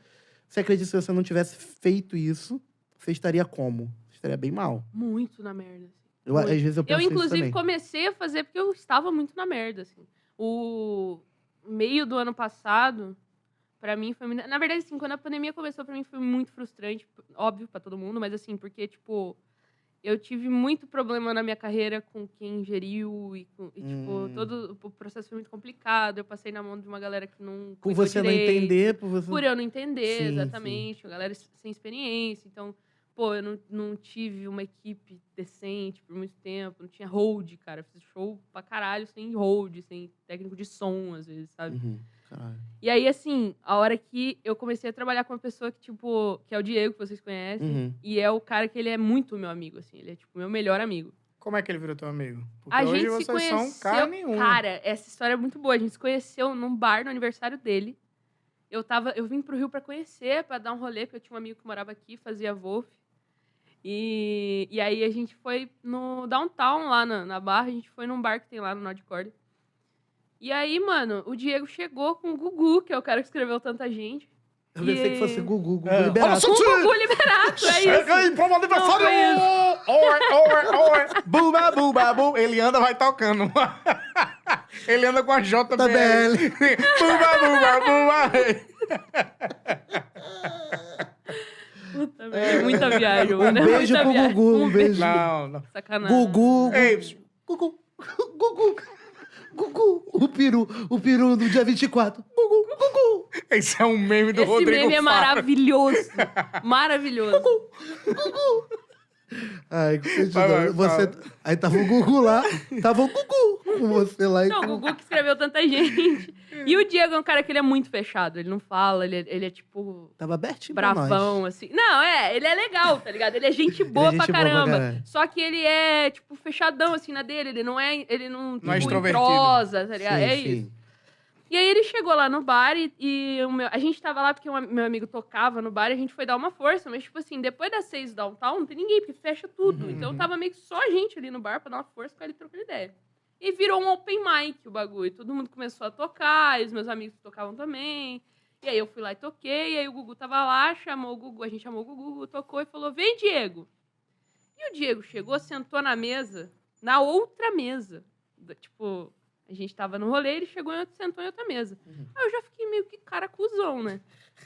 [SPEAKER 2] você acredita que se você não tivesse feito isso, você estaria como? Você estaria bem mal.
[SPEAKER 3] Muito na merda. assim.
[SPEAKER 2] Eu,
[SPEAKER 3] Muito.
[SPEAKER 2] às vezes eu penso
[SPEAKER 3] Eu,
[SPEAKER 2] nisso
[SPEAKER 3] inclusive,
[SPEAKER 2] também.
[SPEAKER 3] comecei a fazer porque eu estava muito na merda, assim. O meio do ano passado, pra mim, foi... muito- Na verdade, assim, quando a pandemia começou, pra mim foi muito frustrante. Óbvio, pra todo mundo, mas assim, porque, tipo... eu tive muito problema na minha carreira com quem geriu e, com- e, tipo,
[SPEAKER 2] Hum.
[SPEAKER 3] todo o processo foi muito complicado. Eu passei na mão de uma galera que não.
[SPEAKER 2] Por
[SPEAKER 3] cuidou
[SPEAKER 2] você não
[SPEAKER 3] direito,
[SPEAKER 2] entender, por você.
[SPEAKER 3] Por eu não
[SPEAKER 2] Sim,
[SPEAKER 3] entender,
[SPEAKER 2] sim.
[SPEAKER 3] exatamente. A galera s- sem experiência. Então, pô, eu não, não tive uma equipe decente por muito tempo. Não tinha hold, cara. Eu fiz show pra caralho sem hold, sem técnico de som, às vezes, sabe?
[SPEAKER 2] Uhum, caralho.
[SPEAKER 3] E aí, assim, a hora que eu comecei a trabalhar com uma pessoa que, tipo, que é o Diego, que vocês conhecem.
[SPEAKER 2] Uhum.
[SPEAKER 3] E é o cara que ele é muito meu amigo, assim. Ele é, tipo, meu melhor amigo.
[SPEAKER 1] Como é que ele virou teu amigo? Porque
[SPEAKER 3] a
[SPEAKER 1] hoje
[SPEAKER 3] gente
[SPEAKER 1] vocês
[SPEAKER 3] se conheceu...
[SPEAKER 1] são um. cara nenhuma.
[SPEAKER 3] Cara, essa história é muito boa. A gente se conheceu num bar no aniversário dele. Eu, tava, eu vim pro Rio pra conhecer, pra dar um rolê, porque eu tinha um amigo que morava aqui, fazia Wolf. E, e aí a gente foi no downtown, lá na, na Barra. A gente foi num bar que tem lá no Nordcord. E aí, mano, o Diego chegou com o Gugu, que é o cara que escreveu tanta gente.
[SPEAKER 2] Eu pensei que fosse
[SPEAKER 3] E-
[SPEAKER 2] Gugu, Gugu
[SPEAKER 1] É.
[SPEAKER 2] liberado.
[SPEAKER 1] Olha só-
[SPEAKER 3] Com o Gugu Liberato, é isso.
[SPEAKER 1] Chega aí, pro aniversário! Oi, oi, oi! Buba, buba, bu. Ele anda, vai tocando. Ele anda com a JBL.
[SPEAKER 2] Tá JBL.
[SPEAKER 1] buba, buba, buba.
[SPEAKER 3] Puta merda, muita viagem,
[SPEAKER 2] Um
[SPEAKER 3] mano. é
[SPEAKER 2] beijo
[SPEAKER 3] muita
[SPEAKER 2] pro
[SPEAKER 3] viagem.
[SPEAKER 2] Gugu, um
[SPEAKER 3] Um
[SPEAKER 2] beijo.
[SPEAKER 1] Não, não.
[SPEAKER 3] Sacanagem.
[SPEAKER 2] Gugu,
[SPEAKER 1] Ei,
[SPEAKER 2] Gugu, Gugu, Gugu, o peru, o peru do dia 24. Gugu, Gugu,
[SPEAKER 1] esse é um meme do
[SPEAKER 3] Esse
[SPEAKER 1] Rodrigo
[SPEAKER 3] meme é
[SPEAKER 1] Faro.
[SPEAKER 3] maravilhoso. maravilhoso.
[SPEAKER 2] Ai, continua.
[SPEAKER 1] Vai, vai,
[SPEAKER 2] você... Aí tava o Gugu lá, tava o Gugu com você lá. e
[SPEAKER 3] Não, o
[SPEAKER 2] com-
[SPEAKER 3] Gugu que escreveu tanta gente. E o Diego é um cara que ele é muito fechado. Ele não fala, ele é, ele é, tipo
[SPEAKER 2] Tava abertinho pra nós.
[SPEAKER 3] bravão, assim. Não, é, ele é legal, tá ligado? Ele é gente boa
[SPEAKER 2] gente boa pra
[SPEAKER 3] pra caramba.
[SPEAKER 2] caralho.
[SPEAKER 3] Só que ele é, tipo, fechadão, assim, na dele. Ele não é. Ele não,
[SPEAKER 1] Não é
[SPEAKER 3] tipo,
[SPEAKER 1] extrovertido.
[SPEAKER 3] entrosa, tá ligado?
[SPEAKER 2] Sim,
[SPEAKER 3] é
[SPEAKER 2] sim.
[SPEAKER 3] isso. E aí ele chegou lá no bar e, e o meu- a gente tava lá porque o meu amigo tocava no bar e a gente foi dar uma força, mas tipo assim, depois das seis do downtown não tem ninguém, porque fecha tudo. Então tava meio que só a gente ali no bar pra dar uma força pra ele trocar ideia. E virou um open mic o bagulho. Todo mundo começou a tocar, e os meus amigos tocavam também. E aí eu fui lá e toquei, e aí o Gugu tava lá, chamou o Gugu, a gente chamou o Gugu, o Gugu tocou e falou: vem, Diego! E o Diego chegou, sentou na mesa, na outra mesa. Da- Tipo, a gente tava no rolê, ele chegou e outro- sentou em outra mesa. Aí eu já fiquei meio que cara cuzão, né?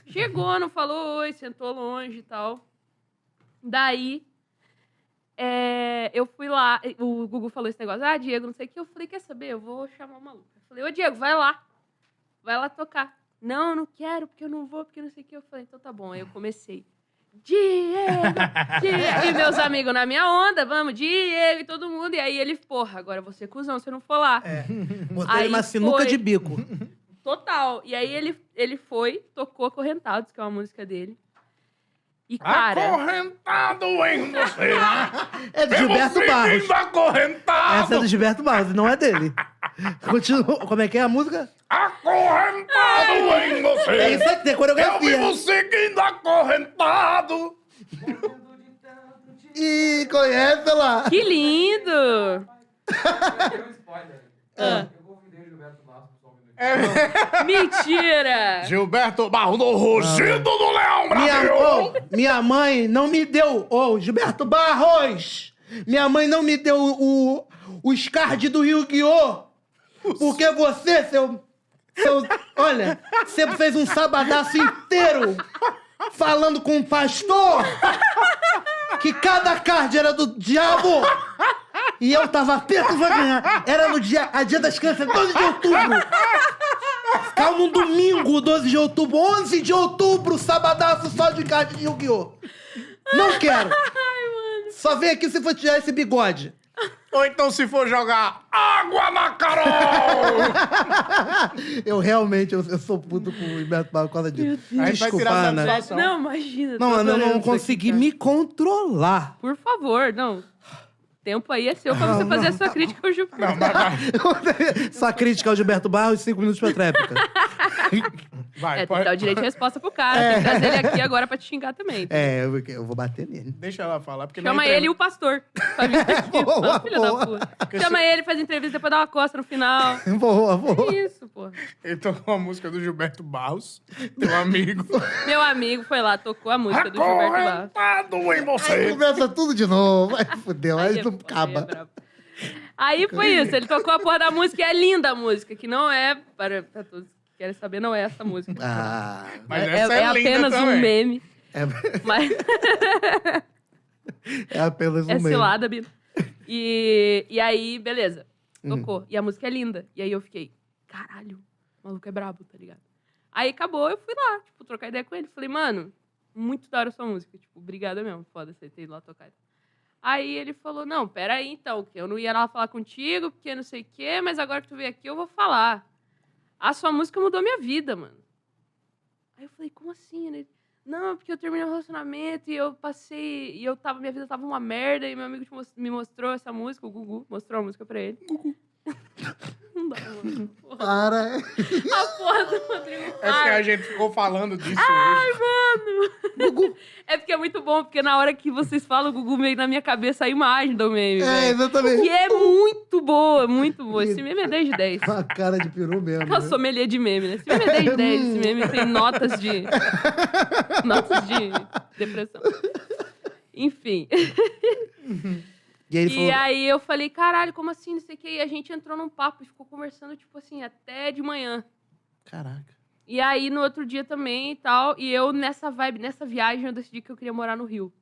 [SPEAKER 3] Chegou, não falou oi, sentou longe e tal. Daí, é, eu fui lá, e o Gugu falou esse negócio, ah, Diego, não sei o que. Eu falei, quer saber? Eu vou chamar o maluco. Eu falei, ô, Diego, vai lá. Vai lá tocar. Não, eu não quero, porque eu não vou, porque não sei o que. Eu falei, então tá bom. Aí eu comecei. Diego! Diego! E meus amigos na minha onda, vamos, Diego e todo mundo. E aí ele, porra, agora você é cuzão, você não for lá.
[SPEAKER 2] Botei
[SPEAKER 3] Aí
[SPEAKER 2] uma sinuca
[SPEAKER 3] foi.
[SPEAKER 2] de bico.
[SPEAKER 3] Total. E
[SPEAKER 2] É.
[SPEAKER 3] aí ele, ele foi, tocou Acorrentados, que é uma música dele. E,
[SPEAKER 2] Ah,
[SPEAKER 3] cara,
[SPEAKER 4] Acorrentado em você.
[SPEAKER 2] É do Gilberto
[SPEAKER 4] Você
[SPEAKER 2] Barros.
[SPEAKER 4] vindo acorrentado.
[SPEAKER 2] Essa é do Gilberto Barros, não é dele. Continua. Como é que é a música?
[SPEAKER 4] Acorrentado em
[SPEAKER 2] É
[SPEAKER 4] você.
[SPEAKER 2] isso aqui, tem
[SPEAKER 4] Eu vi
[SPEAKER 2] coreografia.
[SPEAKER 4] você que indo acorrentado.
[SPEAKER 2] Ih, conhece lá.
[SPEAKER 3] que lindo! Ah,
[SPEAKER 2] É.
[SPEAKER 3] Mentira!
[SPEAKER 1] Gilberto Barro do Rugido do Leão
[SPEAKER 2] Minha,
[SPEAKER 1] Brasil.
[SPEAKER 2] ô, minha mãe não me deu. Ô, Gilberto Barros! Minha mãe não me deu o, os cards do Yu-Gi-Oh! Porque você, seu. seu olha, você fez um sabadaço inteiro falando com um pastor que cada card era do diabo! E eu tava perto de ganhar. Era no dia, a dia das crianças, 12 de outubro. Calma, um domingo, 12 de outubro. 11 de outubro, sabadaço só de card de Yu-Gi-Oh! Não quero. Só vem aqui se for tirar esse bigode.
[SPEAKER 1] Ou então se for jogar ah, água na Carol.
[SPEAKER 2] Eu realmente, eu, eu sou puto com o Gilberto Barros por causa disso.
[SPEAKER 1] A gente vai tirar
[SPEAKER 2] Desculpa,
[SPEAKER 1] a
[SPEAKER 2] Ana.
[SPEAKER 1] satisfação.
[SPEAKER 3] Não, imagina.
[SPEAKER 2] Não,
[SPEAKER 3] tô
[SPEAKER 2] Ana, eu
[SPEAKER 3] adorando
[SPEAKER 2] não
[SPEAKER 3] isso aqui,
[SPEAKER 2] consegui
[SPEAKER 3] cara.
[SPEAKER 2] me controlar.
[SPEAKER 3] Por favor, não. Tempo aí é seu pra você fazer a sua crítica ao Júpiter.
[SPEAKER 2] Só crítica ao Gilberto Barros, cinco minutos pra tréplica.
[SPEAKER 1] Vai,
[SPEAKER 3] É, tem que
[SPEAKER 1] pode-
[SPEAKER 3] dar o direito de resposta pro cara. Tem que trazer ele aqui agora pra te xingar também.
[SPEAKER 2] É, eu, eu vou bater nele.
[SPEAKER 1] Deixa ela falar. Porque
[SPEAKER 3] Chama
[SPEAKER 1] não
[SPEAKER 3] ele e o pastor. Pra vir aqui,
[SPEAKER 2] Boa,
[SPEAKER 3] filho
[SPEAKER 2] boa.
[SPEAKER 3] da puta. Chama ele, faz entrevista pra dar uma costa no final.
[SPEAKER 2] Boa, boa.
[SPEAKER 3] Que isso, pô.
[SPEAKER 1] Ele tocou a música do Gilberto Barros, teu amigo.
[SPEAKER 3] Meu amigo foi lá, tocou a música do Gilberto Barros.
[SPEAKER 4] Acorrentado em você.
[SPEAKER 2] Começa tudo de novo. Aí fudeu, aí
[SPEAKER 3] é
[SPEAKER 2] não
[SPEAKER 3] foda, aí é
[SPEAKER 2] acaba.
[SPEAKER 3] brabo. Aí foi isso, ele tocou a porra da música e é linda a música, que não é, para, pra todos que querem saber, não é essa música.
[SPEAKER 2] Ah,
[SPEAKER 1] Mas essa é, linda
[SPEAKER 3] apenas
[SPEAKER 1] também.
[SPEAKER 3] um meme.
[SPEAKER 2] é-
[SPEAKER 3] Mas...
[SPEAKER 2] É apenas um
[SPEAKER 3] É
[SPEAKER 2] meio.
[SPEAKER 3] cilada, Bino. E, e aí, beleza. Tocou. E a música é linda. E aí eu fiquei, caralho, o maluco é brabo, tá ligado? Aí acabou, eu fui lá, tipo, trocar ideia com ele. Falei, mano, muito da hora sua música. Tipo, obrigada mesmo, foda você ter ido lá tocar. Aí ele falou, não, peraí então, que eu não ia lá falar contigo, porque não sei o quê, mas agora que tu veio aqui eu vou falar. A sua música mudou minha vida, mano. Aí eu falei, como assim? né? Não, porque eu terminei um relacionamento e eu passei. E eu tava, minha vida tava uma merda, e meu amigo te mos- me mostrou essa música, o Gugu mostrou a música pra ele. Gugu. Não dá, mano. Porra.
[SPEAKER 2] Para.
[SPEAKER 3] A porra do Rodrigo
[SPEAKER 1] É porque a
[SPEAKER 3] Faro.
[SPEAKER 1] gente ficou falando disso
[SPEAKER 3] Ah,
[SPEAKER 1] hoje.
[SPEAKER 3] É porque é muito bom, porque na hora que vocês falam, o Gugu veio na minha cabeça a imagem do meme.
[SPEAKER 2] É,
[SPEAKER 3] velho.
[SPEAKER 2] exatamente.
[SPEAKER 3] E é muito boa, muito boa. Esse meme é 10 de 10.
[SPEAKER 2] Com a cara de peru mesmo.
[SPEAKER 3] Eu sou melhor de meme, né? Esse meme é 10 de 10. Esse meme tem notas de. notas de depressão. Enfim.
[SPEAKER 2] E aí ele
[SPEAKER 3] E
[SPEAKER 2] falou...
[SPEAKER 3] aí eu falei, caralho, como assim? Não sei o quê. E a gente entrou num papo e ficou conversando, tipo assim, até de manhã.
[SPEAKER 2] Caraca.
[SPEAKER 3] E aí, no outro dia também e tal. E eu, nessa vibe, nessa viagem, eu decidi que eu queria morar no Rio.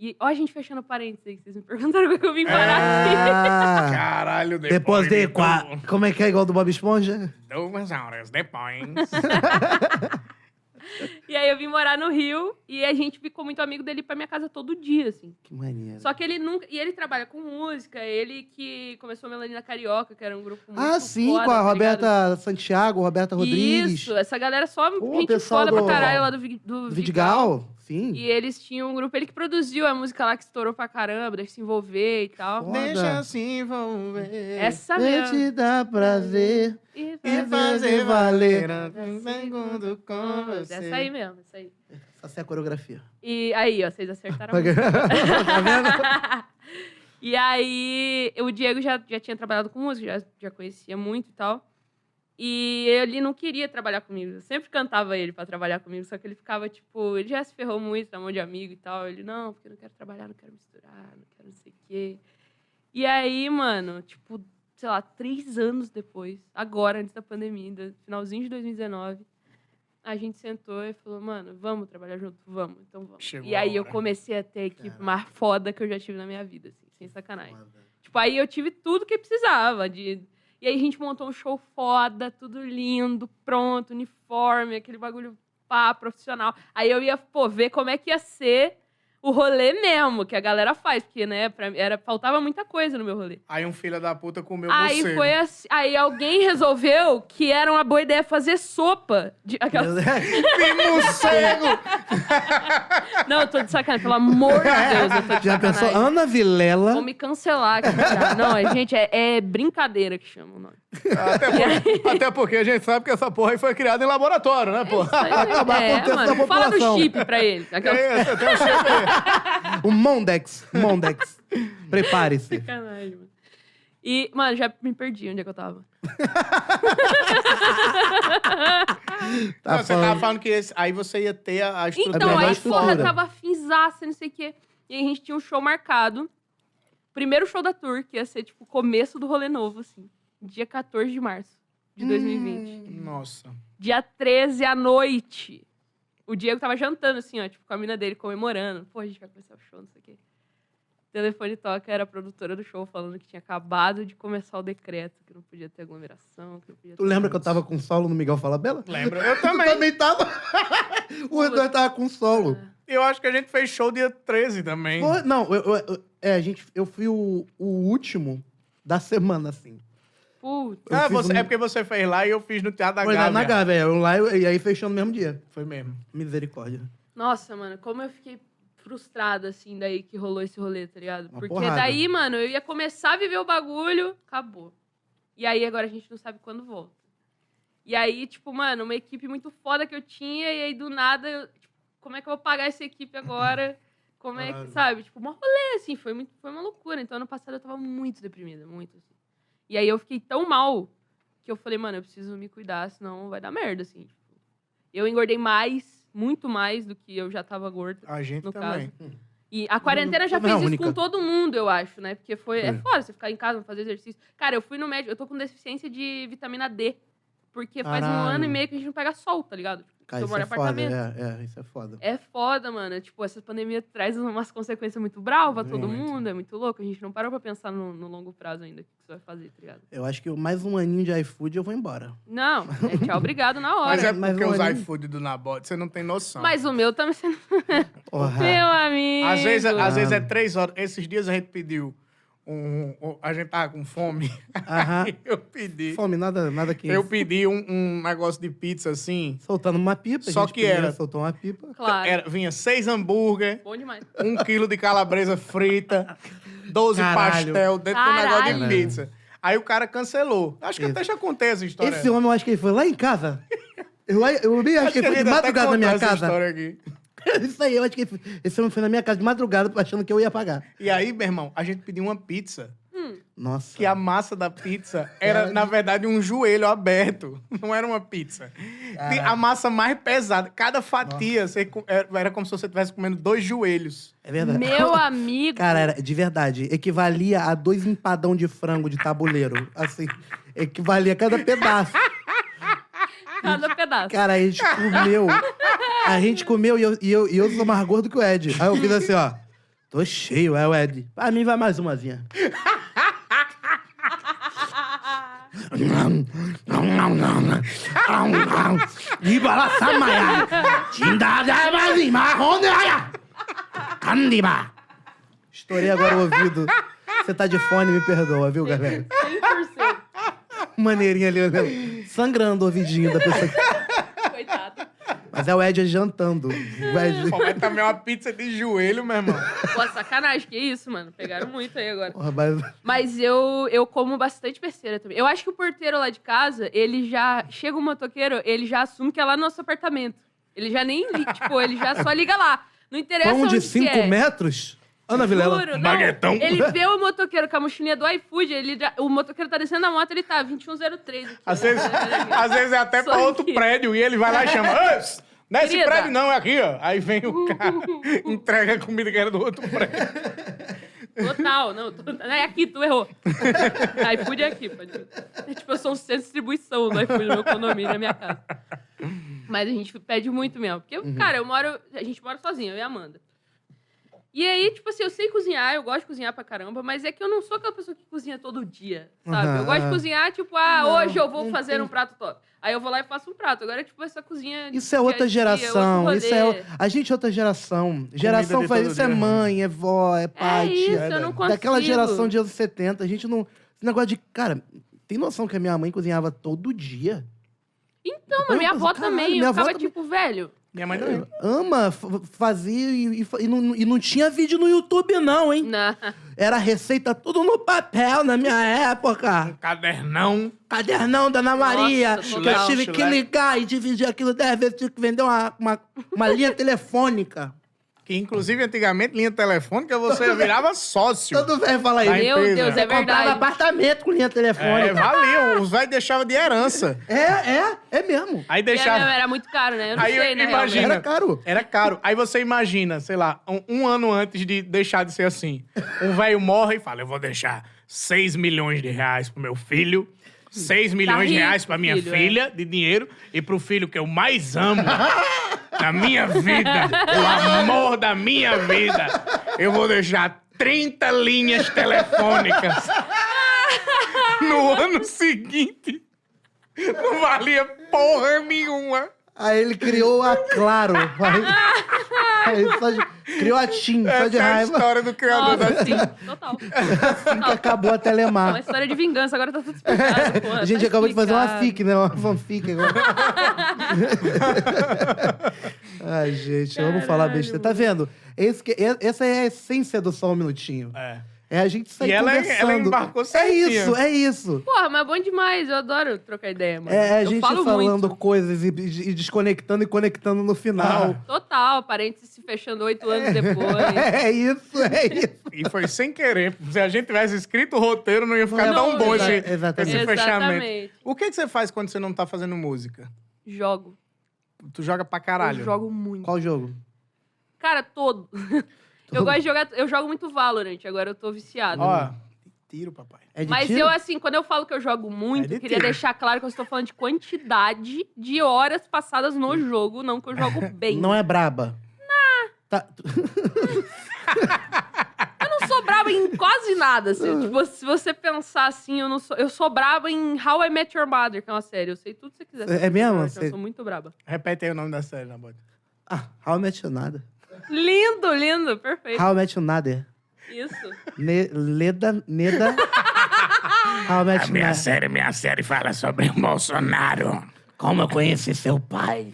[SPEAKER 3] E ó, a gente fechando parênteses aí, que vocês me perguntaram como é que eu vim parar aqui.
[SPEAKER 2] Ah,
[SPEAKER 1] Caralho,
[SPEAKER 2] depois de... qua-
[SPEAKER 1] du-
[SPEAKER 2] Como é que é igual do Bob Esponja?
[SPEAKER 1] Duas horas depois.
[SPEAKER 3] E aí eu vim morar no Rio e a gente ficou muito amigo dele pra minha casa todo dia, assim.
[SPEAKER 2] Que maneiro.
[SPEAKER 3] Só que ele nunca. E ele trabalha com música, ele que começou Melanina Carioca, que era um grupo muito.
[SPEAKER 2] Ah, sim,
[SPEAKER 3] foda,
[SPEAKER 2] com a
[SPEAKER 3] tá ligado?
[SPEAKER 2] Roberta Santiago, Roberta Rodrigues.
[SPEAKER 3] Isso, essa galera só
[SPEAKER 2] Pô,
[SPEAKER 3] gente
[SPEAKER 2] pessoal
[SPEAKER 3] foda pra
[SPEAKER 2] do-
[SPEAKER 3] caralho lá do, Vi- do
[SPEAKER 2] Do Vidigal. Sim.
[SPEAKER 3] E eles tinham um grupo, ele que produziu a música lá que estourou pra caramba, deixa se envolver e tal.
[SPEAKER 2] Foda.
[SPEAKER 1] Deixa assim, vamos ver.
[SPEAKER 3] Essa
[SPEAKER 2] Eu
[SPEAKER 3] mesmo.
[SPEAKER 2] te dá prazer.
[SPEAKER 3] E
[SPEAKER 1] E
[SPEAKER 3] faz-
[SPEAKER 1] fazer valer um segundo com você.
[SPEAKER 3] Essa aí mesmo, essa aí.
[SPEAKER 2] Essa é a coreografia.
[SPEAKER 3] E aí, ó, vocês acertaram a música.
[SPEAKER 2] tá vendo?
[SPEAKER 3] e aí, o Diego já, já tinha trabalhado com música, já, já conhecia muito e tal. E ele não queria trabalhar comigo. Eu sempre cantava ele pra trabalhar comigo, só que ele ficava tipo, ele já se ferrou muito na mão de amigo e tal. Ele, não, porque eu não quero trabalhar, não quero misturar, não quero não sei o quê. E aí, mano, tipo, sei lá, três anos depois, agora, antes da pandemia, ainda, finalzinho de 2019, a gente sentou e falou, mano, vamos trabalhar junto, vamos, então vamos.
[SPEAKER 1] Chegou
[SPEAKER 3] e
[SPEAKER 1] a
[SPEAKER 3] aí eu
[SPEAKER 1] hora.
[SPEAKER 3] comecei a ter a equipe mais foda que eu já tive na minha vida, assim, sem sacanagem.
[SPEAKER 2] Foda.
[SPEAKER 3] Tipo, aí eu tive tudo que precisava. De... E aí a gente montou um show foda, tudo lindo, pronto, uniforme, aquele bagulho pá, profissional. Aí eu ia, pô, ver como é que ia ser o rolê mesmo, que a galera faz, porque, né, pra... era... faltava muita coisa no meu rolê.
[SPEAKER 1] Aí um filho da puta comeu
[SPEAKER 3] aí
[SPEAKER 1] você. né?
[SPEAKER 3] foi assim, aí alguém resolveu que era uma boa ideia fazer sopa de aquela...
[SPEAKER 1] Morcego!
[SPEAKER 3] Não, eu tô de sacanagem, pelo amor de Deus, eu tô de
[SPEAKER 2] Já pensou?
[SPEAKER 3] sacanagem.
[SPEAKER 2] Ana Vilela.
[SPEAKER 3] Vou me cancelar aqui já. Não, é- gente, é, é brincadeira que chamam o nome.
[SPEAKER 1] até, por- até porque a gente sabe que essa porra aí foi criada em laboratório, né, porra?
[SPEAKER 2] Acabar com o
[SPEAKER 3] É,
[SPEAKER 2] texto da
[SPEAKER 3] mano, fala do
[SPEAKER 2] população.
[SPEAKER 3] chip pra ele. tá? Aquela
[SPEAKER 1] É, você tem um chefe aí.
[SPEAKER 2] O Mondex. Mondex. Prepare-se.
[SPEAKER 3] sacanagem, mano. E, mano, já me perdi onde é que eu tava.
[SPEAKER 2] Tá
[SPEAKER 1] Não, você tá tava falando que esse- aí você ia ter a, a estrutura.
[SPEAKER 3] Então,
[SPEAKER 2] É melhor
[SPEAKER 3] aí,
[SPEAKER 2] estrutura.
[SPEAKER 3] porra, tava afinzaça, não sei o quê. E aí a gente tinha um show marcado. Primeiro show da tour, que ia ser, tipo, começo do rolê novo, assim. Dia 14 de março de 2020.
[SPEAKER 2] Hum.
[SPEAKER 1] Nossa.
[SPEAKER 3] Dia 13 à noite. O Diego tava jantando, assim, ó, tipo, com a mina dele comemorando. Pô, a gente vai começar o show, não sei o quê. O telefone toca, era a produtora do show falando que tinha acabado de começar o decreto, que não podia ter aglomeração, que não podia ter.
[SPEAKER 2] Tu lembra que eu tava com solo no Miguel Fala Bela?
[SPEAKER 1] Lembra? Eu
[SPEAKER 2] Tu
[SPEAKER 1] também.
[SPEAKER 2] também tava. Os dois tava com solo.
[SPEAKER 1] Eu acho que a gente fez show dia 13 também.
[SPEAKER 2] Foi- não, eu, eu- eu- é, a gente, eu fui o, o último da semana, assim.
[SPEAKER 3] Puta.
[SPEAKER 2] eu
[SPEAKER 1] Ah,
[SPEAKER 2] fiz
[SPEAKER 1] você-
[SPEAKER 2] um-
[SPEAKER 1] é porque você fez lá e eu fiz no Teatro da
[SPEAKER 2] Foi lá
[SPEAKER 1] Gávea.
[SPEAKER 2] na Gávea. Eu lá eu- e aí fechou no mesmo dia.
[SPEAKER 1] Foi mesmo.
[SPEAKER 2] Misericórdia.
[SPEAKER 3] Nossa, mano, como eu fiquei frustrada, assim, daí que rolou esse rolê, tá ligado?
[SPEAKER 2] Uma
[SPEAKER 3] Porque
[SPEAKER 2] porrada.
[SPEAKER 3] daí, mano, eu ia começar a viver o bagulho, acabou. E aí agora a gente não sabe quando volta. E aí, tipo, mano, uma equipe muito foda que eu tinha, e aí do nada, eu, tipo, como é que eu vou pagar essa equipe agora? Como é que,
[SPEAKER 2] Claro.
[SPEAKER 3] sabe? Tipo, um rolê, assim, foi, muito, foi uma loucura. Então, ano passado eu tava muito deprimida, muito, assim. E aí eu fiquei tão mal que eu falei, mano, eu preciso me cuidar, senão vai dar merda, assim. Tipo, eu engordei mais, muito mais do que eu já tava gorda.
[SPEAKER 1] A gente
[SPEAKER 3] No
[SPEAKER 1] também.
[SPEAKER 3] E a quarentena
[SPEAKER 2] Não,
[SPEAKER 3] já
[SPEAKER 2] não é
[SPEAKER 3] fez
[SPEAKER 2] a
[SPEAKER 3] isso
[SPEAKER 2] única.
[SPEAKER 3] com todo mundo, eu acho, né? Porque foi. É,
[SPEAKER 2] É.
[SPEAKER 3] fora você ficar em casa, não fazer exercício. Cara, eu fui no médico, eu tô com deficiência de vitamina D. Porque faz um
[SPEAKER 2] Caralho.
[SPEAKER 3] ano e meio que a gente não pega sol, tá ligado?
[SPEAKER 2] Cara,
[SPEAKER 3] eu
[SPEAKER 2] isso
[SPEAKER 3] moro em
[SPEAKER 2] é foda.
[SPEAKER 3] apartamento.
[SPEAKER 2] É, é, isso é foda.
[SPEAKER 3] É foda, mano. Tipo, essa pandemia traz umas consequências muito bravas pra todo
[SPEAKER 1] Muito.
[SPEAKER 3] mundo. É muito louco. A gente não parou pra pensar no, no longo prazo ainda. O que que você vai fazer, tá ligado?
[SPEAKER 2] Eu acho que mais um aninho de iFood eu vou embora.
[SPEAKER 3] Não, é tchau, obrigado na hora.
[SPEAKER 1] Mas
[SPEAKER 3] Mas,
[SPEAKER 1] é
[SPEAKER 2] mas
[SPEAKER 1] porque
[SPEAKER 2] não
[SPEAKER 1] os
[SPEAKER 2] é nem-
[SPEAKER 1] iFood do Nabote, você não tem noção.
[SPEAKER 3] o meu também sendo.
[SPEAKER 2] Porra.
[SPEAKER 3] Meu amigo.
[SPEAKER 1] Às vezes, às vezes é
[SPEAKER 2] Ah.
[SPEAKER 1] três horas. Esses dias a gente pediu um. um- a gente tava com fome.
[SPEAKER 2] Aham.
[SPEAKER 1] Eu pedi.
[SPEAKER 2] Fome, nada, nada que.
[SPEAKER 1] Eu pedi um, um negócio de pizza assim.
[SPEAKER 2] Soltando uma pipa. a
[SPEAKER 1] Só
[SPEAKER 2] gente
[SPEAKER 1] que
[SPEAKER 2] primeiro
[SPEAKER 1] era-
[SPEAKER 2] Soltou uma pipa.
[SPEAKER 3] Claro.
[SPEAKER 1] Era- vinha seis hambúrguer,
[SPEAKER 3] Bom demais.
[SPEAKER 1] um quilo de calabresa frita, doze
[SPEAKER 2] Caralho.
[SPEAKER 1] pastel dentro do negócio de
[SPEAKER 3] Caralho.
[SPEAKER 1] pizza. Aí o cara cancelou. Acho que até já contei essa história.
[SPEAKER 2] Esse homem eu acho que ele foi lá em casa. Eu, eu nem acho, que ele foi de
[SPEAKER 1] a gente até
[SPEAKER 2] madrugada na
[SPEAKER 1] contou
[SPEAKER 2] minha
[SPEAKER 1] essa
[SPEAKER 2] casa.
[SPEAKER 1] história aqui.
[SPEAKER 2] Isso aí, eu acho que ele foi- esse homem foi na minha casa de madrugada achando que eu ia pagar.
[SPEAKER 1] E aí, meu irmão, a gente pediu uma pizza.
[SPEAKER 2] Nossa.
[SPEAKER 1] que a massa da pizza era, na verdade, um joelho aberto. Não era uma pizza. Tem A massa mais pesada. Cada fatia você co- era era como se você estivesse comendo dois joelhos.
[SPEAKER 2] É verdade.
[SPEAKER 3] Meu amigo.
[SPEAKER 2] Cara, era, de verdade, equivalia a dois empadão de frango de tabuleiro. Assim, equivalia a cada pedaço.
[SPEAKER 3] cada pedaço.
[SPEAKER 2] Cara, a gente comeu. A gente comeu e eu, e eu, e eu sou mais gordo que o Ed. Aí eu fiz assim, ó. Tô cheio, é o Ed. Pra mim vai mais umazinha.
[SPEAKER 5] Ibala samaya. Chindada mali mahonaya. é? Kandiba.
[SPEAKER 2] Estourei agora o ouvido. Você tá de fone, me perdoa, viu, galera?
[SPEAKER 3] 100%.
[SPEAKER 2] Maneirinha ali, olhando. Sangrando o ouvidinho da pessoa.
[SPEAKER 3] Coitado.
[SPEAKER 2] Mas é o Ed jantando. O Ed...
[SPEAKER 1] Pô, mas também é uma pizza de joelho, meu irmão.
[SPEAKER 3] Pô, sacanagem. Que isso, mano. Pegaram muito aí agora.
[SPEAKER 2] Porra, mas...
[SPEAKER 3] Mas eu, eu como bastante besteira também. Eu acho que o porteiro lá de casa, ele já. Chega o motoqueiro, ele já assume que é lá no nosso apartamento. Ele já nem. li- tipo, ele já só liga lá. Não interessa
[SPEAKER 2] Pão
[SPEAKER 3] onde
[SPEAKER 2] de
[SPEAKER 3] que
[SPEAKER 2] 5
[SPEAKER 3] é.
[SPEAKER 2] metros? Ana Vilela.
[SPEAKER 3] Juro, não.
[SPEAKER 4] Baguetão.
[SPEAKER 3] Ele vê o motoqueiro com a mochilinha do iFood, ele já- o motoqueiro tá descendo a moto, ele tá 2103 aqui.
[SPEAKER 1] Às
[SPEAKER 3] né?
[SPEAKER 1] vezes, às vezes é até
[SPEAKER 3] Só
[SPEAKER 1] pra outro
[SPEAKER 3] aqui.
[SPEAKER 1] prédio e ele vai lá e chama. "Ô, pss, Não é esse
[SPEAKER 3] Querida.
[SPEAKER 1] prédio, não, é aqui, ó. Aí vem o cara, entrega a comida que era do outro prédio.
[SPEAKER 3] Total, não. to- É aqui, tu errou. iFood é aqui, pode ver. É tipo, eu sou um centro de distribuição do iFood no meu condomínio, na minha casa. Mas a gente pede muito mesmo. Porque,
[SPEAKER 2] Uhum.
[SPEAKER 3] cara, eu moro. A gente mora sozinha, eu e a Amanda. E aí, tipo assim, eu sei cozinhar, eu gosto de cozinhar pra caramba, mas é que eu não sou aquela pessoa que cozinha todo dia, sabe?
[SPEAKER 2] Aham,
[SPEAKER 3] Eu gosto de
[SPEAKER 2] aham.
[SPEAKER 3] cozinhar, tipo, ah,
[SPEAKER 2] Não,
[SPEAKER 3] hoje eu vou
[SPEAKER 2] não
[SPEAKER 3] fazer
[SPEAKER 2] tem-
[SPEAKER 3] um prato top. Aí eu vou lá e faço um prato. Agora, tipo, essa cozinha. de
[SPEAKER 2] Isso é
[SPEAKER 3] dia a
[SPEAKER 2] outra
[SPEAKER 3] dia, outro
[SPEAKER 2] geração. Isso é,
[SPEAKER 3] rolê.
[SPEAKER 2] o- a gente é outra geração. Geração
[SPEAKER 1] de
[SPEAKER 2] faz
[SPEAKER 1] todo
[SPEAKER 2] isso é
[SPEAKER 1] dia. né?
[SPEAKER 2] mãe, é vó, é pai.
[SPEAKER 3] É
[SPEAKER 2] tia.
[SPEAKER 3] isso, eu não consigo.
[SPEAKER 2] Daquela geração de anos 70, a gente não. Esse negócio de. Cara, tem noção que a minha mãe cozinhava todo dia?
[SPEAKER 3] Então,
[SPEAKER 2] Eu
[SPEAKER 3] mas minha avó
[SPEAKER 2] penso, caralho,
[SPEAKER 3] também.
[SPEAKER 2] minha
[SPEAKER 3] Eu
[SPEAKER 2] avó
[SPEAKER 3] ficava,
[SPEAKER 2] também.
[SPEAKER 3] tipo, velho.
[SPEAKER 1] Minha mãe também.
[SPEAKER 2] Ama f- fazer e, e fa- e não, e não tinha vídeo no YouTube, não, hein?
[SPEAKER 3] Na...
[SPEAKER 2] Era receita tudo no papel na minha época.
[SPEAKER 4] Cadernão.
[SPEAKER 2] Cadernão da Ana Maria,
[SPEAKER 3] total.
[SPEAKER 2] que eu tive que
[SPEAKER 1] Chulé.
[SPEAKER 2] ligar e dividir aquilo dez vezes, tive que vender uma, uma, uma linha telefônica.
[SPEAKER 1] Que inclusive antigamente linha telefônica você virava sócio.
[SPEAKER 2] Todo velho fala isso.
[SPEAKER 1] Aí
[SPEAKER 3] Meu
[SPEAKER 1] empresa.
[SPEAKER 3] Deus, é
[SPEAKER 2] Eu comprava
[SPEAKER 3] verdade.
[SPEAKER 2] apartamento com linha
[SPEAKER 1] É,
[SPEAKER 2] telefônica.
[SPEAKER 1] valia. Os velhos deixavam de herança.
[SPEAKER 2] É, é, é mesmo.
[SPEAKER 1] Aí
[SPEAKER 3] É, não,
[SPEAKER 1] deixava.
[SPEAKER 3] era muito caro, né? Eu não
[SPEAKER 1] Aí eu
[SPEAKER 3] sei, né?
[SPEAKER 1] imagino.
[SPEAKER 3] realmente.
[SPEAKER 2] Era caro.
[SPEAKER 1] Era caro. Aí você imagina, sei lá, um, um ano antes de deixar de ser assim. Um velho morre e fala: Eu vou deixar 6 milhões de reais pro meu filho, 6 milhões de
[SPEAKER 3] Tá rico,
[SPEAKER 1] reais pra minha
[SPEAKER 3] filho, é.
[SPEAKER 1] filha, de dinheiro, e pro filho que eu mais amo na minha vida, o amor da minha vida, eu vou deixar 30 linhas telefônicas. No ano seguinte, não valia porra nenhuma.
[SPEAKER 2] Aí ele criou a Claro. Aí, aí só de, criou a Tim, só
[SPEAKER 1] Essa
[SPEAKER 2] de
[SPEAKER 1] é a
[SPEAKER 2] raiva.
[SPEAKER 1] história do criador
[SPEAKER 2] né?
[SPEAKER 1] da
[SPEAKER 3] Nossa, sim, assim. total.
[SPEAKER 2] Que acabou a
[SPEAKER 3] É uma
[SPEAKER 2] Telemar.
[SPEAKER 3] história de vingança, agora tá tudo explicado. Pô,
[SPEAKER 2] A gente
[SPEAKER 3] tá
[SPEAKER 2] acabou de fazer uma
[SPEAKER 3] explicado.
[SPEAKER 2] fic, né? Uma fanfic agora. Ai, gente, vamos falar besteira. Tá vendo? Esse que- e- essa é a essência do Só Um Minutinho.
[SPEAKER 1] É.
[SPEAKER 2] É a gente sair
[SPEAKER 1] E ela- ela
[SPEAKER 2] conversando.
[SPEAKER 1] embarcou
[SPEAKER 2] é
[SPEAKER 1] certinha.
[SPEAKER 2] isso, é isso.
[SPEAKER 3] Porra, mas é bom demais, eu adoro trocar ideia, mano.
[SPEAKER 2] É, a
[SPEAKER 3] eu
[SPEAKER 2] gente
[SPEAKER 3] falo
[SPEAKER 2] falando
[SPEAKER 3] muito.
[SPEAKER 2] coisas e, e desconectando e conectando no
[SPEAKER 3] Ah,
[SPEAKER 2] final.
[SPEAKER 3] Total, parênteses se fechando oito anos depois.
[SPEAKER 2] É isso, é isso.
[SPEAKER 1] E foi sem querer. Se a gente tivesse escrito o roteiro, não ia ficar
[SPEAKER 2] Não,
[SPEAKER 1] tão bom
[SPEAKER 2] exa-
[SPEAKER 1] esse,
[SPEAKER 2] exatamente.
[SPEAKER 1] esse fechamento.
[SPEAKER 3] Exatamente.
[SPEAKER 1] O que, que você faz quando você não tá fazendo música?
[SPEAKER 3] Jogo.
[SPEAKER 1] Tu joga pra
[SPEAKER 3] Eu
[SPEAKER 1] caralho.
[SPEAKER 3] jogo muito.
[SPEAKER 2] Qual jogo?
[SPEAKER 3] Cara, todo. Eu gosto de jogar. Eu jogo muito Valorant, agora eu tô viciado.
[SPEAKER 1] Ó, tiro, papai.
[SPEAKER 2] É de
[SPEAKER 3] Mas
[SPEAKER 2] tiro?
[SPEAKER 3] eu, assim, quando eu falo que eu jogo muito,
[SPEAKER 1] É de
[SPEAKER 3] eu queria
[SPEAKER 1] tiro.
[SPEAKER 3] deixar claro que eu estou falando de quantidade de horas passadas no jogo, não que eu jogo bem.
[SPEAKER 2] Não é braba. Tá-
[SPEAKER 3] Eu não sou braba em quase nada,
[SPEAKER 2] Uhum.
[SPEAKER 3] assim. tipo, se você pensar assim, eu não sou. Eu sou braba em How I Met Your Mother, que é uma série. Eu sei tudo que você quiser.
[SPEAKER 2] É mesmo?
[SPEAKER 3] Eu
[SPEAKER 2] Você-
[SPEAKER 3] sou muito braba.
[SPEAKER 1] Repete aí o nome da série, na bota.
[SPEAKER 2] Ah, How I Met Your Nada.
[SPEAKER 3] Lindo, lindo, perfeito.
[SPEAKER 2] How I Met Your Nada.
[SPEAKER 3] Isso.
[SPEAKER 2] Ne- Leda, Neda. How I
[SPEAKER 4] A
[SPEAKER 2] Met Your
[SPEAKER 4] minha
[SPEAKER 2] Nada.
[SPEAKER 4] série, minha série fala sobre o Bolsonaro.
[SPEAKER 5] Como eu conheci seu pai?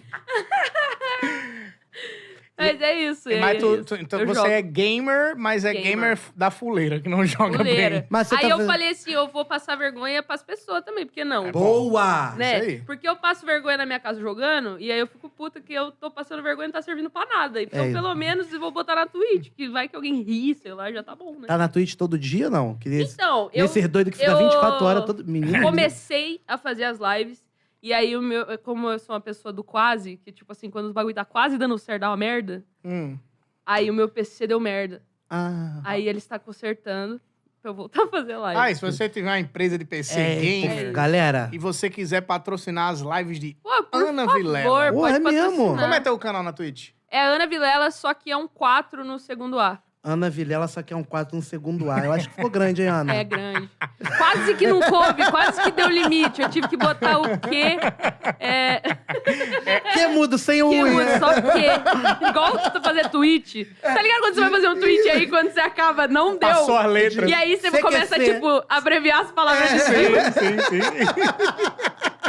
[SPEAKER 3] Mas é isso. e
[SPEAKER 1] Mas
[SPEAKER 3] é
[SPEAKER 1] tu-
[SPEAKER 3] isso.
[SPEAKER 1] tu- então
[SPEAKER 3] Eu
[SPEAKER 1] você
[SPEAKER 3] jogo.
[SPEAKER 1] é gamer, mas é gamer,
[SPEAKER 3] Gamer.
[SPEAKER 1] da fuleira, que não joga
[SPEAKER 3] Fuleira.
[SPEAKER 1] bem.
[SPEAKER 2] Mas você
[SPEAKER 3] Aí
[SPEAKER 2] tá
[SPEAKER 3] eu
[SPEAKER 2] fazendo-
[SPEAKER 3] falei assim, eu vou passar vergonha pras pessoas também, porque não?
[SPEAKER 2] Boa!
[SPEAKER 1] Ah, Isso aí.
[SPEAKER 3] né? Porque eu passo vergonha na minha casa jogando, e aí eu fico puta que eu tô passando vergonha e não tá servindo pra nada. Então,
[SPEAKER 2] É.
[SPEAKER 3] pelo menos, eu vou botar na Twitch, que vai que alguém ri, sei lá, já tá bom, né?
[SPEAKER 1] Ah,
[SPEAKER 2] Tá na Twitch todo dia ou não? Que esse-
[SPEAKER 3] Então, eu
[SPEAKER 2] Esses doidos que fica
[SPEAKER 3] eu-
[SPEAKER 2] 24 horas todo. Menino.
[SPEAKER 3] comecei a fazer as lives, e aí, o meu, como eu sou uma pessoa do quase, que tipo assim, quando os bagulho tá quase dando certo, dá uma merda,
[SPEAKER 1] Hum.
[SPEAKER 3] aí o meu PC deu merda.
[SPEAKER 2] Ah.
[SPEAKER 3] Aí ele está consertando pra eu voltar a fazer live.
[SPEAKER 1] Ah, e se você tiver uma empresa de PC
[SPEAKER 2] É,
[SPEAKER 1] gamer
[SPEAKER 2] pô, galera.
[SPEAKER 4] é.
[SPEAKER 1] e você quiser patrocinar as lives de.
[SPEAKER 3] Pô, por
[SPEAKER 1] Ana
[SPEAKER 3] favor,
[SPEAKER 1] Vilela.
[SPEAKER 2] Pô,
[SPEAKER 3] pode
[SPEAKER 2] é mesmo?
[SPEAKER 3] patrocinar.
[SPEAKER 1] Como é teu canal na Twitch?
[SPEAKER 3] É a Ana Vilela, só que é um 4 no segundo A.
[SPEAKER 2] Ana Vilela só quer um 4 no segundo A. Eu acho que ficou grande, hein, Ana?
[SPEAKER 3] É grande. Quase que não coube, quase que deu limite. Eu tive que botar o quê? É,
[SPEAKER 2] Que mudo sem o U,
[SPEAKER 3] que, mano,
[SPEAKER 2] né?
[SPEAKER 3] só quê? Igual você fazer tweet. Tá ligado quando você vai fazer um tweet aí, quando você acaba, não deu.
[SPEAKER 1] Passou as letras.
[SPEAKER 3] E aí você
[SPEAKER 2] CQC.
[SPEAKER 3] começa, tipo, a abreviar as palavras de tweet.
[SPEAKER 1] sim, sim.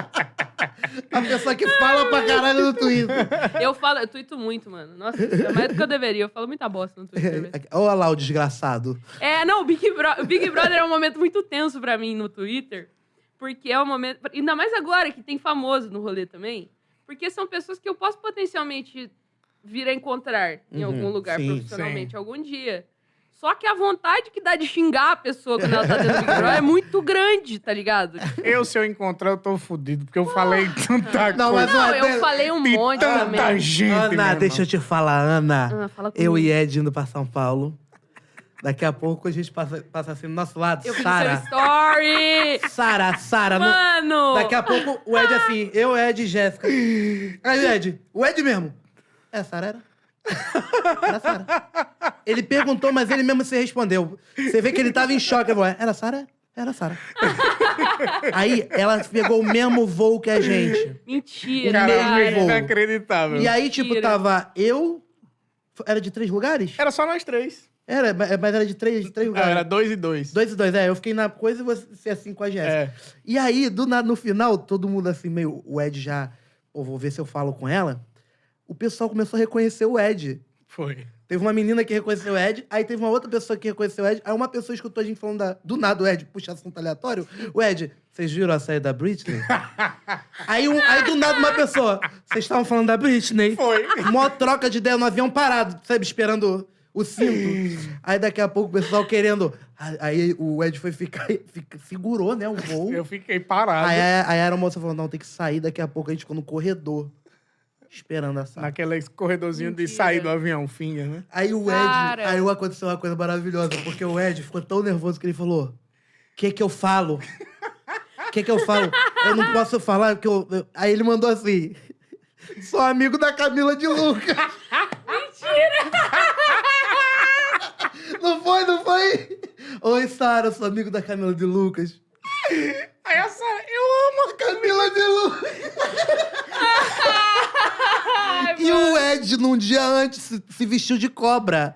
[SPEAKER 2] A pessoa que fala pra caralho no Twitter.
[SPEAKER 3] Eu falo, eu tweeto muito, mano. Nossa, é mais do que eu deveria. Eu falo muita bosta no Twitter. velho.
[SPEAKER 2] Olha lá o desgraçado.
[SPEAKER 3] É, não, o Big, Bro- o Big Brother é um momento muito tenso pra mim no Twitter. Porque é um momento. Ainda mais agora que tem famoso no rolê também. Porque são pessoas que eu posso potencialmente vir a encontrar em algum lugar
[SPEAKER 2] Uhum. sim,
[SPEAKER 3] profissionalmente algum dia. Só que a vontade que dá de xingar a pessoa quando ela tá dentro do Big Brother é muito grande, tá ligado?
[SPEAKER 1] Eu, se eu encontrar, eu tô fudido, porque eu falei tanta
[SPEAKER 2] Não, é
[SPEAKER 1] coisa.
[SPEAKER 2] mas
[SPEAKER 3] Ah. Não,
[SPEAKER 2] olha,
[SPEAKER 3] eu falei um
[SPEAKER 1] de
[SPEAKER 3] monte
[SPEAKER 1] tanta
[SPEAKER 3] também.
[SPEAKER 1] gente, meu
[SPEAKER 2] Ana,
[SPEAKER 1] né, irmão.
[SPEAKER 2] deixa eu te falar, Ana.
[SPEAKER 3] Ah, fala comigo.
[SPEAKER 2] eu e Ed indo pra São Paulo. Daqui a pouco a gente passa, passa assim do nosso lado.
[SPEAKER 3] Eu vi seu
[SPEAKER 2] Sara,
[SPEAKER 3] story!
[SPEAKER 2] Sara, Sara. no-
[SPEAKER 3] Mano! Ah.
[SPEAKER 2] Daqui a pouco o Ed assim, eu, Ed e Jéssica. Aí o Ed, o Ed mesmo. É, Sara era. Era Sara. Ele perguntou, mas ele mesmo se respondeu. Você vê que ele tava em choque. Ele falou, "É, era Sara? Era Sara. Aí ela pegou o mesmo voo que a gente.
[SPEAKER 3] Mentira,
[SPEAKER 2] Caralho,
[SPEAKER 3] cara.
[SPEAKER 2] meu irmão.
[SPEAKER 1] Inacreditável.
[SPEAKER 2] E aí, tipo,
[SPEAKER 3] Mentira.
[SPEAKER 2] tava eu. Era de três lugares?
[SPEAKER 1] Era só nós três.
[SPEAKER 2] Era, mas mas era de três, de três
[SPEAKER 1] Ah, era
[SPEAKER 2] lugares.
[SPEAKER 1] dois e dois.
[SPEAKER 2] É. Dois e dois, é. Eu fiquei na coisa e você assim com a Jéssica.
[SPEAKER 1] É.
[SPEAKER 2] E aí, do nada, no final, todo mundo assim, meio. O Ed já. Pô, vou ver se eu falo com ela. O pessoal começou a reconhecer o Ed.
[SPEAKER 1] Foi.
[SPEAKER 2] Teve uma menina que reconheceu o Ed, aí teve uma outra pessoa que reconheceu o Ed, aí uma pessoa escutou a gente falando da- do nada o Ed, puxa assunto aleatório. O Ed, vocês viram a série da Britney? aí, um- aí do nada uma pessoa, vocês estavam falando da Britney?
[SPEAKER 1] Foi.
[SPEAKER 2] Mó troca de ideia no avião parado, sabe, esperando o cinto. Aí daqui a pouco o pessoal querendo. Aí- Aí o Ed foi ficar, fica- segurou, né, o voo.
[SPEAKER 1] Eu fiquei parado
[SPEAKER 2] Aí, é- a- aí a aeromoça falou: não, tem que sair daqui a pouco. A gente ficou no corredor, esperando a sala.
[SPEAKER 1] naquele corredorzinho de
[SPEAKER 3] Mentira.
[SPEAKER 1] sair do avião, finga, né?
[SPEAKER 2] Aí o Ed.
[SPEAKER 3] Cara.
[SPEAKER 2] Aí aconteceu uma coisa maravilhosa, porque o Ed ficou tão nervoso que ele falou: O que que eu falo? O que que eu falo? Eu não posso falar, porque eu. eu-" Aí ele mandou assim: Sou amigo da Camila de Lucas. Mentira! Não foi, não foi? Oi, Sara, sou amigo da Camila de Lucas.
[SPEAKER 1] Aí a Sara, eu amo.
[SPEAKER 2] Camila de Lucas.
[SPEAKER 3] Ai,
[SPEAKER 2] E o Ed, num dia antes, se- se vestiu de cobra.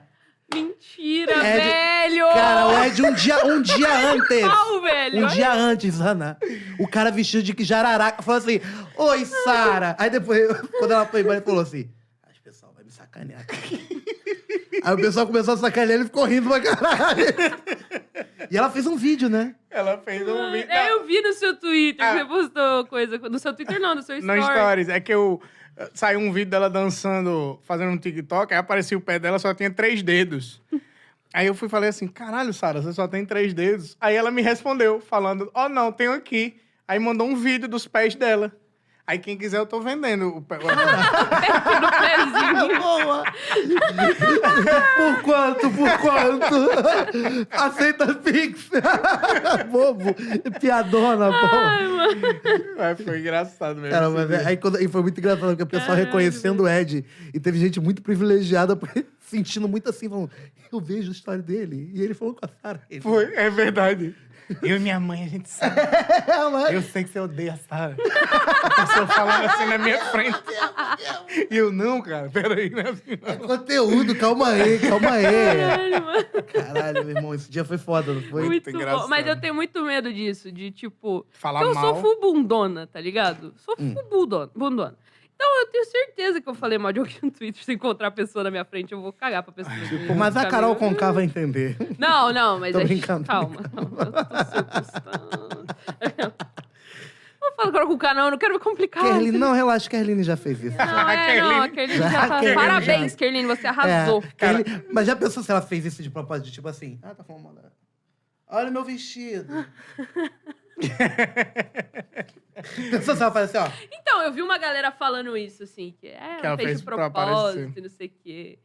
[SPEAKER 3] Mentira,
[SPEAKER 2] Ed-
[SPEAKER 3] velho!
[SPEAKER 2] Cara, o Ed um dia, um dia antes.
[SPEAKER 3] Não, velho.
[SPEAKER 2] Um dia antes, Ana. O cara vestido de jararaca falou assim: Oi, Sara. Aí depois, quando ela foi embora, ele falou assim: As pessoal vai me sacanear. Aí o pessoal começou a sacanear ele ficou rindo pra caralho. E ela fez um vídeo, né?
[SPEAKER 1] Ela fez um vídeo.
[SPEAKER 3] É, eu vi no seu Twitter,
[SPEAKER 1] Ah.
[SPEAKER 3] você postou coisa. No seu Twitter não, no seu
[SPEAKER 1] No
[SPEAKER 3] story.
[SPEAKER 1] Stories. É que eu. Saiu um vídeo dela dançando, fazendo um TikTok, aí aparecia o pé dela, só tinha três dedos. Aí eu fui e falei assim: caralho, Sara, você só tem três dedos. "Oh, Aí ela me respondeu, falando: ó, não, tenho aqui. Aí mandou um vídeo dos pés dela. Aí quem quiser, eu tô vendendo. o pe-
[SPEAKER 3] No pezinho.
[SPEAKER 2] Boa! Por quanto, por quanto? Aceita Pix. Bobo. Piadona, boa.
[SPEAKER 1] Aí foi engraçado mesmo.
[SPEAKER 2] Cara, mas é- aí, quando- aí foi muito engraçado, porque o pessoal
[SPEAKER 3] Caralho,
[SPEAKER 2] reconhecendo o Ed. E teve gente muito privilegiada, porque- sentindo muito assim, falando, eu vejo a história dele. E ele falou com a Sara. Ele-
[SPEAKER 1] Foi, é verdade. Eu e minha mãe, a gente sabe.
[SPEAKER 2] É, mas-
[SPEAKER 1] Eu sei que você odeia a Sara. A pessoa falando assim na minha frente. E eu, não, cara, peraí, né?
[SPEAKER 2] Conteúdo, calma aí, calma aí.
[SPEAKER 3] Caralho, mano.
[SPEAKER 2] Caralho, meu irmão, esse dia foi foda, não foi?
[SPEAKER 3] Muito bom.
[SPEAKER 1] engraçado.
[SPEAKER 3] Mas eu tenho muito medo disso, de tipo.
[SPEAKER 1] Falar
[SPEAKER 3] porque eu
[SPEAKER 1] mal.
[SPEAKER 3] sou fubundona, tá ligado? Sou fubundona. bundona. Então eu tenho certeza que eu falei mal de alguém no Twitter. Se encontrar a pessoa na minha frente, eu vou cagar pra pessoa.
[SPEAKER 2] Tipo, Mas a
[SPEAKER 3] Sabe?
[SPEAKER 2] Carol Conká vai entender.
[SPEAKER 3] Não, não, mas
[SPEAKER 2] Tô
[SPEAKER 3] é-
[SPEAKER 2] brincando, tô
[SPEAKER 3] calma, calma. Eu tô circunstando. Não fala agora com o canal, eu não quero me complicar.
[SPEAKER 2] Kerline, não, relaxa, Kerline já fez isso.
[SPEAKER 3] Não, é, não, a
[SPEAKER 1] Kerline-
[SPEAKER 3] Kerline já
[SPEAKER 2] Já,
[SPEAKER 3] tá.
[SPEAKER 2] Ah, Kerline
[SPEAKER 3] Parabéns,
[SPEAKER 2] já.
[SPEAKER 3] Kerline, você
[SPEAKER 2] É,
[SPEAKER 3] arrasou.
[SPEAKER 2] Kerline- mas já pensou se ela fez isso de propósito, de tipo assim? Ah, tá falando mal dela. Olha o meu vestido.
[SPEAKER 3] Ah.
[SPEAKER 2] pensou se ela faz assim, ó.
[SPEAKER 3] Então, eu vi uma galera falando isso, assim, que é,
[SPEAKER 1] Que
[SPEAKER 3] ela
[SPEAKER 1] ela
[SPEAKER 3] fez
[SPEAKER 1] fez
[SPEAKER 3] de
[SPEAKER 1] pra
[SPEAKER 3] propósito,
[SPEAKER 1] aparecer.
[SPEAKER 3] não sei o quê.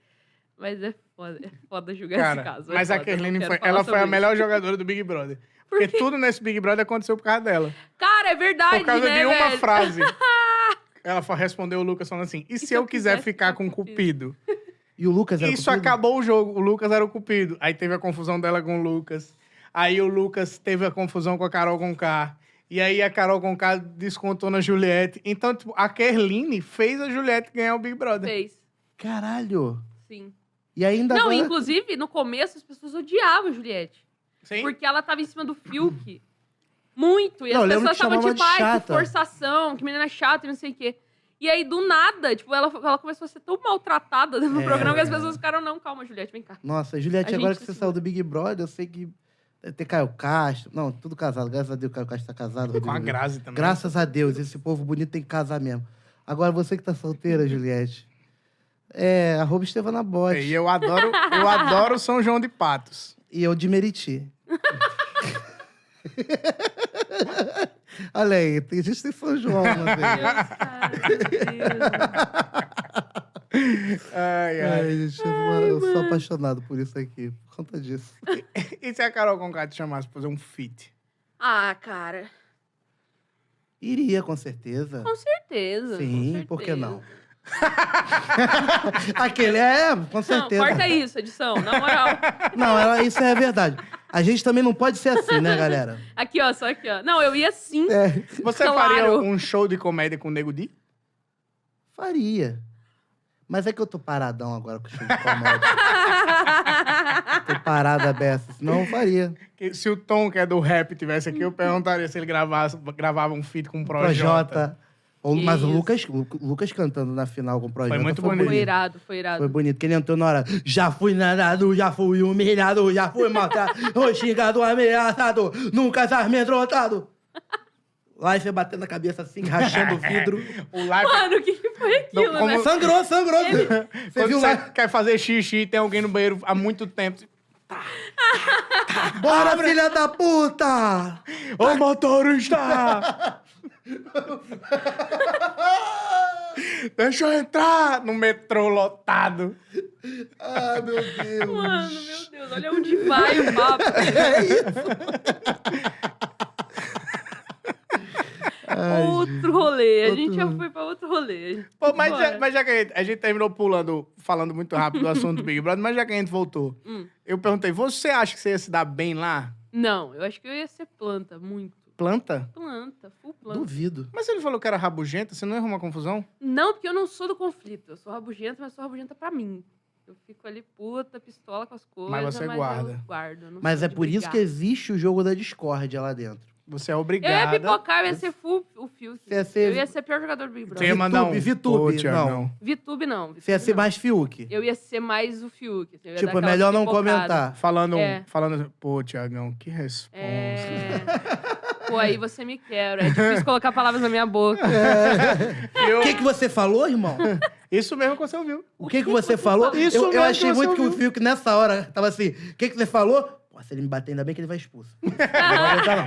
[SPEAKER 3] Mas é foda, é foda julgar esse
[SPEAKER 1] Cara,
[SPEAKER 3] caso. é
[SPEAKER 1] mas a
[SPEAKER 3] foda, eu não
[SPEAKER 1] Kerline
[SPEAKER 3] quero
[SPEAKER 1] foi,
[SPEAKER 3] falar
[SPEAKER 1] ela foi
[SPEAKER 3] sobre
[SPEAKER 1] a
[SPEAKER 3] isso.
[SPEAKER 1] melhor jogadora do Big Brother. Porque tudo nesse Big Brother aconteceu por causa dela.
[SPEAKER 3] Cara, é verdade,
[SPEAKER 1] Por causa
[SPEAKER 3] né,
[SPEAKER 1] de uma
[SPEAKER 3] velho?
[SPEAKER 1] frase. Ela fa- respondeu o Lucas falando assim: e se eu quiser ficar com o Cupido?
[SPEAKER 2] E o Lucas era
[SPEAKER 1] Isso
[SPEAKER 2] cupido?
[SPEAKER 1] acabou o jogo. O Lucas era o Cupido. Aí teve a confusão dela com o Lucas. Aí o Lucas teve a confusão com a Carol Conká. E aí a Carol Conká descontou na Juliette. Então, tipo, a Kerline fez a Juliette ganhar o Big Brother.
[SPEAKER 3] Fez,
[SPEAKER 2] Caralho.
[SPEAKER 3] sim.
[SPEAKER 2] E ainda
[SPEAKER 3] Não,
[SPEAKER 2] agora...
[SPEAKER 3] inclusive, no começo, as pessoas odiavam a Juliette.
[SPEAKER 1] Sim?
[SPEAKER 3] Porque ela tava em cima do Fiuk. Muito. E
[SPEAKER 2] Não, eu
[SPEAKER 3] as
[SPEAKER 2] lembro
[SPEAKER 3] pessoas
[SPEAKER 2] que
[SPEAKER 3] estavam
[SPEAKER 2] chamava
[SPEAKER 3] de
[SPEAKER 2] de
[SPEAKER 3] pai, que
[SPEAKER 2] chata.
[SPEAKER 3] forçação, que menina chata e não sei o quê. E aí, do nada, tipo, ela, ela começou a ser tão maltratada no
[SPEAKER 2] É.
[SPEAKER 3] programa que as pessoas ficaram, não, calma, Juliette, vem cá.
[SPEAKER 2] Nossa,
[SPEAKER 3] A
[SPEAKER 2] Juliette,
[SPEAKER 3] gente
[SPEAKER 2] agora que
[SPEAKER 3] tá
[SPEAKER 2] você
[SPEAKER 3] se
[SPEAKER 2] saiu do Big Brother, eu sei que deve ter Caio Castro. Não, tudo casado. Graças a Deus, Caio Castro tá casado.
[SPEAKER 1] Com né? a
[SPEAKER 2] Rodrigo.
[SPEAKER 1] Grazi também.
[SPEAKER 2] Graças a Deus, esse povo bonito tem que casar mesmo. Agora, você que tá solteira, Juliette. É, arroba Estevana Bote.
[SPEAKER 1] E eu adoro, eu adoro São João de Patos.
[SPEAKER 2] E eu de Meriti. Olha aí, tem gente que tem São João, mano.
[SPEAKER 3] Deus, cara, meu Deus.
[SPEAKER 1] Ai, ai.
[SPEAKER 2] Ai, gente, eu, eu sou apaixonado por isso aqui, por conta disso.
[SPEAKER 1] E se a Carol Conká te chamasse pra fazer um feat?
[SPEAKER 3] Ah, cara,
[SPEAKER 2] Iria, com certeza.
[SPEAKER 3] com certeza. com
[SPEAKER 2] Sim,
[SPEAKER 3] certeza.
[SPEAKER 2] por que não? Aquele é, com
[SPEAKER 3] Não,
[SPEAKER 2] certeza.
[SPEAKER 3] corta isso, edição, na moral.
[SPEAKER 2] Não, ela- isso é verdade. A gente também não pode ser assim, né, galera?
[SPEAKER 3] Aqui, ó, só aqui, ó. Não, eu ia sim.
[SPEAKER 2] É,
[SPEAKER 1] Você
[SPEAKER 3] Claro.
[SPEAKER 1] faria um show de comédia com o Nego Di?
[SPEAKER 2] faria. Mas é que eu tô paradão agora com o show de comédia. Tô parada, Bessa. Senão eu faria.
[SPEAKER 1] Que se o Tom, que é do rap, tivesse aqui, eu perguntaria se ele gravasse, gravava um feat com o Projota.
[SPEAKER 2] Projota. Ou, mas o
[SPEAKER 3] Isso.
[SPEAKER 2] Lucas, o Lu- Lucas cantando na final com o Projota.
[SPEAKER 1] muito bonito.
[SPEAKER 3] Foi irado, foi irado.
[SPEAKER 2] Foi bonito, que ele entrou na hora. Já fui nadado, já fui humilhado, já fui matado, fui xingado, ameaçado, nunca sarmentado. Lá e você batendo a cabeça assim, rachando o vidro.
[SPEAKER 1] O Life.
[SPEAKER 3] Mano, o que, que foi
[SPEAKER 1] Não,
[SPEAKER 3] aquilo,
[SPEAKER 1] como-
[SPEAKER 3] né?
[SPEAKER 2] Sangrou, sangrou. Você
[SPEAKER 1] Quando
[SPEAKER 2] viu
[SPEAKER 1] você
[SPEAKER 2] lá?
[SPEAKER 1] quer fazer xixi e tem alguém no banheiro há muito tempo. você-
[SPEAKER 2] Bora, filha da puta!
[SPEAKER 1] Ô motorista! Deixa eu entrar no metrô lotado.
[SPEAKER 2] Ah, meu Deus.
[SPEAKER 3] Mano, meu Deus, olha onde vai o papo.
[SPEAKER 2] É
[SPEAKER 3] outro rolê. A gente já foi pra outro rolê.
[SPEAKER 1] Pô, mas,
[SPEAKER 3] Bora.
[SPEAKER 1] já, mas já que a gente, a gente terminou pulando, falando muito rápido do assunto do Big Brother, mas já que a gente voltou,
[SPEAKER 3] Hum.
[SPEAKER 1] eu perguntei: você acha que você ia se dar bem lá?
[SPEAKER 3] Não, eu acho que eu ia ser planta, muito.
[SPEAKER 1] Planta?
[SPEAKER 3] Planta, full planta.
[SPEAKER 2] Duvido.
[SPEAKER 1] Mas ele falou que era rabugenta, você não errou uma confusão?
[SPEAKER 3] Não, porque eu não sou do conflito. Eu sou rabugenta, mas sou rabugenta pra mim. Eu fico ali puta, pistola com as coisas.
[SPEAKER 1] você
[SPEAKER 3] eu
[SPEAKER 1] guarda.
[SPEAKER 3] guardo, eu não
[SPEAKER 2] Mas
[SPEAKER 3] sou
[SPEAKER 2] é
[SPEAKER 3] de
[SPEAKER 2] por isso que
[SPEAKER 3] brigar.
[SPEAKER 2] existe o jogo da discórdia lá dentro.
[SPEAKER 1] Você é
[SPEAKER 3] Eu ia
[SPEAKER 1] obrigada.
[SPEAKER 3] pipocar, eu ia ser full o fio.
[SPEAKER 2] Você ia ser-
[SPEAKER 3] Eu ia ser pior jogador do Big
[SPEAKER 1] Você ia
[SPEAKER 3] Brother.
[SPEAKER 1] mandar um.
[SPEAKER 2] Vitube, Vitube,
[SPEAKER 1] Ô, tia,
[SPEAKER 2] não.
[SPEAKER 3] VTube não.
[SPEAKER 2] Você ia
[SPEAKER 3] VTube
[SPEAKER 2] ser
[SPEAKER 3] não.
[SPEAKER 2] mais Fiuk.
[SPEAKER 3] Eu ia ser mais o Fiuk. assim, eu ia dar
[SPEAKER 2] Tipo, é
[SPEAKER 3] aquela
[SPEAKER 2] melhor não
[SPEAKER 3] pipocada.
[SPEAKER 2] comentar.
[SPEAKER 1] Falando,
[SPEAKER 3] É.
[SPEAKER 1] falando, pô, Tiagão, que resposta.
[SPEAKER 3] É. Pô, aí você me quer. É difícil colocar palavras na minha boca.
[SPEAKER 2] O
[SPEAKER 1] Eu-
[SPEAKER 2] que, que você falou, irmão?
[SPEAKER 1] Isso mesmo que você ouviu.
[SPEAKER 2] O que, que você falou?
[SPEAKER 1] Isso
[SPEAKER 2] eu, eu
[SPEAKER 1] mesmo que
[SPEAKER 2] achei
[SPEAKER 1] você
[SPEAKER 2] muito que o
[SPEAKER 1] ouviu.
[SPEAKER 2] Fiuk nessa hora tava assim. O que, que você falou? Pô, Mas se ele me bater, ainda bem que ele vai expulso. Não vou aguentar, não.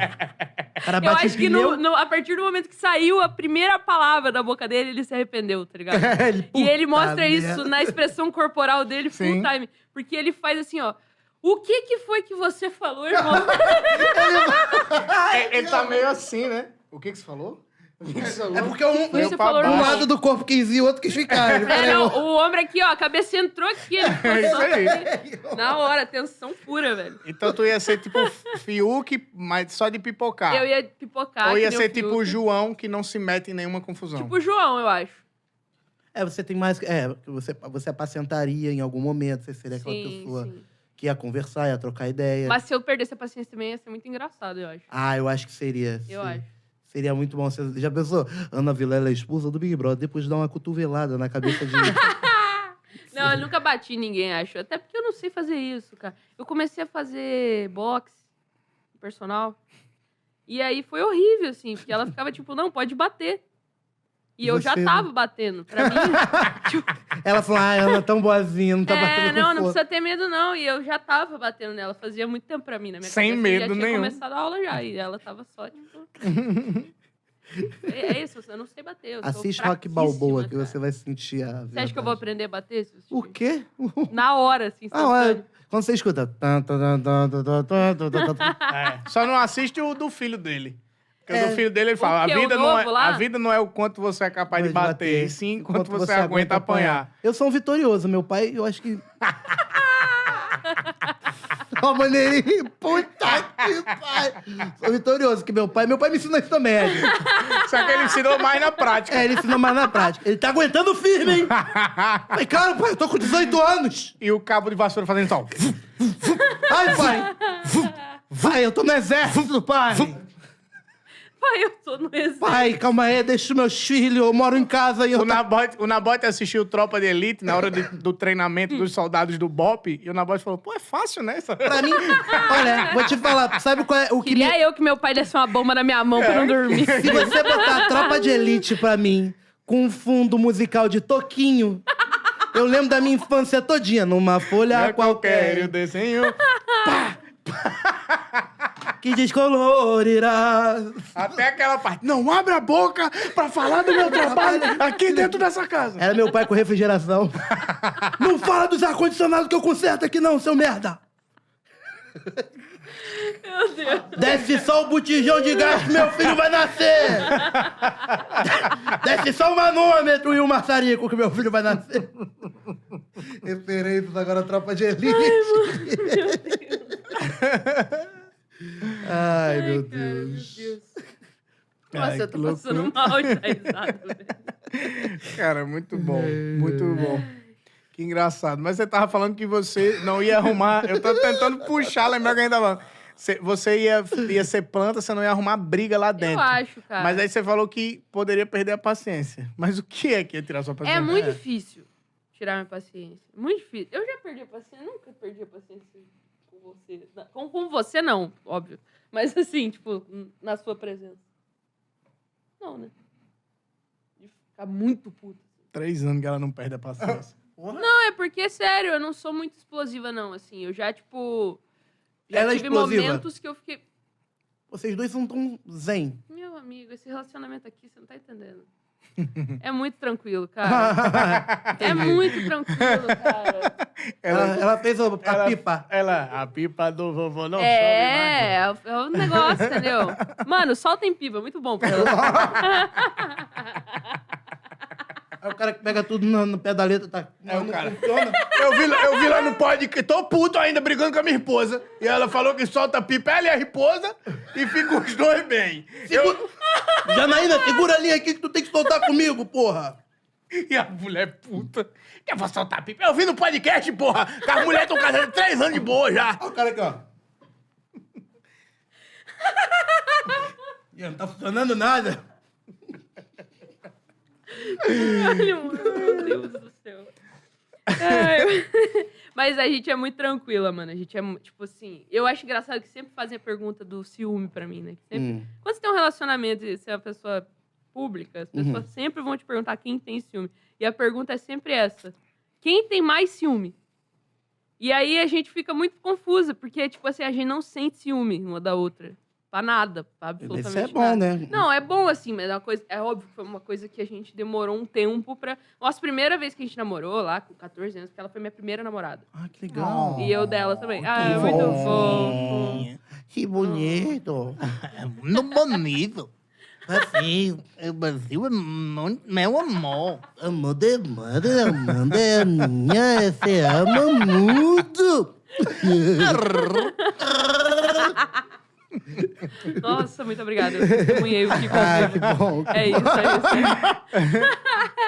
[SPEAKER 2] O cara
[SPEAKER 3] Eu
[SPEAKER 2] bate em
[SPEAKER 3] acho que
[SPEAKER 2] pneu,
[SPEAKER 3] no- no- a partir do momento que saiu a primeira palavra da boca dele, ele se arrependeu, tá ligado?
[SPEAKER 2] É, ele,
[SPEAKER 3] e ele
[SPEAKER 2] puta
[SPEAKER 3] mostra
[SPEAKER 2] merda.
[SPEAKER 3] isso na expressão corporal dele full
[SPEAKER 1] Sim.
[SPEAKER 3] time. Porque ele faz assim, ó. O que que foi que você falou, irmão?
[SPEAKER 1] É, ele tá meio assim, né? O que que você falou? O que que você falou?
[SPEAKER 2] É porque um,
[SPEAKER 3] Foi
[SPEAKER 1] você
[SPEAKER 2] um,
[SPEAKER 1] falou
[SPEAKER 2] um
[SPEAKER 1] no-
[SPEAKER 2] lado do corpo quis ir e o outro quis ficar. Ele
[SPEAKER 3] é, não,
[SPEAKER 2] falou,
[SPEAKER 3] o ombro aqui, ó, a cabeça entrou aqui. Ele ficou
[SPEAKER 1] É isso
[SPEAKER 3] só
[SPEAKER 1] aí.
[SPEAKER 3] aqui. Na hora, tensão pura, velho.
[SPEAKER 1] Então tu ia ser tipo Fiuk, mas só de
[SPEAKER 2] Ah.
[SPEAKER 1] pipocar.
[SPEAKER 3] Eu ia pipocar.
[SPEAKER 1] Ou ia
[SPEAKER 3] que nem
[SPEAKER 1] ser
[SPEAKER 3] o
[SPEAKER 1] tipo
[SPEAKER 3] Fiuk.
[SPEAKER 1] João, que não se mete em nenhuma confusão.
[SPEAKER 3] Tipo o João, eu acho.
[SPEAKER 2] É, você tem mais. É, que você, você apacentaria em algum momento, você seria aquela
[SPEAKER 3] Sim,
[SPEAKER 2] pessoa
[SPEAKER 3] sim.
[SPEAKER 2] que ia conversar, ia trocar ideia.
[SPEAKER 3] Mas se eu perdesse a paciência também, ia ser muito engraçado, eu acho.
[SPEAKER 2] Ah, eu acho que seria.
[SPEAKER 3] Eu
[SPEAKER 2] sim.
[SPEAKER 3] acho.
[SPEAKER 2] Seria muito bom. Você já pensou? Ana Vilela é expulsa do Big Brother, depois dá uma cotovelada na cabeça de.
[SPEAKER 3] Não, eu nunca bati em ninguém, acho. Até porque eu não sei fazer isso, cara. Eu comecei a fazer boxe, personal. E aí foi horrível, assim, porque ela ficava tipo, não, pode bater. E
[SPEAKER 2] E
[SPEAKER 3] eu
[SPEAKER 2] você,
[SPEAKER 3] já
[SPEAKER 2] né?
[SPEAKER 3] tava batendo. Pra mim,
[SPEAKER 2] Ela falou, ah, Ana, tão boazinha, não tá
[SPEAKER 3] é,
[SPEAKER 2] batendo com
[SPEAKER 3] não, não
[SPEAKER 2] força."
[SPEAKER 3] precisa ter medo, não. E eu já tava batendo nela, fazia muito tempo pra mim, na minha
[SPEAKER 1] Sem
[SPEAKER 3] cabeça,
[SPEAKER 1] medo
[SPEAKER 3] eu já tinha
[SPEAKER 1] nenhum.
[SPEAKER 3] começado a aula já, e ela tava só, tipo... é, é isso, eu não sei bater, eu
[SPEAKER 2] Assiste
[SPEAKER 3] sou
[SPEAKER 2] Rock Balboa, que
[SPEAKER 3] fraquíssima,
[SPEAKER 2] você vai sentir a.
[SPEAKER 3] cara. Você acha que eu vou aprender a bater? se eu
[SPEAKER 2] O
[SPEAKER 3] assistir?
[SPEAKER 2] quê?
[SPEAKER 3] Na hora, assim,
[SPEAKER 2] Ah,
[SPEAKER 3] instantâneo.
[SPEAKER 2] olha, quando você escuta. tan, tan, tan, tan, tan, tan, tan, tan, tan,
[SPEAKER 1] É. Só não assiste o do filho dele. Porque o do filho dele, ele
[SPEAKER 3] É. O
[SPEAKER 1] fala,
[SPEAKER 3] que,
[SPEAKER 1] a
[SPEAKER 3] o
[SPEAKER 1] vida, não é,
[SPEAKER 3] novo lá?"
[SPEAKER 1] a vida não é o quanto você é capaz de bater, e sim quanto, você, aguenta apanhar.
[SPEAKER 2] Eu sou um vitorioso, meu pai, eu acho que. Ó, maneirinho, puta que pai! Sou vitorioso, que meu pai. Meu pai me ensinou isso também. Ed.
[SPEAKER 1] Só que ele ensinou mais na prática.
[SPEAKER 2] É, ele ensinou mais na prática. Ele tá aguentando firme, hein? Falei, cara, pai, eu tô com 18 anos!
[SPEAKER 1] E o cabo de vassoura fazendo um tal.
[SPEAKER 2] Ai, pai! Vai, eu tô no exército, pai!
[SPEAKER 3] Pai, eu tô no exército.
[SPEAKER 2] Pai, calma aí, deixa os meus filhos, eu moro em casa e
[SPEAKER 1] O
[SPEAKER 2] eu.
[SPEAKER 1] Nabote, o Nabote assistiu Tropa de Elite na hora de- do treinamento dos soldados do BOP e o Nabote falou, pô, é fácil, né? Essa-
[SPEAKER 2] Pra mim, olha, vou te falar, sabe qual é o que É. me
[SPEAKER 3] Queria eu que meu pai desse uma bomba na minha mão pra eu não dormir.
[SPEAKER 2] Se você botar a Tropa de Elite pra mim com um fundo musical de Toquinho, eu lembro da minha infância todinha, numa folha
[SPEAKER 1] É
[SPEAKER 2] qualquer
[SPEAKER 1] o desenho,
[SPEAKER 2] que descolorirá.
[SPEAKER 1] até aquela parte. Não abra a boca pra falar do meu trabalho aqui dentro dessa casa.
[SPEAKER 2] Era meu pai com refrigeração. Não fala dos ar-condicionados que eu conserto aqui não, seu merda!
[SPEAKER 3] Meu Deus.
[SPEAKER 2] Desce só o botijão de gás que meu filho vai nascer! Desce só o manômetro e o maçarico que meu filho vai nascer. Referências agora, à tropa de elite. Ai, meu
[SPEAKER 3] Ai, cara, meu
[SPEAKER 2] Deus.
[SPEAKER 3] Deus. Nossa,
[SPEAKER 1] Ai,
[SPEAKER 3] eu tô
[SPEAKER 1] que
[SPEAKER 3] passando um- mal né? de dar risada, velho.
[SPEAKER 1] Cara, muito bom,
[SPEAKER 2] É.
[SPEAKER 1] muito bom. Que engraçado. Mas você tava falando que você não ia arrumar. Eu tô tentando puxar, lembrar que ainda falando. Você- Você ia, ia ser planta, você não ia arrumar briga lá dentro.
[SPEAKER 3] Eu acho, cara.
[SPEAKER 1] Mas aí você falou que poderia perder a paciência. Mas o que é que ia tirar sua paciência?
[SPEAKER 3] É muito difícil tirar minha paciência. Muito difícil. Eu já perdi a paciência. Nunca perdi a paciência com você. Na- Com, com você, não, óbvio. Mas assim, tipo, n- na sua presença. Não, né? De ficar muito puta.
[SPEAKER 1] Três anos que ela não perde a paciência.
[SPEAKER 3] Não, é porque, sério, eu não sou muito explosiva, não. Assim, eu já, tipo. Já
[SPEAKER 2] Ela é
[SPEAKER 3] tive
[SPEAKER 2] explosiva?
[SPEAKER 3] momentos que eu fiquei.
[SPEAKER 2] Vocês dois são tão zen.
[SPEAKER 3] Meu amigo, esse relacionamento aqui, você não tá entendendo. É muito tranquilo, cara. é muito tranquilo, cara.
[SPEAKER 2] Ela, ela fez a, a
[SPEAKER 1] ela-
[SPEAKER 2] pipa.
[SPEAKER 1] Ela, a pipa do vovô não chove
[SPEAKER 3] é, é o negócio, entendeu? Mano, solta em pipa, muito bom. pra ela.
[SPEAKER 2] Aí É o cara que pega tudo no, no pé da letra tá.
[SPEAKER 1] É o cara.
[SPEAKER 2] funciona.
[SPEAKER 1] mais. Eu vi, eu vi lá no podcast, tô puto ainda brigando com a minha esposa. E ela falou que solta a pipa, ela e a esposa, e fica os dois bem. Eu,
[SPEAKER 2] Janaína, segura a linha aqui que tu tem que soltar comigo, porra.
[SPEAKER 1] e a mulher puta. Eu vou soltar a pipa. Eu vi no podcast, porra, que tá as mulheres estão casando três anos de boa já.
[SPEAKER 2] Olha o cara aqui, ó. Ih, Não tá funcionando nada.
[SPEAKER 3] Caralho, mano, meu Deus do céu. Ai, Mas a gente é muito tranquila, mano. A gente é, mu- tipo assim... Eu acho engraçado que sempre fazem a pergunta do ciúme pra mim, né? Que sempre- Quando você tem um relacionamento e você é uma pessoa pública, as pessoas
[SPEAKER 2] Uhum.
[SPEAKER 3] sempre vão te perguntar quem tem ciúme. E a pergunta é sempre essa. Quem tem mais ciúme? E aí a gente fica muito confusa, porque, tipo assim, a gente não sente ciúme uma da outra. Pra nada, pra absolutamente
[SPEAKER 2] Isso é
[SPEAKER 3] nada.
[SPEAKER 2] bom, né?
[SPEAKER 3] Não, é bom assim, mas é uma coisa. É óbvio que foi uma coisa que a gente demorou um tempo pra. Nossa, primeira vez que a gente namorou lá, com 14 anos, porque ela foi minha primeira namorada.
[SPEAKER 2] Ah, que legal.
[SPEAKER 3] E eu dela também. Ah, é
[SPEAKER 2] Oh, que
[SPEAKER 3] muito
[SPEAKER 2] bom.
[SPEAKER 3] fofo.
[SPEAKER 2] Que bonito.
[SPEAKER 1] É, No bonito.
[SPEAKER 2] Assim,
[SPEAKER 1] O Brasil é mon- meu amor.
[SPEAKER 2] Amanda, Amanda, Amanda é minha, você ama muito.
[SPEAKER 3] Nossa, muito obrigada. Eu testemunhei o que
[SPEAKER 2] Ah, que
[SPEAKER 3] convivo.
[SPEAKER 2] bom.
[SPEAKER 3] É isso, é isso.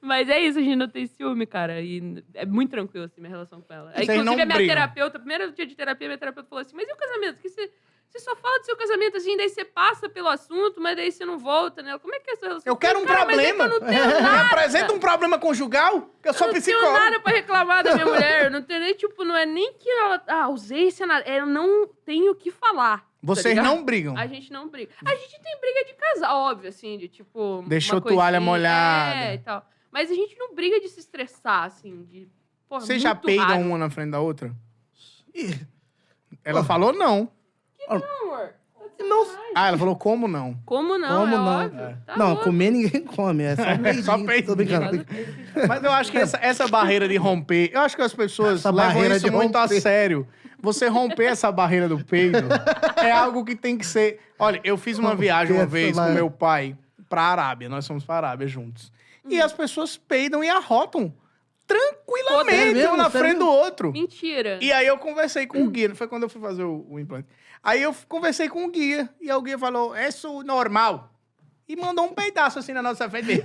[SPEAKER 3] Mas é isso, a gente não tem ciúme, cara. E é muito tranquilo, assim, minha relação com ela.
[SPEAKER 1] Vocês
[SPEAKER 3] Inclusive,
[SPEAKER 1] não
[SPEAKER 3] a minha
[SPEAKER 1] brigam.
[SPEAKER 3] terapeuta, primeiro dia de terapia, minha terapeuta falou assim: Mas e o casamento? Que você, você só fala do seu casamento assim, daí você passa pelo assunto, mas daí você não volta, né? Como é que é a sua relação?
[SPEAKER 1] Eu quero um
[SPEAKER 3] Cara, mas é que
[SPEAKER 1] problema.
[SPEAKER 3] eu não tenho nada.
[SPEAKER 1] Apresenta um problema conjugal? Eu sou
[SPEAKER 3] não tenho
[SPEAKER 1] psicólogo.
[SPEAKER 3] nada pra reclamar da minha mulher. Eu Não tenho nem, tipo, não é nem que ela. A ausência, nada. É, Eu não tenho o que falar. tá
[SPEAKER 1] Vocês
[SPEAKER 3] ligado?
[SPEAKER 1] não brigam.
[SPEAKER 3] A gente não briga. A gente tem briga de casal, óbvio, assim, de tipo.
[SPEAKER 1] Deixou
[SPEAKER 3] uma
[SPEAKER 1] toalha
[SPEAKER 3] coisinha,
[SPEAKER 1] molhada.
[SPEAKER 3] É, e tal. Mas a gente não briga de se estressar, assim, de. Porra,
[SPEAKER 1] Vocês já
[SPEAKER 3] muito
[SPEAKER 1] peidam
[SPEAKER 3] raro.
[SPEAKER 1] uma na frente da outra?
[SPEAKER 2] Ih.
[SPEAKER 1] Ela falou não.
[SPEAKER 3] Não, amor.
[SPEAKER 2] Não-
[SPEAKER 1] Ah, ela falou como não?
[SPEAKER 3] Como não?
[SPEAKER 2] Como
[SPEAKER 3] é
[SPEAKER 2] não?
[SPEAKER 3] óbvio. Tá
[SPEAKER 2] não,
[SPEAKER 3] louco.
[SPEAKER 2] comer ninguém come, é só né? um
[SPEAKER 1] É só
[SPEAKER 2] peidinho. Tô
[SPEAKER 1] peidinho.
[SPEAKER 2] brincando.
[SPEAKER 1] Mas eu acho que essa, essa barreira de romper, eu acho que as pessoas
[SPEAKER 2] Essa
[SPEAKER 1] levam
[SPEAKER 2] barreira
[SPEAKER 1] isso
[SPEAKER 2] de
[SPEAKER 1] muito a
[SPEAKER 2] romper.
[SPEAKER 1] sério. Você romper essa barreira do peido é algo que tem que ser. Olha, eu fiz uma viagem uma
[SPEAKER 2] Essa
[SPEAKER 1] vez com
[SPEAKER 2] barreira.
[SPEAKER 1] meu pai pra Arábia, nós fomos pra Arábia juntos. E
[SPEAKER 2] Hum.
[SPEAKER 1] as pessoas peidam e arrotam
[SPEAKER 2] Sério
[SPEAKER 1] tranquilamente um
[SPEAKER 2] mesmo?
[SPEAKER 1] na
[SPEAKER 2] Sério
[SPEAKER 1] frente do outro.
[SPEAKER 3] Mentira.
[SPEAKER 1] E aí eu conversei com o guia, não foi quando eu fui fazer o, o implante. Aí eu f- conversei com o guia e aí o guia falou, é isso normal. E mandou um pedaço assim na noça frente.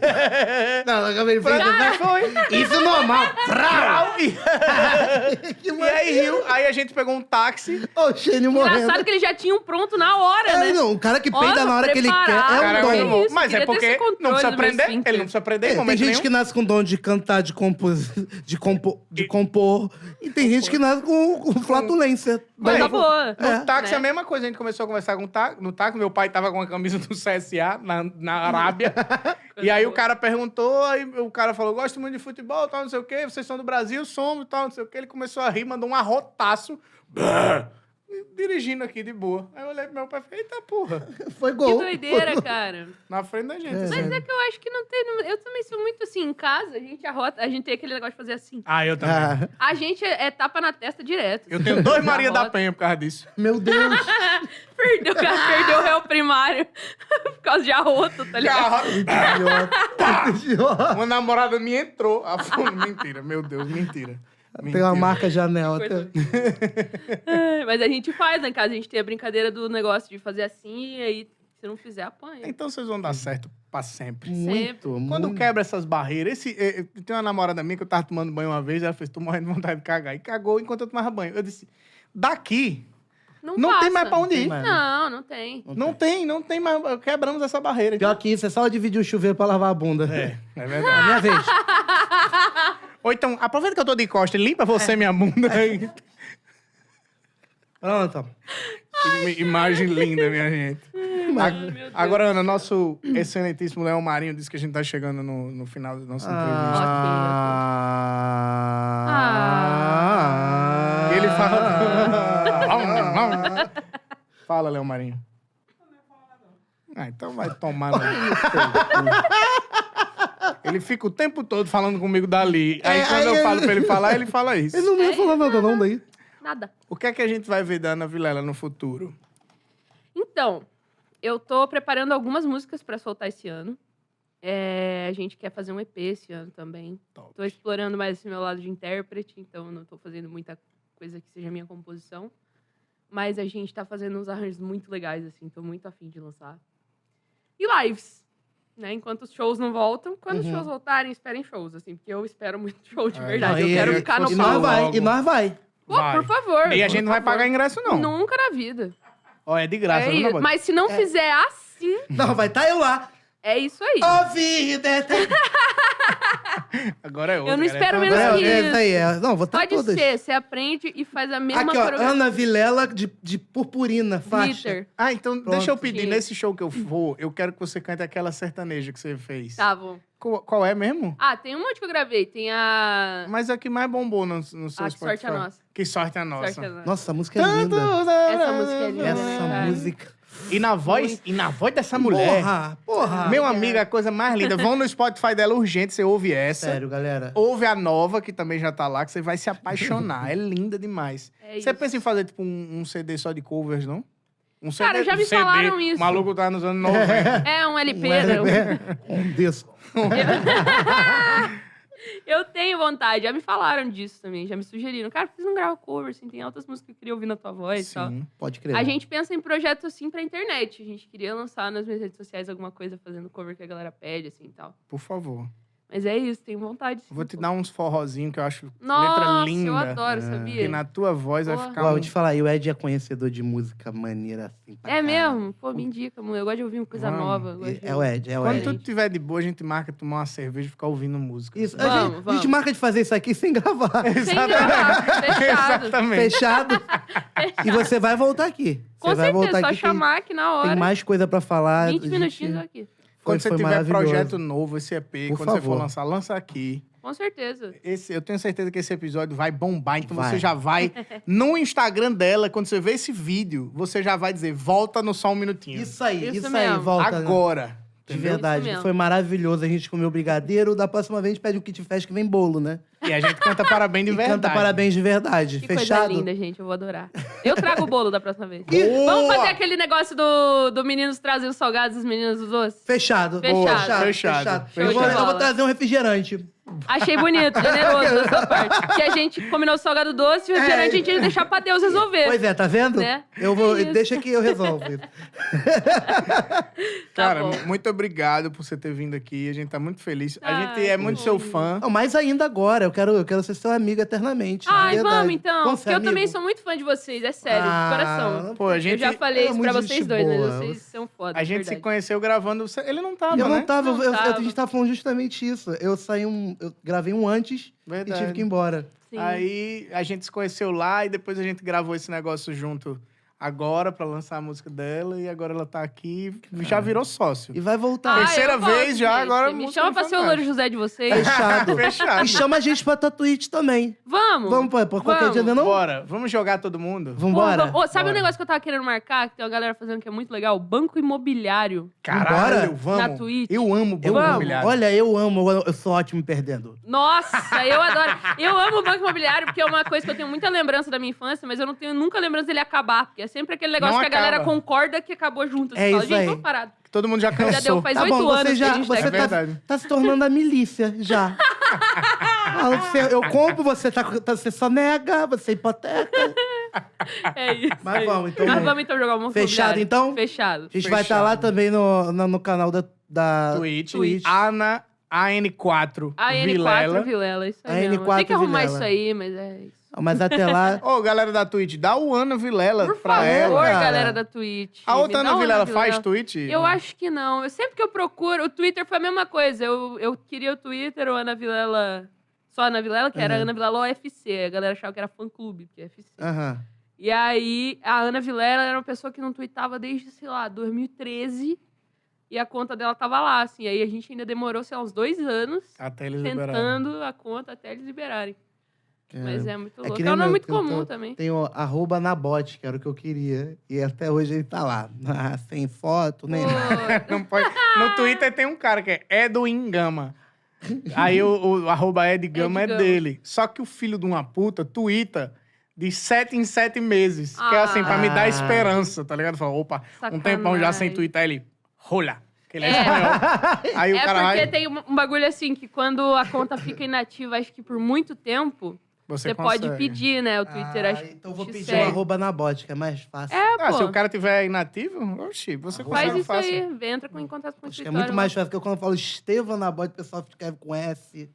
[SPEAKER 2] Não, eu acabei de né?
[SPEAKER 1] Foi,
[SPEAKER 2] falar.
[SPEAKER 1] foi.
[SPEAKER 2] Isso é normal.
[SPEAKER 1] Prau! E,
[SPEAKER 2] Que
[SPEAKER 1] e aí riu, aí a gente pegou um táxi.
[SPEAKER 2] Ô, Xênio morrendo.
[SPEAKER 3] Engraçado que eles já tinham pronto na hora,
[SPEAKER 2] É,
[SPEAKER 3] né?
[SPEAKER 2] não, o cara que peida
[SPEAKER 3] Olha,
[SPEAKER 2] na hora que ele quer
[SPEAKER 3] preparado,
[SPEAKER 2] é
[SPEAKER 1] Cara,
[SPEAKER 2] um
[SPEAKER 1] eu
[SPEAKER 3] que
[SPEAKER 2] dom.
[SPEAKER 1] não vou.
[SPEAKER 3] isso,
[SPEAKER 1] Mas é
[SPEAKER 3] queria ter
[SPEAKER 1] porque
[SPEAKER 3] esse
[SPEAKER 1] não
[SPEAKER 3] controle
[SPEAKER 1] precisa
[SPEAKER 3] do meu
[SPEAKER 1] aprender.
[SPEAKER 3] esfíncter.
[SPEAKER 1] Ele não precisa aprender em
[SPEAKER 2] É, tem
[SPEAKER 1] momento
[SPEAKER 2] gente
[SPEAKER 1] nenhum.
[SPEAKER 2] que nasce com dom de cantar, de compos, de, compo, de compor. E tem gente que nasce com, com flatulência.
[SPEAKER 3] Coisa
[SPEAKER 1] Mas-
[SPEAKER 3] boa.
[SPEAKER 1] No táxi
[SPEAKER 3] né?
[SPEAKER 1] é a mesma coisa. A gente começou a conversar com o táxi. No táxi, meu pai tava com a camisa do CSA na, na Arábia. e aí o cara perguntou, aí o cara falou: gosto muito de futebol, tal, não sei o quê. Vocês são do Brasil, somos, tal, não sei o quê. Ele começou a rir, mandou um arrotaço. Brrr, e dirigindo aqui de boa. Aí eu olhei pro meu pai e falei, eita porra,
[SPEAKER 2] Foi
[SPEAKER 3] Que
[SPEAKER 2] gol.
[SPEAKER 3] doideira, cara.
[SPEAKER 1] na frente da gente. assim.
[SPEAKER 3] Mas é que eu acho que não tem. não- Eu também sou muito assim, em casa, a gente arrota, a gente tem aquele negócio de fazer assim.
[SPEAKER 1] Ah, eu também.
[SPEAKER 2] Ah,
[SPEAKER 3] A gente é, é tapa na testa direto.
[SPEAKER 1] Eu tenho dois Maria da
[SPEAKER 3] Arrota.
[SPEAKER 1] Penha por causa disso.
[SPEAKER 2] meu Deus.
[SPEAKER 3] Perdeu, cara, perdeu o réu primário por causa de arroto, tá ligado? Tá.
[SPEAKER 2] Idiota. Idiota.
[SPEAKER 1] Uma namorada minha entrou. Ah, foi- mentira, meu Deus, mentira.
[SPEAKER 2] Tem
[SPEAKER 1] Mentira.
[SPEAKER 2] uma marca janela.
[SPEAKER 3] Coisa- Ai, É, Mas a gente faz né, em casa, a gente tem a brincadeira do negócio de fazer assim e aí se não fizer, apanha.
[SPEAKER 1] Então vocês vão dar certo pra sempre.
[SPEAKER 2] Muito, muito.
[SPEAKER 1] Quando quebra essas barreiras, esse, eh, eh, tem uma namorada minha que eu tava tomando banho uma vez, ela fez, tô morrendo de vontade de cagar. E cagou enquanto eu tomava banho. Eu disse, daqui
[SPEAKER 3] Não,
[SPEAKER 1] não
[SPEAKER 3] passa.
[SPEAKER 1] tem mais pra onde ir.
[SPEAKER 2] mais.
[SPEAKER 3] Não, não tem.
[SPEAKER 1] Não tem, não tem mais. Quebramos essa barreira.
[SPEAKER 2] Pior que isso, é só eu dividir o chuveiro pra lavar a bunda.
[SPEAKER 1] É, é verdade.
[SPEAKER 2] A minha vez.
[SPEAKER 1] Ou então, aproveita que eu tô de costa e limpa
[SPEAKER 2] É.
[SPEAKER 1] você minha bunda.
[SPEAKER 2] Pronto.
[SPEAKER 1] Que imagem linda, minha gente.
[SPEAKER 3] Ai, meu Deus.
[SPEAKER 1] Agora, Ana, nosso excelentíssimo Léo Marinho disse que a gente tá chegando no, no final da nossa entrevista.
[SPEAKER 2] Ah.
[SPEAKER 1] E ele fala. fala, Léo Marinho. Ah, então vai tomar. no cu. ele fica o tempo todo falando comigo dali. Aí
[SPEAKER 2] É,
[SPEAKER 1] quando
[SPEAKER 2] aí
[SPEAKER 1] eu
[SPEAKER 2] ele-
[SPEAKER 1] falo pra ele falar, ele fala
[SPEAKER 2] Ele
[SPEAKER 1] isso.
[SPEAKER 2] não me falou nada não daí.
[SPEAKER 3] Nada.
[SPEAKER 1] O que é que a gente vai ver da Ana Vilela no futuro?
[SPEAKER 3] Então, eu tô preparando algumas músicas pra soltar esse ano. É, a gente quer fazer um EP esse ano também.
[SPEAKER 1] Top.
[SPEAKER 3] Tô explorando mais esse meu lado de intérprete, então eu não tô fazendo muita coisa que seja minha composição. Mas a gente tá fazendo uns arranjos muito legais, assim, tô muito afim de lançar. E lives, né? Enquanto os shows não voltam. Quando os
[SPEAKER 2] Uhum.
[SPEAKER 3] shows voltarem, esperem shows, assim, porque eu espero muito show de
[SPEAKER 1] Ah,
[SPEAKER 3] verdade.
[SPEAKER 1] aí
[SPEAKER 3] Tá, eu quero
[SPEAKER 1] é
[SPEAKER 3] ficar
[SPEAKER 1] que
[SPEAKER 2] E
[SPEAKER 3] no
[SPEAKER 1] fosse
[SPEAKER 3] palco.
[SPEAKER 2] nós vai,
[SPEAKER 1] logo.
[SPEAKER 2] e nós vai.
[SPEAKER 3] Pô,
[SPEAKER 1] Vai.
[SPEAKER 3] por favor.
[SPEAKER 1] E a gente não vai
[SPEAKER 3] por favor.
[SPEAKER 1] pagar ingresso, não.
[SPEAKER 3] Nunca na vida.
[SPEAKER 1] Ó, é de graça,
[SPEAKER 3] É
[SPEAKER 1] viu,
[SPEAKER 3] isso.
[SPEAKER 1] Nabote?
[SPEAKER 3] Mas se não fizer assim,
[SPEAKER 2] Não, vai estar tá eu lá.
[SPEAKER 3] É isso aí.
[SPEAKER 2] Ouvir, né?
[SPEAKER 1] Agora é outro.
[SPEAKER 3] Eu não espero menos
[SPEAKER 2] Não,
[SPEAKER 3] que
[SPEAKER 2] é,
[SPEAKER 3] isso.
[SPEAKER 2] isso aí, é. Não, vou estar
[SPEAKER 3] Pode
[SPEAKER 2] todas.
[SPEAKER 3] ser, você aprende e faz a mesma
[SPEAKER 2] Aqui, ó,
[SPEAKER 3] coreografia.
[SPEAKER 2] Ana Vilela de, de purpurina, faixa.
[SPEAKER 3] Glitter.
[SPEAKER 1] Ah, então deixa eu pedir.
[SPEAKER 3] Sim.
[SPEAKER 1] Nesse show que eu for, eu quero que você cante aquela sertaneja que você fez.
[SPEAKER 3] Tá bom.
[SPEAKER 1] Qual, qual é mesmo?
[SPEAKER 3] Ah, tem um monte que eu gravei. Tem a.
[SPEAKER 1] Mas é que mais bombou no, no seu
[SPEAKER 3] Ah, que
[SPEAKER 1] Spotify.
[SPEAKER 3] sorte a nossa.
[SPEAKER 1] Que sorte a nossa.
[SPEAKER 3] Sorte a nossa.
[SPEAKER 2] Nossa, essa música é linda.
[SPEAKER 3] Essa música é linda.
[SPEAKER 2] Essa
[SPEAKER 3] É.
[SPEAKER 2] música.
[SPEAKER 1] E na voz, e na voz dessa mulher.
[SPEAKER 2] Porra, porra.
[SPEAKER 1] Meu amigo, é a coisa mais linda. Vão no Spotify dela urgente, você ouve essa.
[SPEAKER 2] Sério, galera.
[SPEAKER 1] Ouve a nova, que também já tá lá, que você vai se apaixonar. é linda demais.
[SPEAKER 3] É isso.
[SPEAKER 1] Você pensa em fazer, tipo, um, um CD só de covers, não? Um CD,
[SPEAKER 3] Cara, já me
[SPEAKER 1] um CD.
[SPEAKER 3] falaram isso.
[SPEAKER 1] O maluco tá nos anos 90.
[SPEAKER 3] É um LP, né?
[SPEAKER 2] Um desse.
[SPEAKER 3] Eu tenho vontade. Já me falaram disso também. Já me sugeriram. Cara, por que você não grava cover? Assim, tem altas músicas que eu queria ouvir na tua voz e tal.
[SPEAKER 1] Sim.
[SPEAKER 2] Pode crer.
[SPEAKER 3] A gente pensa em projetos assim pra internet. A gente queria lançar nas minhas redes sociais alguma coisa fazendo cover que a galera pede, assim e tal.
[SPEAKER 1] Por favor.
[SPEAKER 3] Mas é isso, tenho vontade. sim,
[SPEAKER 1] Vou te
[SPEAKER 3] pô.
[SPEAKER 1] dar uns forrozinhos que eu acho letra
[SPEAKER 3] Nossa,
[SPEAKER 1] linda.
[SPEAKER 3] eu adoro,
[SPEAKER 1] Que
[SPEAKER 3] sabia?
[SPEAKER 1] na tua voz vai
[SPEAKER 3] Boa.
[SPEAKER 1] ficar.
[SPEAKER 2] Ó,
[SPEAKER 1] um-
[SPEAKER 2] vou te falar, e o Ed é conhecedor de música maneira assim. pra
[SPEAKER 3] É
[SPEAKER 2] caralho.
[SPEAKER 3] mesmo? Pô, me indica, mano. Eu gosto de ouvir uma coisa
[SPEAKER 1] Vamos.
[SPEAKER 3] nova. eu gosto de-
[SPEAKER 2] É o Ed, é o
[SPEAKER 1] Quando tu
[SPEAKER 2] Ed.
[SPEAKER 1] tiver de boa, a gente marca tomar uma cerveja e ficar ouvindo música.
[SPEAKER 2] Isso. a,
[SPEAKER 3] Vamos,
[SPEAKER 2] gente, a
[SPEAKER 3] vamos.
[SPEAKER 2] gente marca de fazer isso aqui sem gravar.
[SPEAKER 3] Sem gravar, fechado.
[SPEAKER 1] Exatamente.
[SPEAKER 2] Fechado. e você vai voltar aqui.
[SPEAKER 3] Com
[SPEAKER 2] você vai
[SPEAKER 3] certeza,
[SPEAKER 2] voltar
[SPEAKER 3] só
[SPEAKER 2] aqui. tem-
[SPEAKER 3] chamar aqui na
[SPEAKER 2] Tem,
[SPEAKER 3] hora.
[SPEAKER 2] mais coisa pra falar.
[SPEAKER 3] 20
[SPEAKER 2] gente.
[SPEAKER 3] minutinhos aqui.
[SPEAKER 2] Foi-
[SPEAKER 1] Quando você
[SPEAKER 2] foi
[SPEAKER 1] tiver
[SPEAKER 2] maravilhoso.
[SPEAKER 1] projeto novo, esse EP,
[SPEAKER 2] Por
[SPEAKER 1] quando você for
[SPEAKER 2] favor.
[SPEAKER 1] lançar, lança aqui.
[SPEAKER 3] Com certeza.
[SPEAKER 1] Esse, eu tenho certeza que esse episódio vai bombar, então
[SPEAKER 2] Vai.
[SPEAKER 1] você já vai no Instagram dela, quando você vê esse vídeo, você já vai dizer, volta no só um minutinho.
[SPEAKER 2] Isso aí, isso,
[SPEAKER 3] Isso
[SPEAKER 2] aí,
[SPEAKER 3] mesmo.
[SPEAKER 2] volta. né?
[SPEAKER 1] Agora.
[SPEAKER 2] De
[SPEAKER 1] entendeu?
[SPEAKER 2] verdade,
[SPEAKER 3] Isso mesmo.
[SPEAKER 2] foi maravilhoso. A gente comeu brigadeiro. Da próxima vez a gente pede um kit fest que vem bolo, né?
[SPEAKER 1] E a gente canta parabéns de
[SPEAKER 2] E
[SPEAKER 1] verdade.
[SPEAKER 2] canta parabéns de verdade.
[SPEAKER 3] Que
[SPEAKER 2] Fechado?
[SPEAKER 3] coisa linda, gente. Eu vou adorar. Eu trago o bolo da próxima vez.
[SPEAKER 1] Boa!
[SPEAKER 3] Vamos fazer aquele negócio do, do meninos trazem os salgados e os meninos os doces?
[SPEAKER 2] Fechado.
[SPEAKER 3] Fechado. Boa,
[SPEAKER 1] fechado.
[SPEAKER 2] Eu,
[SPEAKER 1] Show
[SPEAKER 2] vou,
[SPEAKER 3] de
[SPEAKER 2] eu vou
[SPEAKER 3] bola.
[SPEAKER 2] trazer um refrigerante.
[SPEAKER 3] Achei bonito, generoso da sua parte. Porque a gente combinou o salgado doce e o refrigerante a gente ia deixar pra Deus resolver.
[SPEAKER 2] É. Pois é, tá vendo?
[SPEAKER 3] Né?
[SPEAKER 2] Eu vou.
[SPEAKER 3] É isso.
[SPEAKER 2] deixa que eu resolvo.
[SPEAKER 3] Tá
[SPEAKER 1] Cara,
[SPEAKER 2] né?
[SPEAKER 3] bom.
[SPEAKER 1] muito obrigado por você ter vindo aqui. A gente tá muito feliz. a
[SPEAKER 3] Ai,
[SPEAKER 1] gente é muito
[SPEAKER 3] que
[SPEAKER 1] seu
[SPEAKER 3] bom.
[SPEAKER 1] fã.
[SPEAKER 2] Não, mas ainda agora, eu quero, eu quero ser seu amigo eternamente.
[SPEAKER 3] Ai,
[SPEAKER 2] de verdade.
[SPEAKER 3] vamos então.
[SPEAKER 2] Vamos ser
[SPEAKER 3] porque eu
[SPEAKER 2] amigo?
[SPEAKER 3] também sou muito fã de vocês, é sério,
[SPEAKER 2] Ah,
[SPEAKER 3] de coração.
[SPEAKER 1] Pô, a gente,
[SPEAKER 3] eu já falei
[SPEAKER 2] era
[SPEAKER 3] isso
[SPEAKER 2] muito
[SPEAKER 3] pra vocês
[SPEAKER 2] gente
[SPEAKER 3] dois,
[SPEAKER 2] boa.
[SPEAKER 3] mas vocês são foda.
[SPEAKER 1] a gente
[SPEAKER 3] de
[SPEAKER 1] se
[SPEAKER 3] verdade.
[SPEAKER 1] conheceu gravando. você- Ele não tava,
[SPEAKER 2] Eu
[SPEAKER 1] né?
[SPEAKER 2] não tava,
[SPEAKER 3] Não
[SPEAKER 2] eu- eu-
[SPEAKER 3] tava.
[SPEAKER 2] a gente tava falando justamente isso. Eu saí um. Eu gravei um antes e tive
[SPEAKER 1] Verdade.
[SPEAKER 2] que ir embora.
[SPEAKER 3] Sim.
[SPEAKER 1] Aí a gente se conheceu lá e depois a gente gravou esse negócio junto agora pra lançar a música dela. E agora ela tá aqui. Já virou sócio.
[SPEAKER 2] E vai voltar.
[SPEAKER 3] Ai,
[SPEAKER 1] terceira
[SPEAKER 3] Ah, eu gosto,
[SPEAKER 1] vez já,
[SPEAKER 3] gente.
[SPEAKER 1] agora
[SPEAKER 3] Me
[SPEAKER 1] música
[SPEAKER 3] chama
[SPEAKER 1] do
[SPEAKER 3] pra ser o Louro
[SPEAKER 1] Fantástico.
[SPEAKER 3] José de vocês.
[SPEAKER 2] Fechado.
[SPEAKER 1] Fechado.
[SPEAKER 2] e chama a gente pra Tatuíte também.
[SPEAKER 3] Vamos!
[SPEAKER 2] Vamos, pô, pra qualquer
[SPEAKER 3] Vamos.
[SPEAKER 2] dia, né, não?
[SPEAKER 1] Bora, vamos jogar todo mundo?
[SPEAKER 3] Pô,
[SPEAKER 2] Vambora.
[SPEAKER 3] vamos- Ô, sabe
[SPEAKER 1] Bora.
[SPEAKER 3] um negócio que eu tava querendo marcar, que tem uma galera fazendo que é muito legal? Banco imobiliário.
[SPEAKER 1] Caralho,
[SPEAKER 2] Bora.
[SPEAKER 1] vamos.
[SPEAKER 3] Na Twitch.
[SPEAKER 1] Eu amo Banco
[SPEAKER 2] Eu
[SPEAKER 3] Vamos.
[SPEAKER 2] amo.
[SPEAKER 1] Imobiliário.
[SPEAKER 2] Olha, eu amo. Eu eu sou ótimo perdendo.
[SPEAKER 3] Nossa, eu adoro. Eu amo o banco imobiliário, porque é uma coisa que eu tenho muita lembrança da minha infância, mas eu não tenho nunca lembrança dele acabar. Porque é sempre aquele negócio
[SPEAKER 1] Não
[SPEAKER 3] que a galera
[SPEAKER 1] acaba.
[SPEAKER 3] concorda que acabou junto. Você
[SPEAKER 2] É
[SPEAKER 3] fala,
[SPEAKER 2] isso
[SPEAKER 3] gente,
[SPEAKER 2] aí.
[SPEAKER 3] vamos parar.
[SPEAKER 1] Todo mundo já cansou.
[SPEAKER 3] Já deu faz
[SPEAKER 2] Tá
[SPEAKER 3] oito
[SPEAKER 2] bom, você
[SPEAKER 3] anos que a
[SPEAKER 2] já
[SPEAKER 3] gente tá
[SPEAKER 2] você
[SPEAKER 3] aqui.
[SPEAKER 1] É
[SPEAKER 2] tá,
[SPEAKER 1] verdade.
[SPEAKER 2] tá se tornando a milícia já. Ah, você- eu compro, você, tá, tá- você só nega, você hipoteca.
[SPEAKER 3] É isso.
[SPEAKER 2] Mas
[SPEAKER 3] aí.
[SPEAKER 2] vamos, então
[SPEAKER 3] Mas
[SPEAKER 2] vamos.
[SPEAKER 3] vamos então jogar o banco
[SPEAKER 2] Fechado,
[SPEAKER 3] imobiliário.
[SPEAKER 2] então?
[SPEAKER 3] Fechado.
[SPEAKER 2] A gente vai estar
[SPEAKER 1] Fechado.
[SPEAKER 2] lá também no, no, no canal da, da
[SPEAKER 1] Twitch.
[SPEAKER 2] Twitch.
[SPEAKER 1] Ana AN4
[SPEAKER 3] A N4 Vilela,
[SPEAKER 1] Vilela.
[SPEAKER 3] isso aí.
[SPEAKER 2] A
[SPEAKER 3] mesmo.
[SPEAKER 2] N4
[SPEAKER 3] Tem que arrumar
[SPEAKER 2] Vilela.
[SPEAKER 3] isso aí, mas é isso.
[SPEAKER 2] Mas até lá.
[SPEAKER 1] Ô, galera da Twitch, dá o Ana Vilela
[SPEAKER 3] Por
[SPEAKER 1] pra
[SPEAKER 3] favor,
[SPEAKER 1] ela.
[SPEAKER 2] cara.
[SPEAKER 3] galera da Twitch.
[SPEAKER 1] A outra
[SPEAKER 3] me dá
[SPEAKER 1] Ana
[SPEAKER 3] uma
[SPEAKER 1] Vilela faz Twitch?
[SPEAKER 3] Eu acho que não. Eu sempre que eu procuro, o Twitter foi a mesma coisa. Eu, eu queria o Twitter ou Ana Vilela. Só Ana Vilela, que era
[SPEAKER 2] Uhum.
[SPEAKER 3] Ana Vilela UFC. A galera achava que era fã clube, porque é UFC.
[SPEAKER 2] Aham.
[SPEAKER 3] E aí, a Ana Vilela era uma pessoa que não tweetava desde, sei lá, 2013. E a conta dela tava lá, assim. Aí a gente ainda demorou, sei lá, uns dois anos
[SPEAKER 1] Até eles liberaram.
[SPEAKER 3] tentando a conta até eles liberarem. Mas é muito
[SPEAKER 2] que
[SPEAKER 3] louco. É,
[SPEAKER 2] nem
[SPEAKER 3] um nome
[SPEAKER 2] meu,
[SPEAKER 3] muito
[SPEAKER 2] que eu
[SPEAKER 3] comum
[SPEAKER 2] tô-
[SPEAKER 3] também.
[SPEAKER 2] Tem o arroba Nabot, que era o que eu queria. E até hoje ele tá lá. Sem foto, nem nada.
[SPEAKER 3] Pô,
[SPEAKER 1] Não pode- No Twitter tem um cara que é Edwin Gama. Aí o, o arroba Ed Gama é
[SPEAKER 3] Gama.
[SPEAKER 1] dele. Só que o filho de uma puta tuita de sete em sete meses. Que é assim, pra me dar
[SPEAKER 2] Ah.
[SPEAKER 1] esperança, tá ligado? Fala, opa, um
[SPEAKER 3] Sacanagem.
[SPEAKER 1] tempão já sem twittar ele. Rola. Que ele é,
[SPEAKER 3] É.
[SPEAKER 1] espanhol. Aí o
[SPEAKER 3] é
[SPEAKER 1] cara
[SPEAKER 3] porque
[SPEAKER 1] vai.
[SPEAKER 3] tem um um bagulho assim, que quando a conta fica inativa, acho que por muito tempo,
[SPEAKER 1] Você,
[SPEAKER 3] Você pode
[SPEAKER 1] consegue.
[SPEAKER 3] pedir, né? O Twitter, acho que.
[SPEAKER 2] Ah, então eu vou
[SPEAKER 3] te
[SPEAKER 2] pedir o
[SPEAKER 3] segue.
[SPEAKER 2] arroba Nabot, que é mais fácil.
[SPEAKER 3] É,
[SPEAKER 1] Ah, se o
[SPEAKER 3] pô.
[SPEAKER 1] cara tiver inativo, oxi, você
[SPEAKER 3] Faz
[SPEAKER 1] consegue
[SPEAKER 3] isso
[SPEAKER 1] fácil. Hum.
[SPEAKER 3] aí. Vem, entra com, em contato com o
[SPEAKER 2] Acho que é
[SPEAKER 3] escritório.
[SPEAKER 2] muito mais fácil, porque quando eu falo Estevam Nabot, o pessoal escreve com S.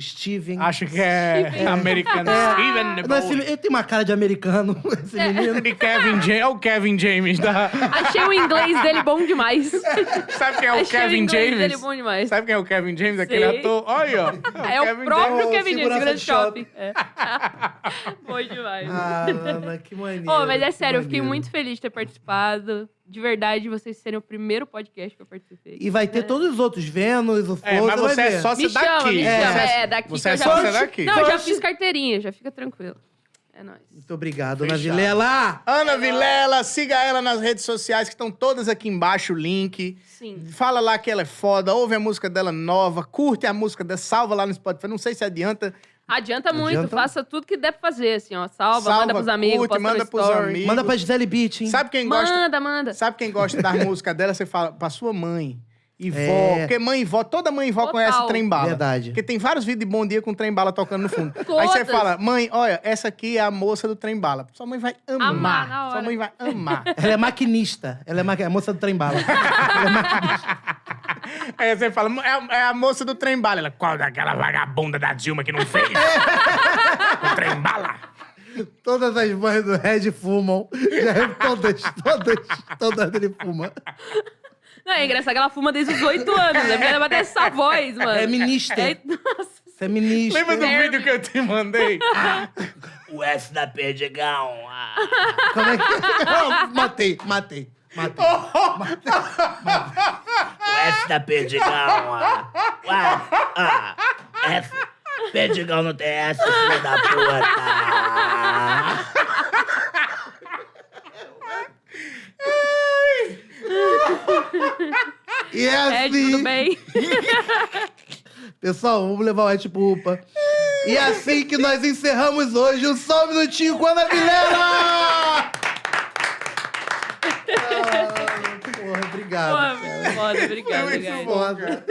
[SPEAKER 2] Steven.
[SPEAKER 1] Acho que é
[SPEAKER 3] Steven.
[SPEAKER 1] americano.
[SPEAKER 2] É.
[SPEAKER 1] Steven
[SPEAKER 2] Não, esse- ele tem uma cara de americano, esse menino.
[SPEAKER 1] de Kevin James. É o Kevin James da.
[SPEAKER 3] Achei o inglês dele bom demais.
[SPEAKER 1] Sabe quem é o
[SPEAKER 3] Achei o
[SPEAKER 1] Kevin
[SPEAKER 3] inglês
[SPEAKER 1] James?
[SPEAKER 3] dele bom demais.
[SPEAKER 1] Sabe quem é o Kevin James, aquele
[SPEAKER 3] Sei.
[SPEAKER 1] ator? Olha, ó.
[SPEAKER 3] É o
[SPEAKER 1] Kevin
[SPEAKER 3] próprio
[SPEAKER 1] James.
[SPEAKER 3] Kevin James,
[SPEAKER 2] segurança
[SPEAKER 3] grande
[SPEAKER 2] de
[SPEAKER 3] shopping. É. bom demais.
[SPEAKER 2] Ah, mano, que maneiro.
[SPEAKER 3] Ô, mas é
[SPEAKER 2] que
[SPEAKER 3] sério, eu fiquei
[SPEAKER 2] maneiro.
[SPEAKER 3] muito feliz de ter participado. De verdade, vocês serem o primeiro podcast que eu participei.
[SPEAKER 2] E vai ter todos os outros, Vênus, o Flow,
[SPEAKER 1] É, mas
[SPEAKER 2] vai
[SPEAKER 1] você é
[SPEAKER 2] ver.
[SPEAKER 1] sócio
[SPEAKER 3] Me chama,
[SPEAKER 1] daqui.
[SPEAKER 3] me
[SPEAKER 1] Você
[SPEAKER 3] chama. É, daqui
[SPEAKER 1] Você
[SPEAKER 3] que
[SPEAKER 1] é
[SPEAKER 3] eu já
[SPEAKER 1] sócio
[SPEAKER 2] fiz.
[SPEAKER 1] daqui.
[SPEAKER 3] Não, eu já
[SPEAKER 2] Foste-
[SPEAKER 3] fiz carteirinha, já fica tranquilo. É nóis.
[SPEAKER 2] Muito obrigado, Ana
[SPEAKER 1] Fechado.
[SPEAKER 2] Vilela!
[SPEAKER 1] Ana Vilela, siga ela nas redes sociais que estão todas aqui embaixo o link.
[SPEAKER 3] Sim.
[SPEAKER 1] Fala lá que ela é foda, ouve a música dela nova, curte a música dela, salva lá no Spotify. Não sei se adianta.
[SPEAKER 3] Adianta muito,
[SPEAKER 2] Adianta.
[SPEAKER 3] faça tudo que der pra fazer, assim, ó. Salva,
[SPEAKER 1] Salva,
[SPEAKER 3] manda pros amigos,
[SPEAKER 1] curte,
[SPEAKER 3] posta
[SPEAKER 1] manda
[SPEAKER 3] no
[SPEAKER 1] pros
[SPEAKER 3] story.
[SPEAKER 1] amigos.
[SPEAKER 2] Manda pra Gisele Beat, hein?
[SPEAKER 1] Sabe quem gosta?
[SPEAKER 3] Manda, manda.
[SPEAKER 1] Sabe quem gosta da música dela? Você fala pra sua mãe e vó.
[SPEAKER 2] É.
[SPEAKER 1] Porque mãe e vó, toda mãe e vó
[SPEAKER 3] Total.
[SPEAKER 1] conhece o trem bala.
[SPEAKER 2] Verdade.
[SPEAKER 1] Porque tem vários vídeos de bom dia com o trem bala tocando no fundo. Aí
[SPEAKER 3] Todas.
[SPEAKER 1] você fala, mãe, olha, essa aqui é a moça do trem bala. Sua mãe vai amar.
[SPEAKER 3] Amar na hora.
[SPEAKER 1] Sua mãe vai amar.
[SPEAKER 2] Ela é maquinista. Ela é maqui... a moça do trem bala.
[SPEAKER 1] Aí você fala, é a, é a moça do trem bala. Ela,
[SPEAKER 4] Qual daquela vagabunda da Dilma que não fez? o trem bala.
[SPEAKER 2] todas as mães do Red fumam. Já- é todas, todas, todas ele fuma.
[SPEAKER 3] Não, é engraçado que ela fuma desde os oito anos, né? Porque ela vai ter essa voz, mano.
[SPEAKER 2] É ministra.
[SPEAKER 3] É- nossa.
[SPEAKER 2] Você é ministra.
[SPEAKER 1] lembra do vídeo que eu te mandei?
[SPEAKER 5] O S da Perdigão. Ah.
[SPEAKER 2] Como é que... matei, matei, matei.
[SPEAKER 5] O S da Perdigão. Ah. Ah. Ah. F. Perdigão no TS, filho da puta.
[SPEAKER 2] E é
[SPEAKER 3] É,
[SPEAKER 2] assim.
[SPEAKER 3] tudo bem?
[SPEAKER 2] Pessoal, vamos levar o Ed pro UPA. E é assim que nós encerramos hoje o Só um Minutinho com a Ana Vilela! Ah, porra, obrigado.
[SPEAKER 3] Pô, é muito foda, obrigada,
[SPEAKER 1] Foi muito
[SPEAKER 3] guys.
[SPEAKER 1] bom, cara.